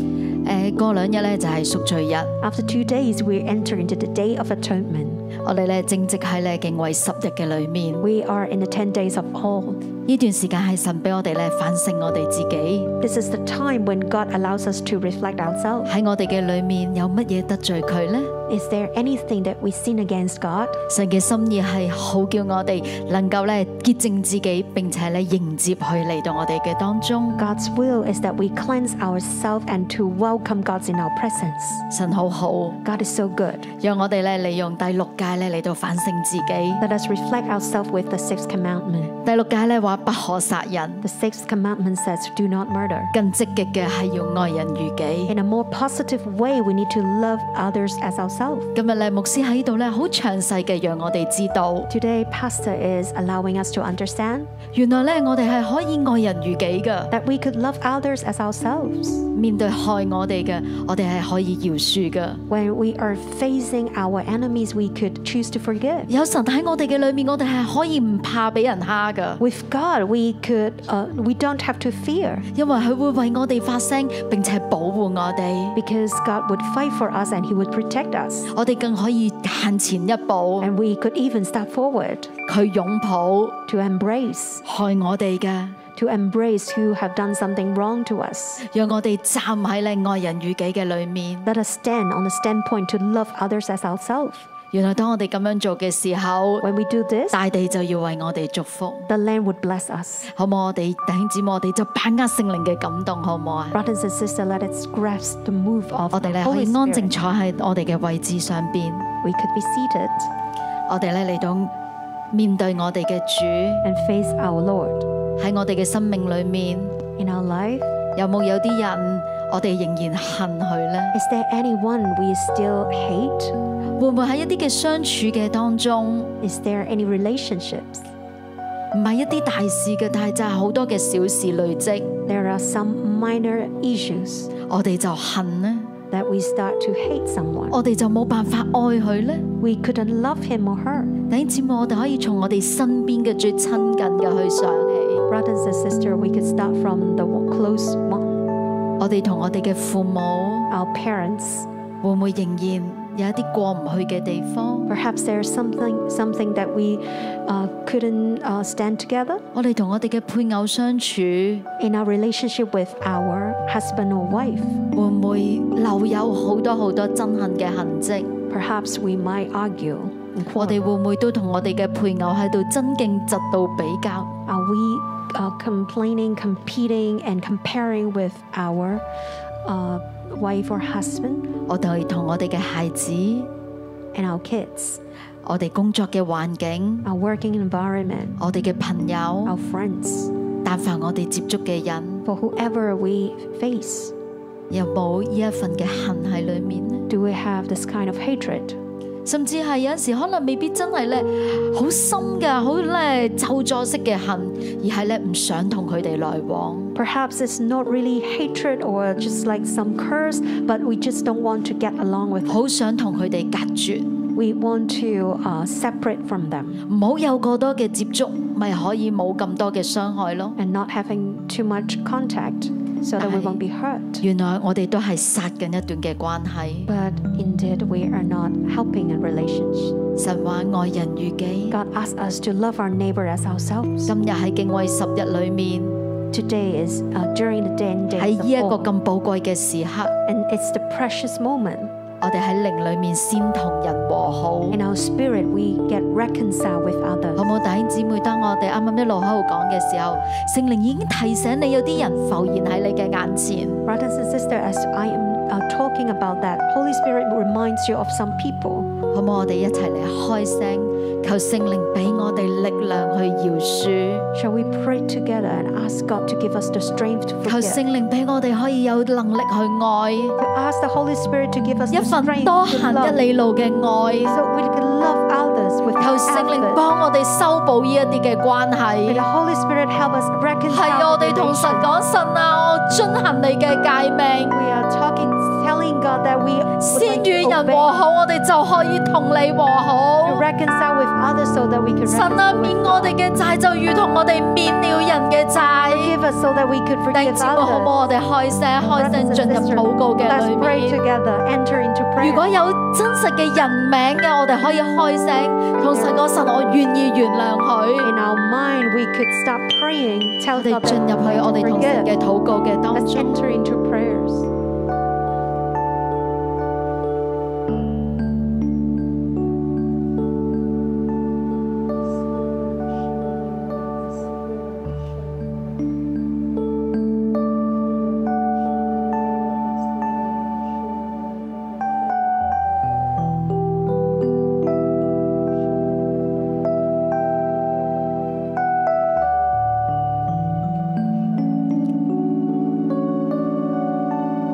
[SPEAKER 5] 誒，過兩日咧就係贖罪日，
[SPEAKER 2] After two days, we enter into the Day of Atonement.
[SPEAKER 5] 我哋咧正值喺咧敬畏十日嘅裏面。
[SPEAKER 2] We are in the 10 days of all.
[SPEAKER 5] 呢段時間係神俾我哋咧反省我哋自己，
[SPEAKER 2] This is the time when God allows us to reflect ourselves.
[SPEAKER 5] 喺我哋嘅裏面有乜嘢得罪佢呢？
[SPEAKER 2] Is there anything that we sin against God?
[SPEAKER 5] 神嘅心意係好叫我哋能夠咧潔淨自己，並且咧迎接佢嚟到我哋嘅當中。
[SPEAKER 2] God's will is that we cleanse ourselves and to welcome God's in our presence.
[SPEAKER 5] 神好好，
[SPEAKER 2] God is so good.
[SPEAKER 5] 讓我哋咧利用第六戒咧嚟到反省自己。
[SPEAKER 2] Let us reflect ourselves with the sixth commandment.
[SPEAKER 5] 第六戒咧話不可殺人，
[SPEAKER 2] The sixth commandment says, Do not murder.
[SPEAKER 5] 更積極嘅係要愛人如己。
[SPEAKER 2] In a more positive way, we need to love others as ourselves.
[SPEAKER 5] 今日咧牧師喺度咧好詳細嘅讓我哋知道，
[SPEAKER 2] Today, Pastor is allowing us to understand
[SPEAKER 5] 原來咧我哋係可以愛人如己噶。
[SPEAKER 2] that we could love others as ourselves.
[SPEAKER 5] 面對害我哋嘅，我哋係可以饒恕嘅。
[SPEAKER 2] When we are facing our enemies, we could choose to forgive.
[SPEAKER 5] 有神喺我哋嘅裏面，我哋係可以唔怕俾人蝦噶，
[SPEAKER 2] With God, we could uh, we don't have to fear
[SPEAKER 5] 因為佢會為我哋發聲，並且保護我哋。
[SPEAKER 2] because God would fight for us and He would protect us,
[SPEAKER 5] 我哋更可以行前一步，
[SPEAKER 2] and we could even step forward
[SPEAKER 5] 佢擁抱
[SPEAKER 2] to embrace
[SPEAKER 5] 害我哋嘅，
[SPEAKER 2] to embrace who have done something wrong to us.
[SPEAKER 5] 讓我哋站喺咧愛人如己嘅裏面。
[SPEAKER 2] Let us stand on the standpoint to love others as ourselves.
[SPEAKER 5] 原來當我哋咁樣做嘅時候，
[SPEAKER 2] When we do this,
[SPEAKER 5] 大地就要為我哋祝福。
[SPEAKER 2] the land would bless us.
[SPEAKER 5] 好唔好？我哋弟兄姊妹，我哋就把握聖靈嘅感動，好唔好啊？
[SPEAKER 2] Brothers and sisters, let us grasp the move of
[SPEAKER 5] 我
[SPEAKER 2] the
[SPEAKER 5] 哋咧可以
[SPEAKER 2] Holy
[SPEAKER 5] 安靜
[SPEAKER 2] Spirit.
[SPEAKER 5] 坐喺我哋嘅位置上邊。
[SPEAKER 2] We could be seated
[SPEAKER 5] 我哋咧嚟到面對我哋嘅主
[SPEAKER 2] and face our Lord
[SPEAKER 5] 喺我哋嘅生命裏面，
[SPEAKER 2] in our life.
[SPEAKER 5] 有冇有啲人我哋仍然恨佢呢？
[SPEAKER 2] Is there anyone we still hate?
[SPEAKER 5] 會唔會喺一啲嘅相處嘅當中，唔
[SPEAKER 2] Is there any relationships?
[SPEAKER 5] 係一啲大事嘅，但係就係好多嘅小事累積，
[SPEAKER 2] There are some minor issues
[SPEAKER 5] 我哋就恨呢？
[SPEAKER 2] that we start to hate someone.
[SPEAKER 5] 我哋就冇辦法愛佢呢？
[SPEAKER 2] We couldn't love him or her.
[SPEAKER 5] 弟兄姊妹，我哋可以從我哋身邊嘅最親近嘅去想起，
[SPEAKER 2] Brothers and sisters, we could start from the one- close one,
[SPEAKER 5] 我哋同我哋嘅父母
[SPEAKER 2] our parents.
[SPEAKER 5] 會唔會仍然有一啲過唔去嘅地方？
[SPEAKER 2] Perhaps there's something something that we uh, couldn't uh, stand together
[SPEAKER 5] 我哋同我哋嘅配偶相處。
[SPEAKER 2] in our relationship with our husband or wife.
[SPEAKER 5] 會唔會留有好多好多憎恨嘅痕跡？
[SPEAKER 2] Perhaps we might argue. and
[SPEAKER 5] 我
[SPEAKER 2] quarrel.
[SPEAKER 5] 哋會唔會都同我哋嘅配偶喺度爭競、嫉妒、比較？
[SPEAKER 2] Are we uh, complaining, competing, and comparing with our uh, wife or husband
[SPEAKER 5] 我哋同我哋嘅孩子、
[SPEAKER 2] and our kids,
[SPEAKER 5] 我哋工作嘅環境、
[SPEAKER 2] our working environment,
[SPEAKER 5] 我哋嘅朋
[SPEAKER 2] our
[SPEAKER 5] 友，
[SPEAKER 2] friends,
[SPEAKER 5] 但凡我哋接觸嘅人，
[SPEAKER 2] for whoever we face?
[SPEAKER 5] 有冇呢一份嘅恨喺裏面呢？
[SPEAKER 2] Do we have this kind of hatred?
[SPEAKER 5] 甚至係有陣時可能未必真係咧好深嘅，好咧咒助式嘅恨，而係咧唔想同佢哋來往。
[SPEAKER 2] Perhaps it's not really hatred or just like some curse, but we just don't want to get along with them.
[SPEAKER 5] 好想同佢哋隔絕，
[SPEAKER 2] We want to uh, separate from them
[SPEAKER 5] 唔好有過多嘅接觸，咪可以冇咁多嘅傷害咯。
[SPEAKER 2] and not having too much contact so that we won't be hurt.
[SPEAKER 5] 原來我哋都係殺緊一段嘅關係。
[SPEAKER 2] But indeed, we are not helping in relations.
[SPEAKER 5] 神話愛人如己。
[SPEAKER 2] God asks us to love our neighbor as ourselves.
[SPEAKER 5] 今日喺敬畏十日裏面，
[SPEAKER 2] Today is uh, during the 10 days
[SPEAKER 5] 喺
[SPEAKER 2] of
[SPEAKER 5] 呢一個
[SPEAKER 2] awe,
[SPEAKER 5] 咁寶貴嘅時刻，
[SPEAKER 2] and it's the precious moment.
[SPEAKER 5] 我哋喺靈裏面先同人和好，
[SPEAKER 2] In our spirit, we get reconciled with
[SPEAKER 5] 好
[SPEAKER 2] others.
[SPEAKER 5] 冇？弟兄姊妹，當我哋啱啱一路喺度講嘅時候，聖靈已經提醒你有啲人浮現喺你嘅眼前，
[SPEAKER 2] Brothers and sisters, as I am uh, talking about that, Holy Spirit reminds you of some people.
[SPEAKER 5] 好冇？我哋一齊嚟開聲，求聖靈俾我哋力量去饒恕，
[SPEAKER 2] Shall we pray together and ask God to give us the strength to
[SPEAKER 5] 求
[SPEAKER 2] forgive?
[SPEAKER 5] 聖靈俾我哋可以有能力去
[SPEAKER 2] To ask the Holy Spirit to give us
[SPEAKER 5] 愛，一
[SPEAKER 2] the
[SPEAKER 5] 份
[SPEAKER 2] strength
[SPEAKER 5] 多
[SPEAKER 2] to
[SPEAKER 5] 行
[SPEAKER 2] love,
[SPEAKER 5] 一里路嘅愛，
[SPEAKER 2] so we can love others with
[SPEAKER 5] 求聖靈幫我哋修補呢一啲嘅關
[SPEAKER 2] May
[SPEAKER 5] 係
[SPEAKER 2] the。Holy Spirit help us
[SPEAKER 5] 係啊
[SPEAKER 2] reconcile.
[SPEAKER 5] 我哋同神
[SPEAKER 2] relations.
[SPEAKER 5] 講，神啊，我遵行你嘅誡命，
[SPEAKER 2] We are talking, telling God that we would
[SPEAKER 5] 先
[SPEAKER 2] like
[SPEAKER 5] 與
[SPEAKER 2] to oh
[SPEAKER 5] 人
[SPEAKER 2] obey,
[SPEAKER 5] 和好，我哋就可以同你和
[SPEAKER 2] to
[SPEAKER 5] 好。
[SPEAKER 2] reconcile with others so that we can
[SPEAKER 5] 神啊，
[SPEAKER 2] reconcile
[SPEAKER 5] 免
[SPEAKER 2] with
[SPEAKER 5] 我哋
[SPEAKER 2] God.
[SPEAKER 5] 嘅債，就如同我哋免了人嘅債。
[SPEAKER 2] Forgive us so that we could
[SPEAKER 5] 弟
[SPEAKER 2] forgive
[SPEAKER 5] 兄姊妹，好唔
[SPEAKER 2] others.
[SPEAKER 5] 好？我哋開聲，開
[SPEAKER 2] Brothers oh
[SPEAKER 5] 聲
[SPEAKER 2] and
[SPEAKER 5] 進入
[SPEAKER 2] sisters,
[SPEAKER 5] 禱告嘅
[SPEAKER 2] Let's
[SPEAKER 5] 裏
[SPEAKER 2] pray
[SPEAKER 5] 面。
[SPEAKER 2] together, enter into
[SPEAKER 5] 如
[SPEAKER 2] prayer.
[SPEAKER 5] 果有真實嘅人名嘅，我哋可以開聲同神講：神，我願意原諒佢。
[SPEAKER 2] In our mind, we could stop praying.
[SPEAKER 5] 我
[SPEAKER 2] Tell
[SPEAKER 5] 哋
[SPEAKER 2] God
[SPEAKER 5] 進入
[SPEAKER 2] that
[SPEAKER 5] 去我哋同神嘅
[SPEAKER 2] forgive.
[SPEAKER 5] 禱告嘅當
[SPEAKER 2] Let's
[SPEAKER 5] 中。
[SPEAKER 2] enter into prayers.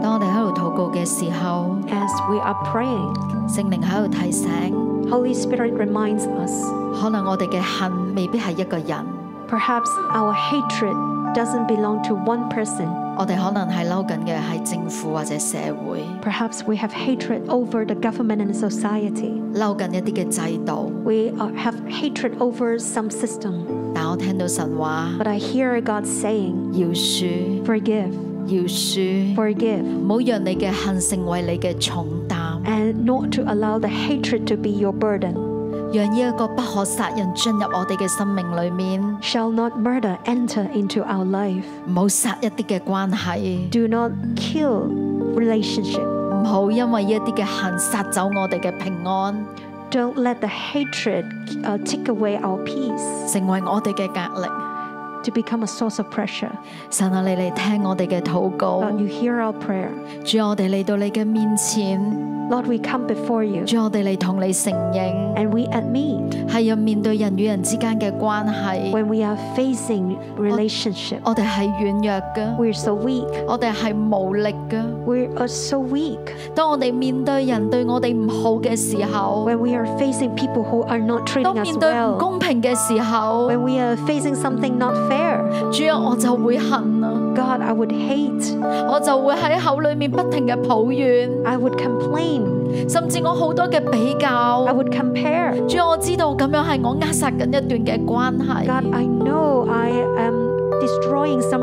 [SPEAKER 5] 當我哋喺度禱告嘅時候，
[SPEAKER 2] As we are praying,
[SPEAKER 5] 聖靈喺度提醒。
[SPEAKER 2] Holy Spirit reminds us
[SPEAKER 5] 可能我哋嘅恨未必係一個人，
[SPEAKER 2] perhaps our hatred doesn't belong to one person.
[SPEAKER 5] 我哋可能係嬲緊嘅係政府或者社會，
[SPEAKER 2] Perhaps we have hatred over the government and society.
[SPEAKER 5] 嬲緊一啲嘅制度。
[SPEAKER 2] We uh, have hatred over some system.
[SPEAKER 5] 但我聽到神話，
[SPEAKER 2] But I hear God saying,
[SPEAKER 5] 要恕，
[SPEAKER 2] Forgive,
[SPEAKER 5] 要恕，
[SPEAKER 2] forgive,
[SPEAKER 5] 唔好讓你嘅恨成為你嘅重擔，
[SPEAKER 2] and not to allow the hatred to be your burden.
[SPEAKER 5] 讓呢一個不可殺人進入我哋嘅生命裏面，
[SPEAKER 2] Shall not murder enter into our life?
[SPEAKER 5] 唔好殺一啲嘅關係，
[SPEAKER 2] Do not kill relationship.
[SPEAKER 5] 唔好因為呢一啲嘅恨殺走我哋嘅平安，
[SPEAKER 2] Don't let the hatred uh, take away our peace
[SPEAKER 5] 成為我哋嘅壓力。
[SPEAKER 2] to become a source of pressure.
[SPEAKER 5] 神啊，你嚟聽我哋嘅禱告，
[SPEAKER 2] Lord, you hear our prayer.
[SPEAKER 5] 主啊我哋嚟到你嘅面前。
[SPEAKER 2] Lord, we come before you
[SPEAKER 5] 主，我哋嚟同你承認，
[SPEAKER 2] and we admit
[SPEAKER 5] 係要面對人與人之間嘅關係，
[SPEAKER 2] when we are facing relationship,
[SPEAKER 5] 我哋係軟弱
[SPEAKER 2] we're so weak.
[SPEAKER 5] 嘅，我哋係無力嘅。
[SPEAKER 2] We are so weak
[SPEAKER 5] 當我哋面對人對我哋唔好嘅時候，
[SPEAKER 2] when we are facing people who are not
[SPEAKER 5] 當
[SPEAKER 2] treating us
[SPEAKER 5] 面對唔
[SPEAKER 2] well.
[SPEAKER 5] 公平嘅時候，
[SPEAKER 2] When we are facing something not fair,
[SPEAKER 5] 主啊，我就會恨啦，
[SPEAKER 2] God, I would hate.
[SPEAKER 5] 我就會喺口裏面不停嘅抱怨，
[SPEAKER 2] I would complain.
[SPEAKER 5] 甚至我好多嘅比
[SPEAKER 2] I
[SPEAKER 5] 較。
[SPEAKER 2] would compare.
[SPEAKER 5] 主啊，我知道咁樣係我扼殺緊一段嘅關
[SPEAKER 2] God,
[SPEAKER 5] 係。
[SPEAKER 2] I know I am destroying some
[SPEAKER 5] 神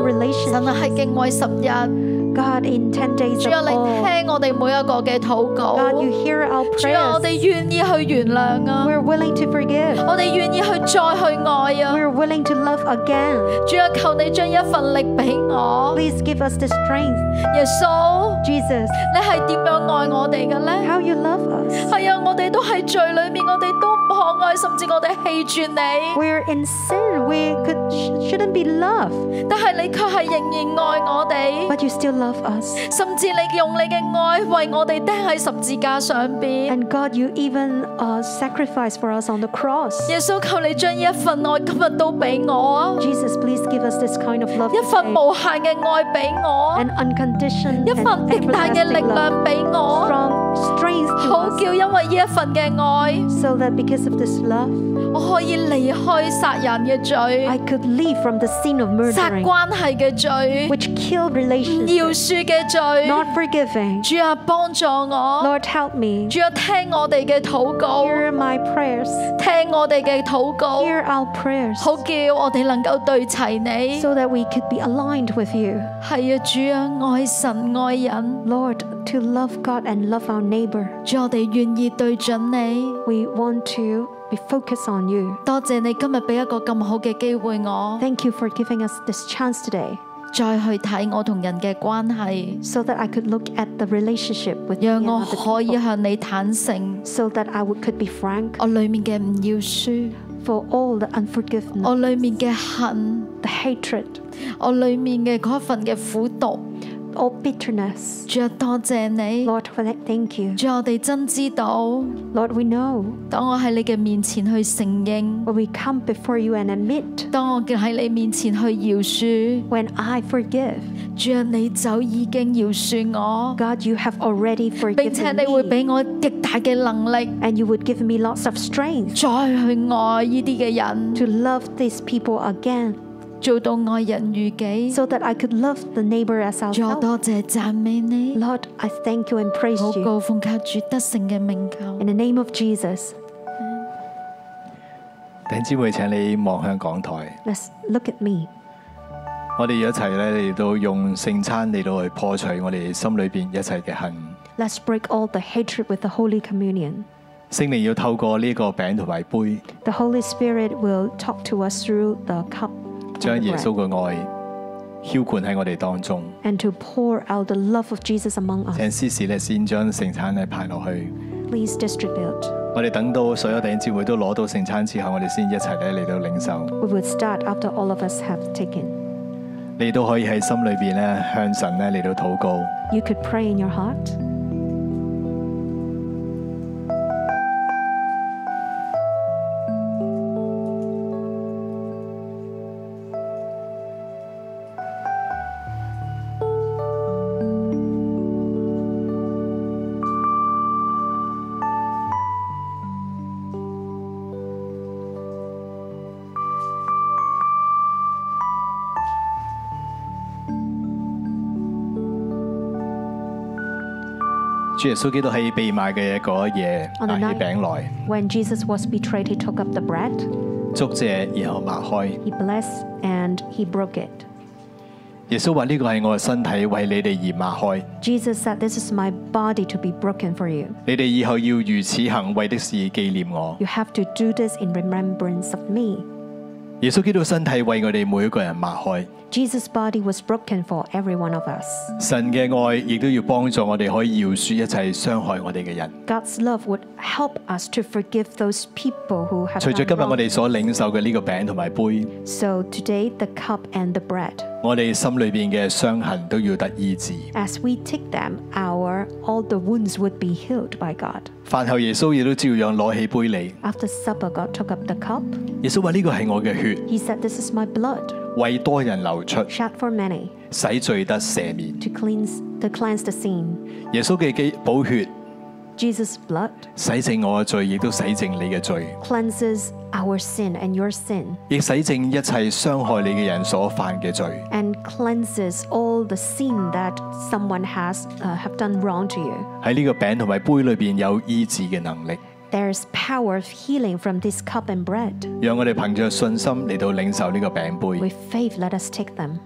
[SPEAKER 5] 啊，
[SPEAKER 2] relationship.
[SPEAKER 5] 係敬畏十日，
[SPEAKER 2] God, in 10 days
[SPEAKER 5] 主
[SPEAKER 2] of
[SPEAKER 5] 啊，你
[SPEAKER 2] all,
[SPEAKER 5] 聽我哋每一個嘅禱
[SPEAKER 2] God,
[SPEAKER 5] 告
[SPEAKER 2] you。hear our
[SPEAKER 5] 主啊，我
[SPEAKER 2] prayers.
[SPEAKER 5] 哋願意去原諒啊，
[SPEAKER 2] We're willing to forgive.
[SPEAKER 5] 我哋願意去再去愛啊。
[SPEAKER 2] We're willing to love again.
[SPEAKER 5] 主啊，求你將一份力俾我，
[SPEAKER 2] Please give us the strength.
[SPEAKER 5] 耶穌，
[SPEAKER 2] Jesus,
[SPEAKER 5] 你係點樣愛我哋嘅呢？
[SPEAKER 2] how you love us.
[SPEAKER 5] 係啊，我哋都喺罪裏面，我哋都唔可愛，甚至我哋棄絕你。
[SPEAKER 2] We're in sin. we could sh- shouldn't be loved,
[SPEAKER 5] 但係你卻係仍然愛我哋，
[SPEAKER 2] but you still love us.
[SPEAKER 5] 甚至你用你嘅愛為我哋釘喺十字架上邊。
[SPEAKER 2] And God, you even uh, sacrificed for us on the cross.
[SPEAKER 5] 耶穌求你將呢一份愛今日都俾我啊，
[SPEAKER 2] Jesus, please give us this kind of love
[SPEAKER 5] 一份
[SPEAKER 2] today.
[SPEAKER 5] 無限嘅愛俾我，
[SPEAKER 2] and unconditioned
[SPEAKER 5] 一份
[SPEAKER 2] and
[SPEAKER 5] 極大嘅
[SPEAKER 2] everlasting
[SPEAKER 5] 力
[SPEAKER 2] love
[SPEAKER 5] 量俾我，
[SPEAKER 2] from strength to
[SPEAKER 5] 好
[SPEAKER 2] us,
[SPEAKER 5] 叫因為呢一份嘅愛，
[SPEAKER 2] so that because of this love,
[SPEAKER 5] 我可以離開殺人嘅罪
[SPEAKER 2] I、could leave from the sin of
[SPEAKER 5] 殺
[SPEAKER 2] murdering,
[SPEAKER 5] 關係嘅罪、
[SPEAKER 2] which killed
[SPEAKER 5] 唔饒
[SPEAKER 2] relationships,
[SPEAKER 5] 恕嘅罪。
[SPEAKER 2] not forgiving.
[SPEAKER 5] 主啊，幫助我，
[SPEAKER 2] Lord, help me.
[SPEAKER 5] 主啊，聽我哋嘅禱告，
[SPEAKER 2] Hear my prayers.
[SPEAKER 5] 聽我哋嘅禱告。
[SPEAKER 2] Hear our prayers
[SPEAKER 5] 好叫我哋能夠對齊你。
[SPEAKER 2] so that we could be aligned with you.
[SPEAKER 5] 係啊，主啊，愛神愛人，
[SPEAKER 2] Lord, to love God and love our neighbor,
[SPEAKER 5] 主我哋願意對準你。
[SPEAKER 2] we want to be focused on you.
[SPEAKER 5] 多謝你今日俾一個咁好嘅機會我，
[SPEAKER 2] Thank you for giving us this chance today
[SPEAKER 5] 再去睇我同人嘅關係，
[SPEAKER 2] so that I could look at the relationship with you
[SPEAKER 5] 讓
[SPEAKER 2] and
[SPEAKER 5] 我
[SPEAKER 2] other
[SPEAKER 5] 可以
[SPEAKER 2] people,
[SPEAKER 5] 向你坦誠，
[SPEAKER 2] so that I would, could be frank
[SPEAKER 5] 我裡面嘅唔要輸，
[SPEAKER 2] for all the unforgiveness,
[SPEAKER 5] 我裡面嘅恨，
[SPEAKER 2] the hatred,
[SPEAKER 5] 我裡面嘅嗰份嘅苦毒。
[SPEAKER 2] all bitterness.
[SPEAKER 5] 主啊，多謝你。
[SPEAKER 2] Lord, for that, thank you.
[SPEAKER 5] 主啊，我哋真知道，
[SPEAKER 2] Lord, we know
[SPEAKER 5] 當我喺你嘅面前去承認，
[SPEAKER 2] when we come before you and admit
[SPEAKER 5] 當我喺你面前去饒恕。
[SPEAKER 2] when I forgive,
[SPEAKER 5] 主啊，你就已經饒恕我，
[SPEAKER 2] God, you have already
[SPEAKER 5] 並且
[SPEAKER 2] forgiven
[SPEAKER 5] 你會
[SPEAKER 2] me.
[SPEAKER 5] 俾我極大嘅能力，
[SPEAKER 2] and you would give me lots of strength
[SPEAKER 5] 再去愛呢啲嘅人，
[SPEAKER 2] to love these people again
[SPEAKER 5] 做到愛人如己。
[SPEAKER 2] so that I could love the neighbor as
[SPEAKER 5] 主啊，
[SPEAKER 2] ourselves.
[SPEAKER 5] 多謝讚美你，
[SPEAKER 2] Lord, I thank you and praise
[SPEAKER 5] 好
[SPEAKER 2] you
[SPEAKER 5] 告奉靠主得勝嘅名求
[SPEAKER 2] in。the name of Jesus.
[SPEAKER 1] 弟兄姊妹，請你望向港台，
[SPEAKER 2] Let's look at me.
[SPEAKER 1] 我哋要一齊咧嚟到用聖餐嚟到去破除我哋心裏邊一切嘅恨。
[SPEAKER 2] Let's break all the hatred with the Holy Communion.
[SPEAKER 1] 聖靈要透過呢個餅同埋杯，
[SPEAKER 2] The Holy Spirit will talk to us through the cup and the
[SPEAKER 1] 將耶
[SPEAKER 2] bread,
[SPEAKER 1] 穌嘅愛澆灌喺我哋當中。
[SPEAKER 2] and to pour out the love of Jesus among us.
[SPEAKER 1] 請司事咧先將聖餐咧排落去。
[SPEAKER 2] Please distribute.
[SPEAKER 1] 我哋等到所有弟兄姊妹都攞到聖餐之後，我哋先一齊咧嚟到領受，
[SPEAKER 2] We will start after all of us have taken.
[SPEAKER 1] 你都可以喺心裏邊咧向神咧嚟到禱告。
[SPEAKER 2] You could pray in your heart.
[SPEAKER 1] 主耶穌基督喺被賣嘅嗰一夜，
[SPEAKER 2] On the
[SPEAKER 1] 拿起
[SPEAKER 2] night
[SPEAKER 1] 餅來，
[SPEAKER 2] When Jesus was betrayed, he took up the bread.
[SPEAKER 1] 祝謝，然後擘開。
[SPEAKER 2] He blessed and he broke it.
[SPEAKER 1] 耶穌話：呢個係我嘅身體，為你哋而擘開。
[SPEAKER 2] Jesus said, This is my body to be broken for you.
[SPEAKER 1] 你哋以後要如此行，為的是紀念我。
[SPEAKER 2] You have to do this in remembrance of me.
[SPEAKER 1] 耶穌基督身體為我哋每一個人擘
[SPEAKER 2] Jesus' body was broken for every one of us.
[SPEAKER 1] 開，神嘅愛亦都要幫助我哋可以饒恕一切傷害我哋嘅人。
[SPEAKER 2] God's love would help us to forgive those people who have
[SPEAKER 1] 隨着今
[SPEAKER 2] done
[SPEAKER 1] 日我
[SPEAKER 2] wrong.
[SPEAKER 1] 哋所領受嘅呢個餅同埋杯。
[SPEAKER 2] So today, the cup and the bread,
[SPEAKER 1] 我哋心裏邊嘅傷痕都要得醫治。
[SPEAKER 2] as we take them, our all the wounds would be healed by God.
[SPEAKER 1] 飯後耶穌亦都照樣攞起杯嚟，
[SPEAKER 2] After supper, God took up the cup.
[SPEAKER 1] 耶穌話呢個係我嘅血，
[SPEAKER 2] He said, This is my blood,
[SPEAKER 1] 為多人流出，
[SPEAKER 2] shed for many,
[SPEAKER 1] 洗罪得赦免。
[SPEAKER 2] to cleanse to cleanse the sin.
[SPEAKER 1] 耶穌嘅基寶血
[SPEAKER 2] Jesus' blood
[SPEAKER 1] 洗淨我嘅罪，亦都洗淨你嘅罪，
[SPEAKER 2] cleanses our sin and your sin.
[SPEAKER 1] 亦洗淨一切傷害你嘅人所犯嘅罪。
[SPEAKER 2] and cleanses all the sin that someone has uh, have done wrong to you.
[SPEAKER 1] 喺呢個餅同埋杯裏邊有醫治嘅能力，
[SPEAKER 2] There is power of healing from this cup and bread.
[SPEAKER 1] 讓我哋憑着信心嚟到領受呢個餅杯。
[SPEAKER 2] With faith, let us take them.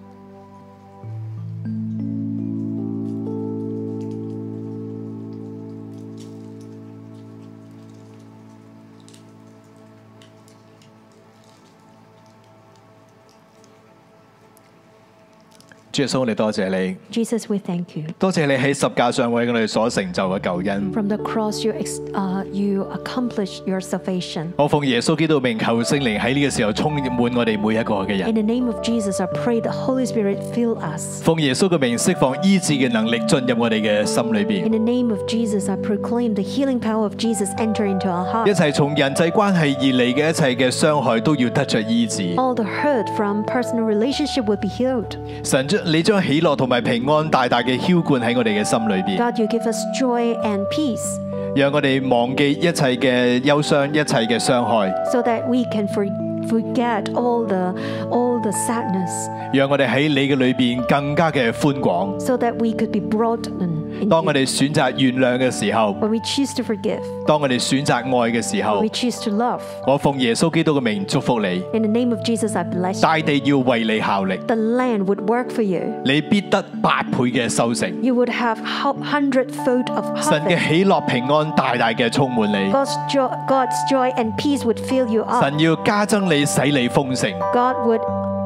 [SPEAKER 1] 主主耶穌，我哋多謝你，
[SPEAKER 2] Jesus, we thank you.
[SPEAKER 1] 多謝你喺十架上為我哋所成就嘅救恩。
[SPEAKER 2] From the cross, you, ex- uh, you accomplished your salvation.
[SPEAKER 1] 我奉耶穌基督名求聖靈喺呢個時候充滿我哋每一個嘅人，
[SPEAKER 2] In the name of Jesus, I pray the Holy Spirit fill us.
[SPEAKER 1] 奉耶穌嘅名釋放醫治嘅能力進入我哋嘅心裏
[SPEAKER 2] In
[SPEAKER 1] 邊，
[SPEAKER 2] the name of Jesus, I proclaim the healing power of Jesus enter into our
[SPEAKER 1] 一
[SPEAKER 2] hearts.
[SPEAKER 1] 切從人際關係而嚟嘅一切嘅傷害都要得着醫治。
[SPEAKER 2] All the hurt from personal relationship will be healed.
[SPEAKER 1] 神將你將喜樂同埋平安大大嘅澆灌喺我哋嘅心裏邊，
[SPEAKER 2] God, you give us joy and peace
[SPEAKER 1] 讓我哋忘記一切嘅憂傷、一切嘅傷害，
[SPEAKER 2] so that we can for- forget all the, all the sadness
[SPEAKER 1] 讓我哋喺你嘅裏邊更加嘅寬廣。
[SPEAKER 2] so that we could be broadened. in
[SPEAKER 1] 當我哋
[SPEAKER 2] you.
[SPEAKER 1] 選擇原諒嘅時候，
[SPEAKER 2] When we choose to forgive,
[SPEAKER 1] 當我哋選擇愛嘅時
[SPEAKER 2] when
[SPEAKER 1] 候
[SPEAKER 2] we，choose to love.
[SPEAKER 1] 我奉耶穌基督嘅名祝福你，
[SPEAKER 2] In the name of Jesus, I bless you.
[SPEAKER 1] 大地要為你效力。
[SPEAKER 2] The land would work for you.
[SPEAKER 1] 你必得八倍嘅收成。
[SPEAKER 2] You would have hu- hundredfold of
[SPEAKER 1] 神嘅
[SPEAKER 2] harvest.
[SPEAKER 1] 喜樂平安大大嘅充滿你，
[SPEAKER 2] God's joy, God's joy and peace would fill you up.
[SPEAKER 1] 神要加增你，使你豐盛，
[SPEAKER 2] God would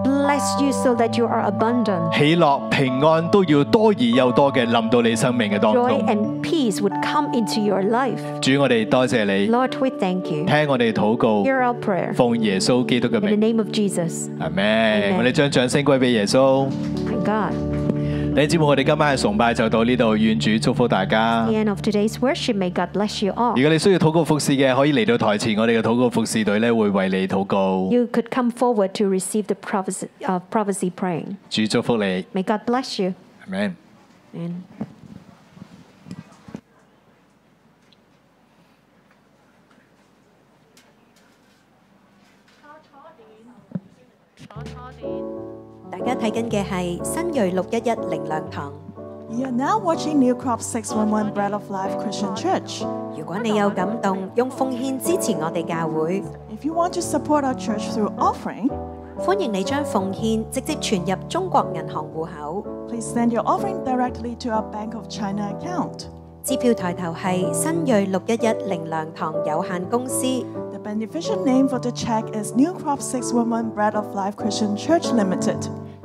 [SPEAKER 2] bless you so that you are abundant.
[SPEAKER 1] 喜樂平安都要多而又多嘅臨到你生命嘅當
[SPEAKER 2] Joy
[SPEAKER 1] 中。
[SPEAKER 2] and peace would come into your life.
[SPEAKER 1] 主，我哋多謝你，
[SPEAKER 2] Lord, we thank you.
[SPEAKER 1] 聽我哋禱告，
[SPEAKER 2] Hear our prayer.
[SPEAKER 1] 奉耶穌基督嘅
[SPEAKER 2] In the
[SPEAKER 1] 名，
[SPEAKER 2] name of Jesus,
[SPEAKER 1] 阿
[SPEAKER 2] Amen
[SPEAKER 1] 門。我哋將掌聲歸俾耶穌。
[SPEAKER 2] my God.
[SPEAKER 1] 你知冇？我哋今晚嘅崇拜就到呢度，願主祝福大家
[SPEAKER 2] The。end of today's worship, may God bless you all.
[SPEAKER 1] 如果你需要禱告服侍嘅，可以嚟到台前，我哋嘅禱告服侍隊咧會為你禱告。
[SPEAKER 2] You could come forward to receive the prophecy, uh, prophecy praying.
[SPEAKER 1] 主祝福你，
[SPEAKER 2] May God bless you.
[SPEAKER 1] 阿門。
[SPEAKER 2] And
[SPEAKER 4] You are now watching New Crop 611 Bread of Life Christian Church.
[SPEAKER 6] 如果你有感動，用奉獻支持我哋教會，
[SPEAKER 4] If you want to support our church through offering,
[SPEAKER 6] 歡迎你將奉獻直接存入中國銀行户口，
[SPEAKER 4] please send your offering directly to our Bank of China account.
[SPEAKER 6] 支票抬頭係新锐六一一零糧堂有限公司，
[SPEAKER 4] The beneficial name for the check is New Crop 611 Bread of Life Christian Church Limited.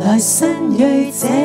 [SPEAKER 7] 來新锐這